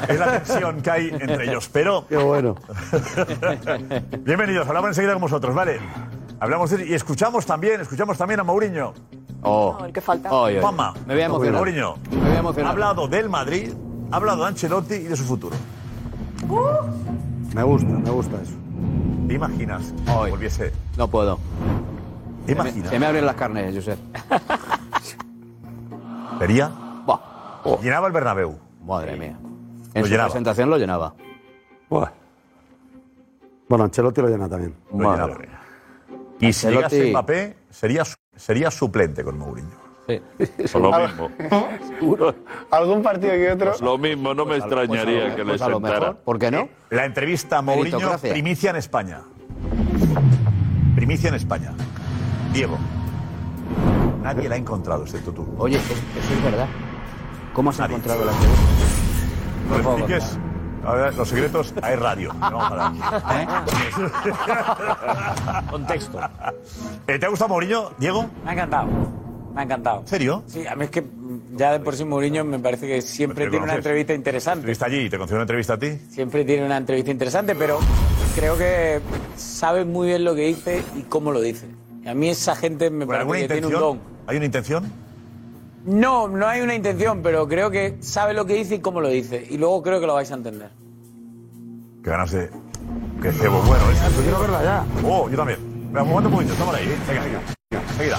Speaker 6: Es la tensión que hay entre ellos, pero...
Speaker 12: Qué bueno.
Speaker 6: Bienvenidos, hablamos enseguida con vosotros, ¿vale? Hablamos de- y escuchamos también, escuchamos también a Mourinho.
Speaker 24: Oh.
Speaker 6: el que falta.
Speaker 24: Ay, ay, ay.
Speaker 6: Fama.
Speaker 24: Me voy a emocionar.
Speaker 6: Mourinho.
Speaker 24: Me voy a emocionar.
Speaker 6: Ha hablado del Madrid, ha hablado de Ancelotti y de su futuro.
Speaker 12: Me gusta, me gusta eso.
Speaker 6: ¿Te imaginas? que Volviese.
Speaker 24: No puedo.
Speaker 6: ¿Te imaginas?
Speaker 24: Se me abren las carnes, Josep.
Speaker 6: ¿Vería? Oh. Llenaba el Bernabéu.
Speaker 24: Madre mía.
Speaker 6: Lo
Speaker 24: En su
Speaker 6: llenaba.
Speaker 24: presentación lo llenaba.
Speaker 12: Bueno, Ancelotti lo llena también.
Speaker 6: Lo llenaba. Y si
Speaker 12: Ancelotti-
Speaker 6: llegase Mbappé, sería, su- sería suplente con Mourinho.
Speaker 24: Sí.
Speaker 10: Por lo mismo.
Speaker 24: Algún partido que otro.
Speaker 10: Pues lo mismo, no me extrañaría
Speaker 24: pues
Speaker 10: que
Speaker 32: Pues
Speaker 10: le sentara.
Speaker 24: ¿Por qué no?
Speaker 6: La entrevista a Mourinho,
Speaker 10: Meritocracia.
Speaker 6: primicia en España. Primicia en España. Diego. Nadie la ha encontrado, excepto tú.
Speaker 24: Oye, eso es verdad. ¿Cómo has encontrado la
Speaker 6: No expliques. A ver, los secretos, hay radio. No, para.
Speaker 32: Contexto.
Speaker 6: Eh, ¿Te ha gustado Mourinho, Diego?
Speaker 32: Me ha encantado. Me ha encantado. ¿En
Speaker 6: serio?
Speaker 32: Sí, a mí es que ya de por sí Mourinho me parece que siempre tiene una
Speaker 6: conoces.
Speaker 32: entrevista interesante.
Speaker 6: ¿Estuviste allí y te concedió una entrevista a ti?
Speaker 32: Siempre tiene una entrevista interesante, pero creo que sabe muy bien lo que dice y cómo lo dice. Y a mí esa gente me
Speaker 6: ¿Con
Speaker 32: parece
Speaker 6: alguna
Speaker 32: que tiene un
Speaker 6: intención?
Speaker 32: don.
Speaker 6: ¿Hay una intención?
Speaker 32: No, no hay una intención, pero creo que sabe lo que dice y cómo lo dice. Y luego creo que lo vais a entender.
Speaker 6: Que ganas de. Que cebo bueno, ¿eh? Yo quiero verla ya. Oh, yo también. Venga, un momento, un momento, estamos ahí, ¿eh? Venga, venga. venga, Seguida.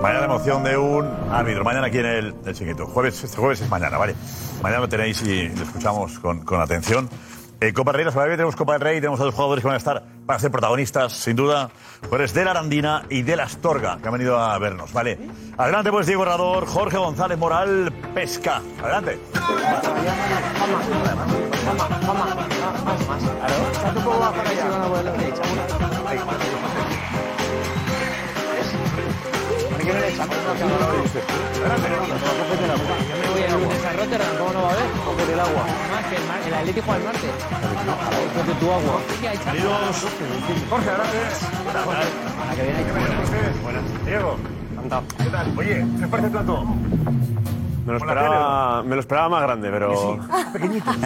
Speaker 6: Mañana la emoción de un árbitro. Mañana aquí en el, el chiquito. Jueves, este jueves es mañana, ¿vale? Mañana lo tenéis y lo escuchamos con, con atención. Eh, Copa del Rey, la semana que viene tenemos Copa del Rey, tenemos a dos jugadores que van a estar, van a ser protagonistas, sin duda, jugadores de la Arandina y de la Astorga, que han venido a vernos, ¿vale? Adelante pues Diego Rador, Jorge González Moral, Pesca. Adelante.
Speaker 25: el agua. Más que el, mar, el Atlético al norte.
Speaker 6: Jorge, tu agua. Queridos. Jorge, gracias. Buenas. que Buenas. Diego. Encantado. ¿Qué tal? Oye, ¿qué os parece el plato?
Speaker 44: Me lo, esperaba, me lo esperaba más grande, pero...
Speaker 6: Pequeñito.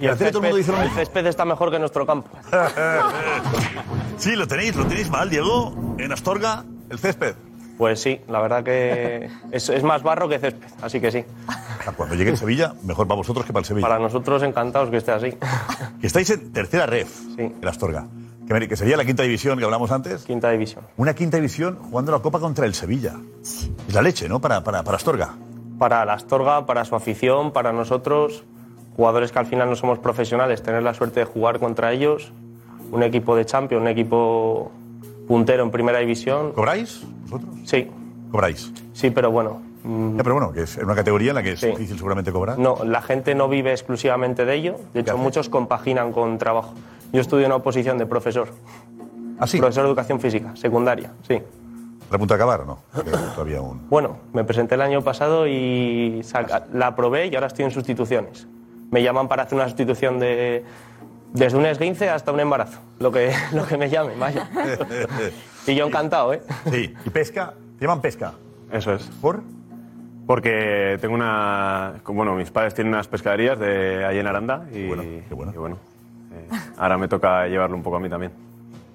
Speaker 44: Y el
Speaker 6: Pero todo el mundo
Speaker 44: césped,
Speaker 6: dice lo
Speaker 44: el
Speaker 6: mismo.
Speaker 44: césped está mejor que nuestro campo.
Speaker 6: sí, lo tenéis, lo tenéis mal, Diego. En Astorga, el césped.
Speaker 44: Pues sí, la verdad que es, es más barro que césped, así que sí.
Speaker 6: Ah, Cuando llegue el Sevilla, mejor para vosotros que para el Sevilla.
Speaker 44: Para nosotros encantados que esté así.
Speaker 6: Que estáis en tercera ref, en Astorga. Que me- Que sería la quinta división que hablamos antes.
Speaker 44: Quinta división.
Speaker 6: Una quinta división jugando la Copa contra el Sevilla. Es la leche, ¿no? Para, para, para Astorga.
Speaker 44: Para la Astorga, para su afición, para nosotros, jugadores que al final no somos profesionales, tener la suerte de jugar contra ellos, un equipo de Champions, un equipo puntero en primera división.
Speaker 6: ¿Cobráis vosotros?
Speaker 44: Sí.
Speaker 6: ¿Cobráis?
Speaker 44: Sí, pero bueno. mm,
Speaker 6: Ya, pero bueno, que es una categoría en la que es difícil seguramente cobrar.
Speaker 44: No, la gente no vive exclusivamente de ello. De hecho, muchos compaginan con trabajo. Yo estudio una oposición de profesor.
Speaker 6: ¿Ah,
Speaker 44: Profesor de educación física, secundaria, sí.
Speaker 6: ¿Está a punto de acabar o no? Porque Todavía aún.
Speaker 44: Bueno, me presenté el año pasado y
Speaker 6: Ah,
Speaker 44: saca- la aprobé y ahora estoy en sustituciones. Me llaman para hacer una sustitución de desde un esguince hasta un embarazo, lo que, lo que me llame, vaya. y yo encantado, ¿eh?
Speaker 6: Sí, y pesca, te llaman pesca.
Speaker 44: Eso es.
Speaker 6: ¿Por?
Speaker 44: Porque tengo una... Bueno, mis padres tienen unas pescaderías de ahí en Aranda y bueno. Y bueno eh, ahora me toca llevarlo un poco a mí también.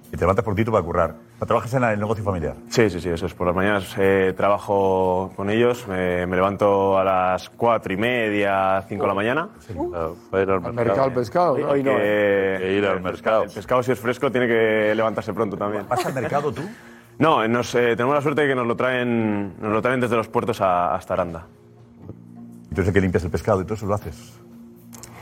Speaker 6: Y te levantas prontito para currar. O sea, Trabajas en la- el negocio familiar.
Speaker 44: Sí, sí, sí, eso es. Por las mañanas eh, trabajo con ellos, eh, me levanto a las cuatro y media, cinco de la mañana.
Speaker 10: Para ir al
Speaker 44: mercado al
Speaker 10: pescado.
Speaker 44: Hoy- hoy no,
Speaker 8: Eh,
Speaker 44: eh.
Speaker 10: ir al mercado.
Speaker 44: El pescado, si es fresco, tiene que levantarse pronto también.
Speaker 6: ¿Vas al mercado tú?
Speaker 44: No, eh, nos, eh, tenemos la suerte de que nos lo traen, nos lo traen desde los puertos a- hasta Aranda.
Speaker 6: Entonces, que limpias el pescado y todo eso lo haces.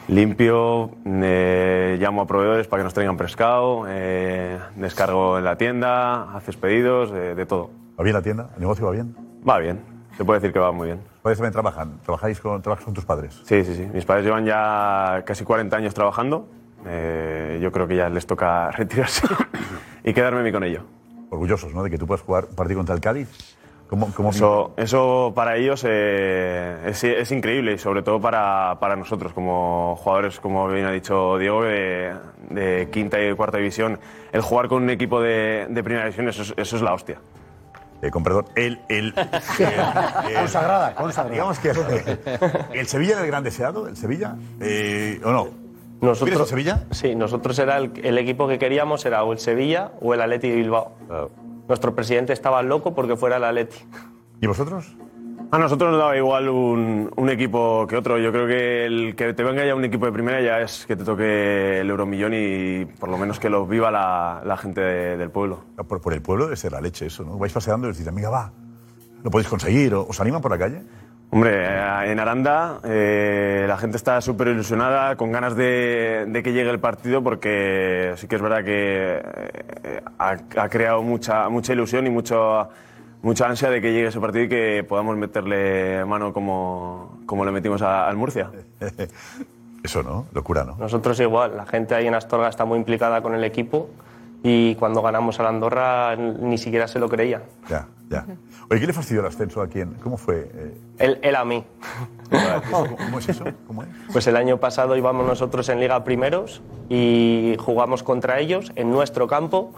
Speaker 44: Limpio, eh, llamo a proveedores para que nos traigan pescado, eh, descargo en la tienda, haces pedidos, eh, de todo.
Speaker 6: ¿Va bien la tienda? ¿El negocio va bien?
Speaker 44: Va bien, se puede decir que va muy bien.
Speaker 6: ¿Tus padres también trabajan? ¿Trabajáis con, trabajas con tus padres?
Speaker 44: Sí, sí, sí. Mis padres llevan ya casi 40 años trabajando. Eh, yo creo que ya les toca retirarse y quedarme a mí con ello.
Speaker 6: Orgullosos, ¿no? De que tú puedas jugar un partido contra el Cádiz. ¿Cómo, cómo
Speaker 44: Eso, eso para ellos eh, es, es increíble y sobre todo para, para nosotros como jugadores, como bien ha dicho Diego, de, de quinta y cuarta división. El jugar con un equipo de, de primera división, eso, es- eso es la hostia.
Speaker 6: Eh, con perdón, el, el,
Speaker 12: Consagrada, consagrada.
Speaker 6: Eh, Digamos que eh, el Sevilla era el gran deseado, el Sevilla, eh, ¿o no? ¿Vienes de Sevilla?
Speaker 44: Sí, nosotros era el, el equipo que queríamos era o el Sevilla o el Atleti de Bilbao. Nuestro presidente estaba loco porque fuera el Atleti.
Speaker 6: ¿Y vosotros?
Speaker 44: A nosotros nos daba igual un, un equipo que otro. Yo creo que el que te venga ya un equipo de primera ya es que te toque el euromillón y por lo menos que lo viva la, la gente de- del pueblo.
Speaker 6: Por, por el pueblo debe ser la leche eso, ¿no? Vais paseando y decís, amiga, va, lo podéis conseguir, o- os animan por la calle.
Speaker 44: Hombre, eh, en Aranda eh, la gente está súper ilusionada, con ganas de, de que llegue el partido, porque sí que es verdad que eh, ha, ha creado mucha, mucha ilusión y mucho, mucha ansia de que llegue ese partido y que podamos meterle mano como, como le metimos a- al Murcia.
Speaker 6: Eso, ¿no? Locura, ¿no?
Speaker 44: Nosotros igual, la gente ahí en Astorga está muy implicada con el equipo y cuando ganamos a la Andorra ni siquiera se lo creía.
Speaker 6: Ya, ya. Oye, ¿qué le fastidió el ascenso a quién? ¿Cómo fue? eh?
Speaker 44: Él, él a mí.
Speaker 6: ¿Cómo, cómo es eso? ¿Cómo es?
Speaker 44: Pues el año pasado íbamos nosotros en Liga Primeros y jugamos contra ellos en nuestro campo,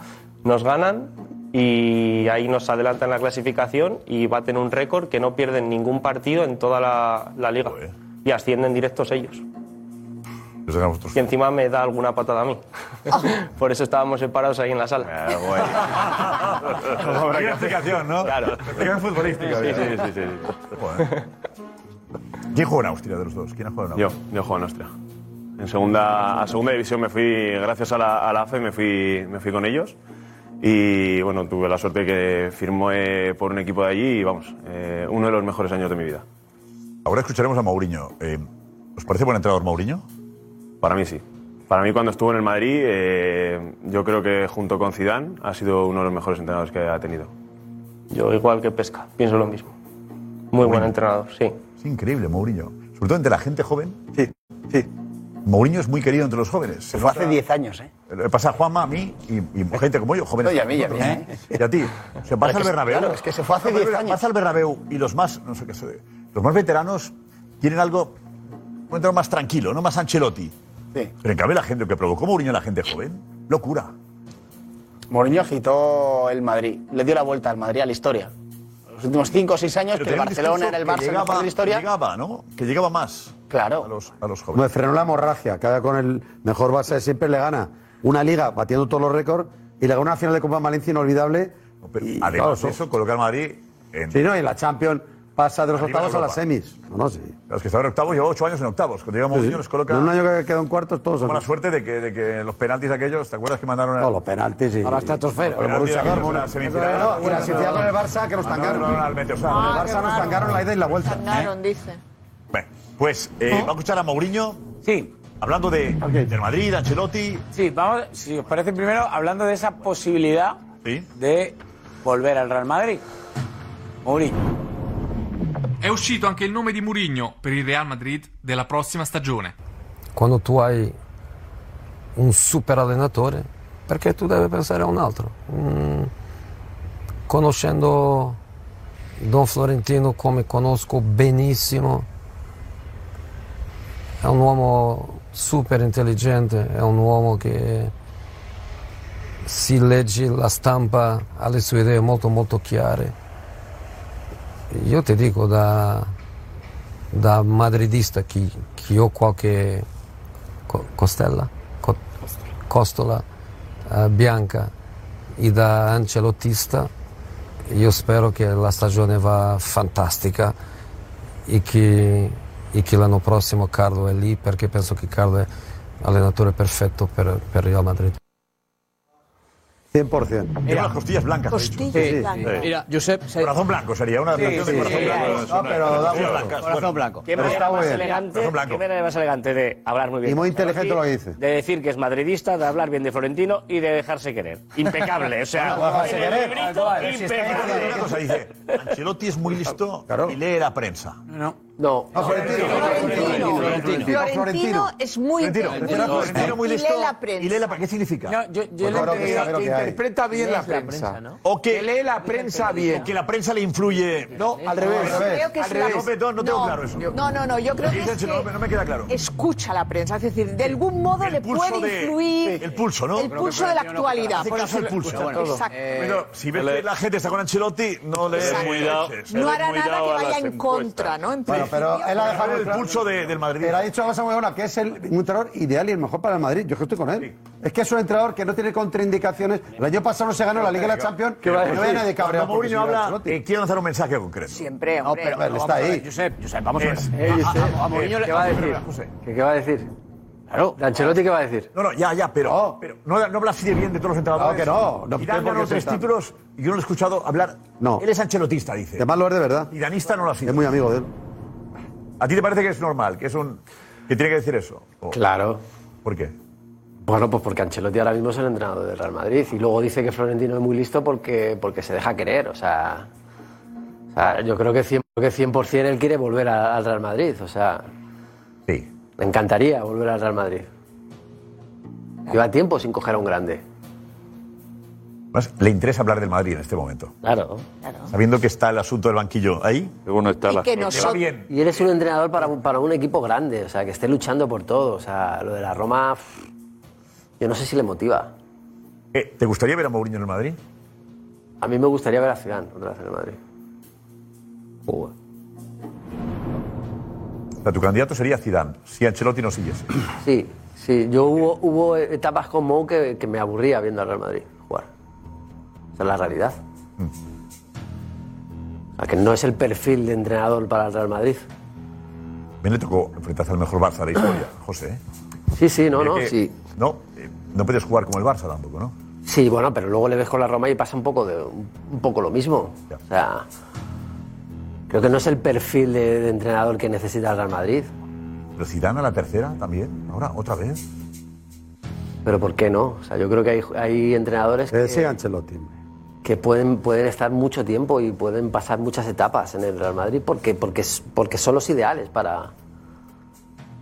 Speaker 44: nos ganan y ahí nos adelantan la clasificación y baten un récord que no pierden ningún partido en toda la, la liga y ascienden directos ellos. Y encima me da alguna patada a mí. Por eso estábamos separados ahí en la sala.
Speaker 6: Una explicación, ¿no? Claro. Explicación futbolística.
Speaker 44: Sí,
Speaker 6: ¿verdad?
Speaker 44: sí, sí, sí.
Speaker 6: Joder. ¿Quién jugó en Austria de los dos? ¿Quién ha jugado en
Speaker 44: Yo,
Speaker 6: Austria?
Speaker 44: yo juego en Austria. En segunda, a segunda división me fui, gracias a la, a la AFE, me fui, me fui con ellos. Y bueno, tuve la suerte que firmé por un equipo de allí y vamos, eh, uno de los mejores años de mi vida.
Speaker 6: Ahora escucharemos a Mourinho. Eh, ¿Os parece buen entrenador Mourinho?
Speaker 44: Para mí sí. Para mí cuando estuvo en el Madrid, eh, yo creo que junto con Zidane ha sido uno de los mejores entrenadores que ha tenido.
Speaker 45: Yo igual que Pesca, pienso lo mismo. Muy buen entrenador, sí.
Speaker 6: Es increíble, Mourinho. Sobre todo entre la gente joven. Sí, sí. Mourinho es muy querido entre los jóvenes. Se
Speaker 16: Fue hace 10 años, ¿eh?
Speaker 6: Le pasa a Juanma, a mí y, y gente como yo, jóvenes.
Speaker 16: No, y a mí, y a
Speaker 6: como nosotros,
Speaker 16: mí,
Speaker 6: Y a ti. Se pasa
Speaker 16: Pero
Speaker 6: al
Speaker 16: es que-
Speaker 6: Bernabéu.
Speaker 16: claro, es que se fue hace
Speaker 6: Pasa al
Speaker 16: 10
Speaker 6: Bernabéu-
Speaker 16: años.
Speaker 6: Pasa al Bernabéu y los más, no sé qué, sé, los más veteranos tienen algo, un entorno más tranquilo, no más Ancelotti.
Speaker 16: Sí.
Speaker 6: Pero en cambio la gente, lo que provocó Mourinho en la gente joven, locura.
Speaker 16: Mourinho agitó el Madrid, le dio la vuelta al Madrid a la historia. Los últimos 5 o 6 años
Speaker 6: Pero
Speaker 16: que el
Speaker 6: tenía un
Speaker 16: Barcelona era el
Speaker 6: discurso
Speaker 16: Barça
Speaker 6: que
Speaker 16: el mejor de
Speaker 6: llegaba-
Speaker 16: la historia.
Speaker 6: que llegaba, ¿no? Que llegaba más.
Speaker 16: Claro.
Speaker 6: A los, a los jóvenes.
Speaker 12: Eh, Me frenó la hemorragia, cada con el mejor base siempre le gana una liga batiendo todos los récords y le gana una final de Copa Valencia inolvidable. y,
Speaker 6: Además
Speaker 12: claro,
Speaker 6: de eso, colocar a Madrid en.
Speaker 12: Sí, no, y la Champions pasa de los
Speaker 6: Arriba de
Speaker 12: octavos a
Speaker 6: Europa.
Speaker 12: las semis. No, no, sí.
Speaker 6: Los que estaban en octavos llevaba ocho años en octavos. Cuando llegamos
Speaker 12: Sí, sí.
Speaker 6: Mourinho nos coloca.
Speaker 12: En un año que quedó en cuartos todos
Speaker 6: Buena
Speaker 12: son.
Speaker 6: suerte de que, de que los penaltis aquellos, ¿te acuerdas que mandaron a. No, los
Speaker 12: penaltis, sí.
Speaker 6: A la estratosfera.
Speaker 12: Al Borussia Dortmund. No, y la Sociedad con el Barça, que nos tancaron.
Speaker 6: Ah,
Speaker 12: el Barça nos tancaron la ida y la vuelta.
Speaker 11: dice.
Speaker 6: Pues, eh, ¿va a escuchar a Mourinho?
Speaker 32: Sí.
Speaker 6: Hablando de, del Madrid, Ancelotti.
Speaker 32: Sí, vamos, si os parece primero, hablando de esa posibilidad de volver al Real Madrid. Mourinho.
Speaker 16: È uscito anche il nome di Mourinho per il Real Madrid della prossima stagione.
Speaker 46: quando tu hai un super allenatore, perché tu devi pensare a un altro. Mm, conoscendo Don Florentino come conosco benissimo, è un uomo super intelligente, è un uomo che si legge la stampa, ha le sue idee molto molto chiare. Io ti dico da, da madridista chi, chi ho qualche co- costella, co- costola eh, bianca e da ancelottista io spero che la stagione va fantastica e che, e che l'anno prossimo Carlo è lì perché penso che Carlo è allenatore perfetto per, per Real Madrid.
Speaker 12: 100%.
Speaker 6: Lleva las costillas blancas. ha dicho.
Speaker 12: Costillas Sí, sí. blancas. Mira,
Speaker 6: Josep. Corazón blanco sería una
Speaker 12: Sí,
Speaker 6: relación
Speaker 12: sí,
Speaker 6: de corazón
Speaker 12: sí.
Speaker 6: blanco.
Speaker 12: No,
Speaker 6: es una-
Speaker 12: pero da
Speaker 6: costillas
Speaker 12: gusto.
Speaker 6: blancas,
Speaker 12: Corazón
Speaker 6: bueno.
Speaker 12: blanco.
Speaker 16: Qué
Speaker 6: Pero
Speaker 16: manera
Speaker 6: está
Speaker 16: más
Speaker 6: muy bien.
Speaker 16: elegante,
Speaker 6: Corazón blanco.
Speaker 16: qué manera más elegante de hablar muy bien.
Speaker 12: Y muy
Speaker 16: de
Speaker 12: inteligente
Speaker 16: Ancelotti,
Speaker 12: lo que dice.
Speaker 16: De decir que es madridista, de hablar bien de Florentino y de dejarse querer. Impecable, o sea.
Speaker 6: Bueno, dejarse
Speaker 16: en el
Speaker 6: querer.
Speaker 16: librito,
Speaker 6: Pero si está
Speaker 16: impecable.
Speaker 6: diciendo una cosa, dice, Ancelotti es muy listo y lee la prensa. Ah,
Speaker 32: No.
Speaker 16: No.
Speaker 6: Florentino.
Speaker 16: Florentino.
Speaker 6: Florentino.
Speaker 11: Florentino es
Speaker 6: Florentino,
Speaker 11: muy inteligente.
Speaker 6: Florentino, Florentino muy
Speaker 11: Y lee
Speaker 6: listo.
Speaker 11: la prensa.
Speaker 6: ¿Y lee la prensa? ¿Qué significa?
Speaker 11: No, yo- yo le entendí que interpreta bien la prensa.
Speaker 6: O que
Speaker 11: lee la prensa bien.
Speaker 6: Que la prensa le influye. ¿Eh? No,
Speaker 11: al revés. Creo que
Speaker 6: Oh, al
Speaker 11: es la-
Speaker 6: revés. No, no tengo claro eso.
Speaker 11: No, no, no, yo creo que,
Speaker 6: Dice,
Speaker 11: es
Speaker 6: no,
Speaker 11: que
Speaker 6: no me queda claro.
Speaker 11: escucha la prensa, es decir, de algún modo le
Speaker 6: pulso
Speaker 11: puede
Speaker 6: de-
Speaker 11: influir
Speaker 6: sí, el pulso, ¿no?
Speaker 11: el pulso de la actualidad.
Speaker 6: Hace
Speaker 11: por
Speaker 6: este caso al
Speaker 11: decirlo-
Speaker 6: pulso.
Speaker 11: Exacto.
Speaker 6: Pero si ves que la gente está con Ancelotti, no le
Speaker 11: Exacto.
Speaker 6: Cuidado.
Speaker 11: no hará nada que vaya en contra, ¿no? En
Speaker 12: Bueno,
Speaker 11: principio.
Speaker 12: pero él ha dejado
Speaker 6: el pulso del Madrid.
Speaker 12: Pero ha dicho una cosa muy buena, que es el, un entrenador ideal y el mejor para el Madrid. Yo es que estoy con él. Es que es un entrenador que no tiene contraindicaciones. El año pasado no se ganó la Liga y la Champions.
Speaker 6: Que va a
Speaker 12: no
Speaker 6: decir,
Speaker 12: había nadie cabreado.
Speaker 6: cuando Mourinho habla, eh, quiero lanzar un mensaje concreto.
Speaker 11: Siempre, hombre.
Speaker 12: pero- Él está ahí.
Speaker 32: Josep, Josep,
Speaker 6: vamos a ver. eh,
Speaker 34: ¿Qué va a decir? ¿Qué, qué va a decir? Claro. ¿De Ancelotti qué va a decir?
Speaker 6: No, no, ya, ya, pero, pero no, no habla así de bien de todos los entrenadores.
Speaker 12: Claro que no, no
Speaker 6: y
Speaker 12: tengo
Speaker 6: dan
Speaker 12: por qué
Speaker 6: tres
Speaker 12: ser tan-
Speaker 6: títulos y yo no lo he escuchado hablar.
Speaker 12: No.
Speaker 6: Él es ancelotista, dice.
Speaker 12: Además lo es de verdad.
Speaker 6: Y danista no lo ha sido.
Speaker 12: Es muy amigo de él.
Speaker 6: ¿A ti te parece que es normal, que es un que tiene que decir eso? ¿O-
Speaker 34: Claro.
Speaker 6: ¿Por qué?
Speaker 34: Bueno, pues porque Ancelotti ahora mismo es el entrenador del Real Madrid y luego dice que Florentino es muy listo porque, porque se deja querer, o sea, o sea, yo creo que 100%, que 100 él quiere volver a- al Real Madrid, o sea,
Speaker 6: sí.
Speaker 34: le encantaría volver al Real Madrid. Lleva tiempo sin coger a un grande.
Speaker 6: Además, le interesa hablar del Madrid en este momento.
Speaker 34: Claro.
Speaker 6: Sabiendo que está el asunto del banquillo ahí.
Speaker 47: Bueno, está
Speaker 34: Y él es un entrenador para, un- para un equipo grande, o sea, que esté luchando por todo, o sea, lo de la Roma, pff, yo no sé si le motiva.
Speaker 6: Eh, ¿Te gustaría ver a Mourinho en el Madrid?
Speaker 34: A mí me gustaría ver a Zidane otra vez en el Madrid.
Speaker 6: O sea, tu candidato sería Zidane, si Ancelotti no siguiese.
Speaker 34: Sí, sí. Yo hubo, hubo etapas con Mou que, que me aburría viendo al Real Madrid jugar. Esa es la realidad.
Speaker 6: Mm.
Speaker 34: O sea, que no es el perfil de entrenador para el Real Madrid.
Speaker 6: Bien le tocó enfrentarse al mejor Barça de la historia, José. ¿eh?
Speaker 34: Sí, sí, no,
Speaker 6: Mira
Speaker 34: no,
Speaker 6: que-
Speaker 34: sí.
Speaker 6: No, eh, no puedes jugar como el Barça tampoco, ¿no?
Speaker 34: Sí, bueno, pero luego le ves con la Roma y pasa un poco, de, un poco lo mismo. O sea, creo que no es el perfil de, de entrenador que necesita el Real Madrid.
Speaker 6: Pero Zidane a la tercera también, ahora, otra vez.
Speaker 34: Pero ¿por qué no? O sea, yo creo que hay, hay entrenadores que...
Speaker 12: Ese Ancelotti.
Speaker 34: que pueden, pueden estar mucho tiempo y pueden pasar muchas etapas en el Real Madrid porque, porque, porque son los ideales para,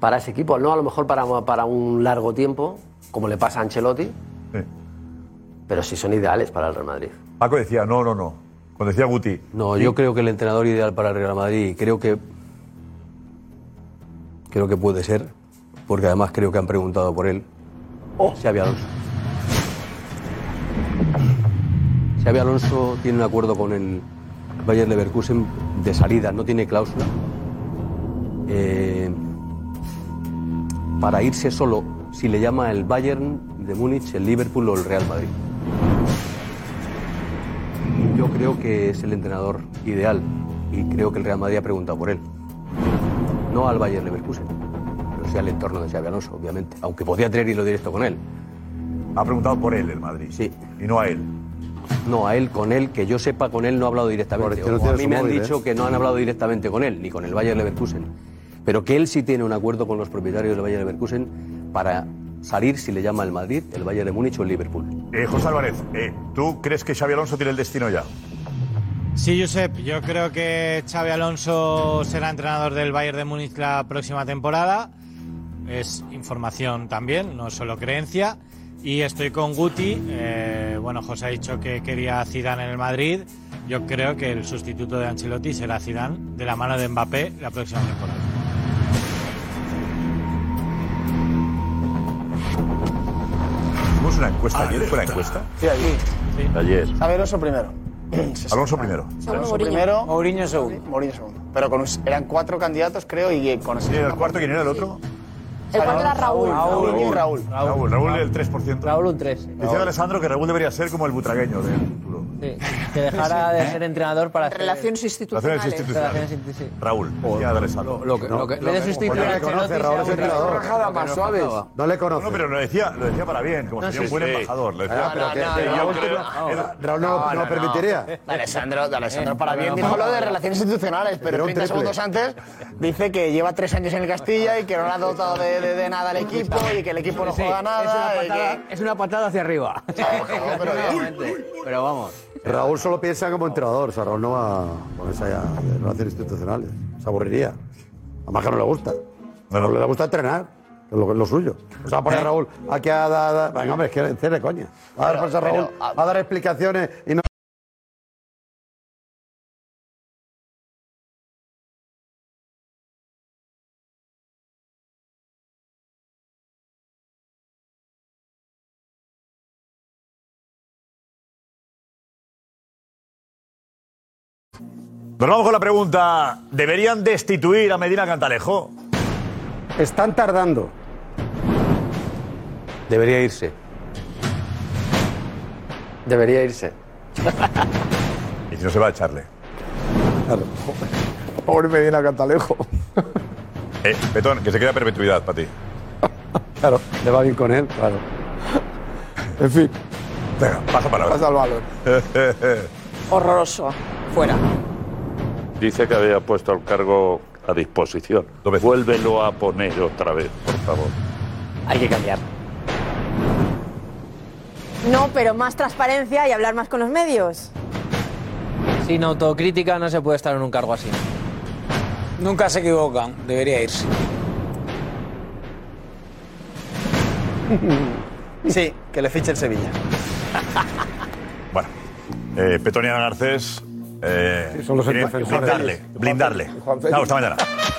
Speaker 34: para ese equipo. No a lo mejor para, para un largo tiempo, como le pasa a Ancelotti, pero sí son ideales para el Real Madrid.
Speaker 6: Paco decía, no, no, no. Cuando decía Guti.
Speaker 9: No, yo creo que el entrenador ideal para el Real Madrid, creo que. Creo que puede ser, porque además creo que han preguntado por él. Xavi Alonso. Xavi Alonso tiene un acuerdo con el Bayern Leverkusen de salida, no tiene cláusula. Eh, para irse solo si le llama el Bayern de Múnich, el Liverpool o el Real Madrid. Yo creo que es el entrenador ideal y creo que el Real Madrid ha preguntado por él. No al Bayern Leverkusen, pero sí al entorno de Xabi Alonso, obviamente. Aunque podía tener hilo directo con él.
Speaker 6: Ha preguntado por él el Madrid.
Speaker 9: Sí.
Speaker 6: Y no a él.
Speaker 9: No, a él, con él, que yo sepa, con él no ha hablado directamente. no Ojo, a tiene mí su me han móvil, ¿eh? dicho que no han hablado directamente con él, ni con el Bayern Leverkusen. Pero que él sí tiene un acuerdo con los propietarios del Bayern Leverkusen para salir si le llama el Madrid, el Bayern de Múnich o el Liverpool.
Speaker 6: Eh, José Álvarez, eh, ¿tú crees que Xavi Alonso tiene el destino ya?
Speaker 31: Sí, Josep, yo creo que Xavi Alonso será entrenador del Bayern de Múnich la próxima temporada. Es información también, no solo creencia. Y estoy con Guti. Eh, bueno, José ha dicho que quería a Zidane en el Madrid. Yo creo que el sustituto de Ancelotti será Zidane de la mano de Mbappé la próxima temporada.
Speaker 6: Hicimos una encuesta ayer, fue la encuesta.
Speaker 16: Sí, aquí.
Speaker 6: Ayer.
Speaker 16: Xavi Alonso primero.
Speaker 6: Alonso primero.
Speaker 16: Alonso
Speaker 6: Mourinho.
Speaker 16: primero. Mourinho segundo. Mourinho segundo. Pero con, un- eran cuatro candidatos, creo, y con
Speaker 6: Sí, el cuarto, ¿quién era el otro?
Speaker 7: El cual era Raúl.
Speaker 6: Raúl.
Speaker 16: Raúl.
Speaker 6: Raúl, Raúl, del 3%. Raúl
Speaker 26: un 3.
Speaker 6: Dice Alessandro que Raúl debería ser como el butragueño del futuro.
Speaker 26: Que dejara de ser entrenador para hacer-
Speaker 7: Relaciones institucionales.
Speaker 6: ¿Eh? Relaciones institucionales.
Speaker 26: Relaciones insti- sí.
Speaker 6: Raúl, decía Alessandro.
Speaker 26: lo que- lo que- lo que-
Speaker 6: Porque le conoce, Raúl es entrenador.
Speaker 12: No le conoce.
Speaker 6: No, pero lo decía, lo decía para bien, como
Speaker 12: No,
Speaker 6: sería
Speaker 12: sí,
Speaker 6: un buen
Speaker 12: sí.
Speaker 6: embajador. Lo decía,
Speaker 12: Ah,
Speaker 6: pero
Speaker 12: no,
Speaker 6: que-
Speaker 12: no,
Speaker 6: que
Speaker 12: no,
Speaker 6: yo
Speaker 12: no,
Speaker 6: creo-
Speaker 12: no.
Speaker 6: era-
Speaker 12: Raúl no- no lo permitiría.
Speaker 16: De Alessandro, de Alessandro para
Speaker 12: Eh,
Speaker 16: bien
Speaker 12: no,
Speaker 16: dijo
Speaker 12: no,
Speaker 16: lo de
Speaker 12: no.
Speaker 16: relaciones institucionales, pero
Speaker 12: Era un
Speaker 16: 30
Speaker 12: triple.
Speaker 16: segundos antes dice que lleva tres años en el Castilla y que no le ha dotado de, de- de nada al equipo y que el equipo no
Speaker 26: Sí,
Speaker 16: juega
Speaker 26: Es
Speaker 16: nada.
Speaker 6: eh,
Speaker 26: una,
Speaker 16: y
Speaker 26: patada, es una patada hacia arriba.
Speaker 9: Pero vamos.
Speaker 12: Raúl solo piensa como entrenador, o sea, Raúl no va a ponerse allá de relaciones institucionales. Se aburriría. Además que no le gusta. A Raúl le gusta entrenar, que es lo, lo suyo. O sea,
Speaker 6: ¿Eh?
Speaker 12: poner a Raúl aquí a dar... dar- Venga, hombre, es que es de coña. Va a dar paso a Raúl, va a dar explicaciones y no...
Speaker 6: Nos vamos con la pregunta: ¿deberían destituir a Medina Cantalejo?
Speaker 12: Están tardando.
Speaker 9: Debería irse.
Speaker 34: Debería irse.
Speaker 6: Y si no se va a echarle.
Speaker 8: Pobre Medina Cantalejo.
Speaker 6: Eh, Betón, que se queda perpetuidad para ti.
Speaker 12: Claro, le va bien con él, claro.
Speaker 8: En fin.
Speaker 6: Venga, pasa palabra.
Speaker 8: Pasa el balón.
Speaker 7: Horroroso. Fuera.
Speaker 10: Dice que había puesto el cargo a disposición. Vuélvelo a poner otra vez, por favor.
Speaker 48: Hay que cambiar.
Speaker 7: No, pero más transparencia y hablar más con los medios.
Speaker 26: Sin autocrítica no se puede estar en un cargo así.
Speaker 49: Nunca se equivocan, debería irse.
Speaker 32: Sí, que le fiche el Sevilla.
Speaker 6: Bueno, eh, Petonia Garcés. Eh,
Speaker 32: son los
Speaker 6: quiere
Speaker 32: defensores.
Speaker 6: blindarle, blindarle. Vamos, esta mañana.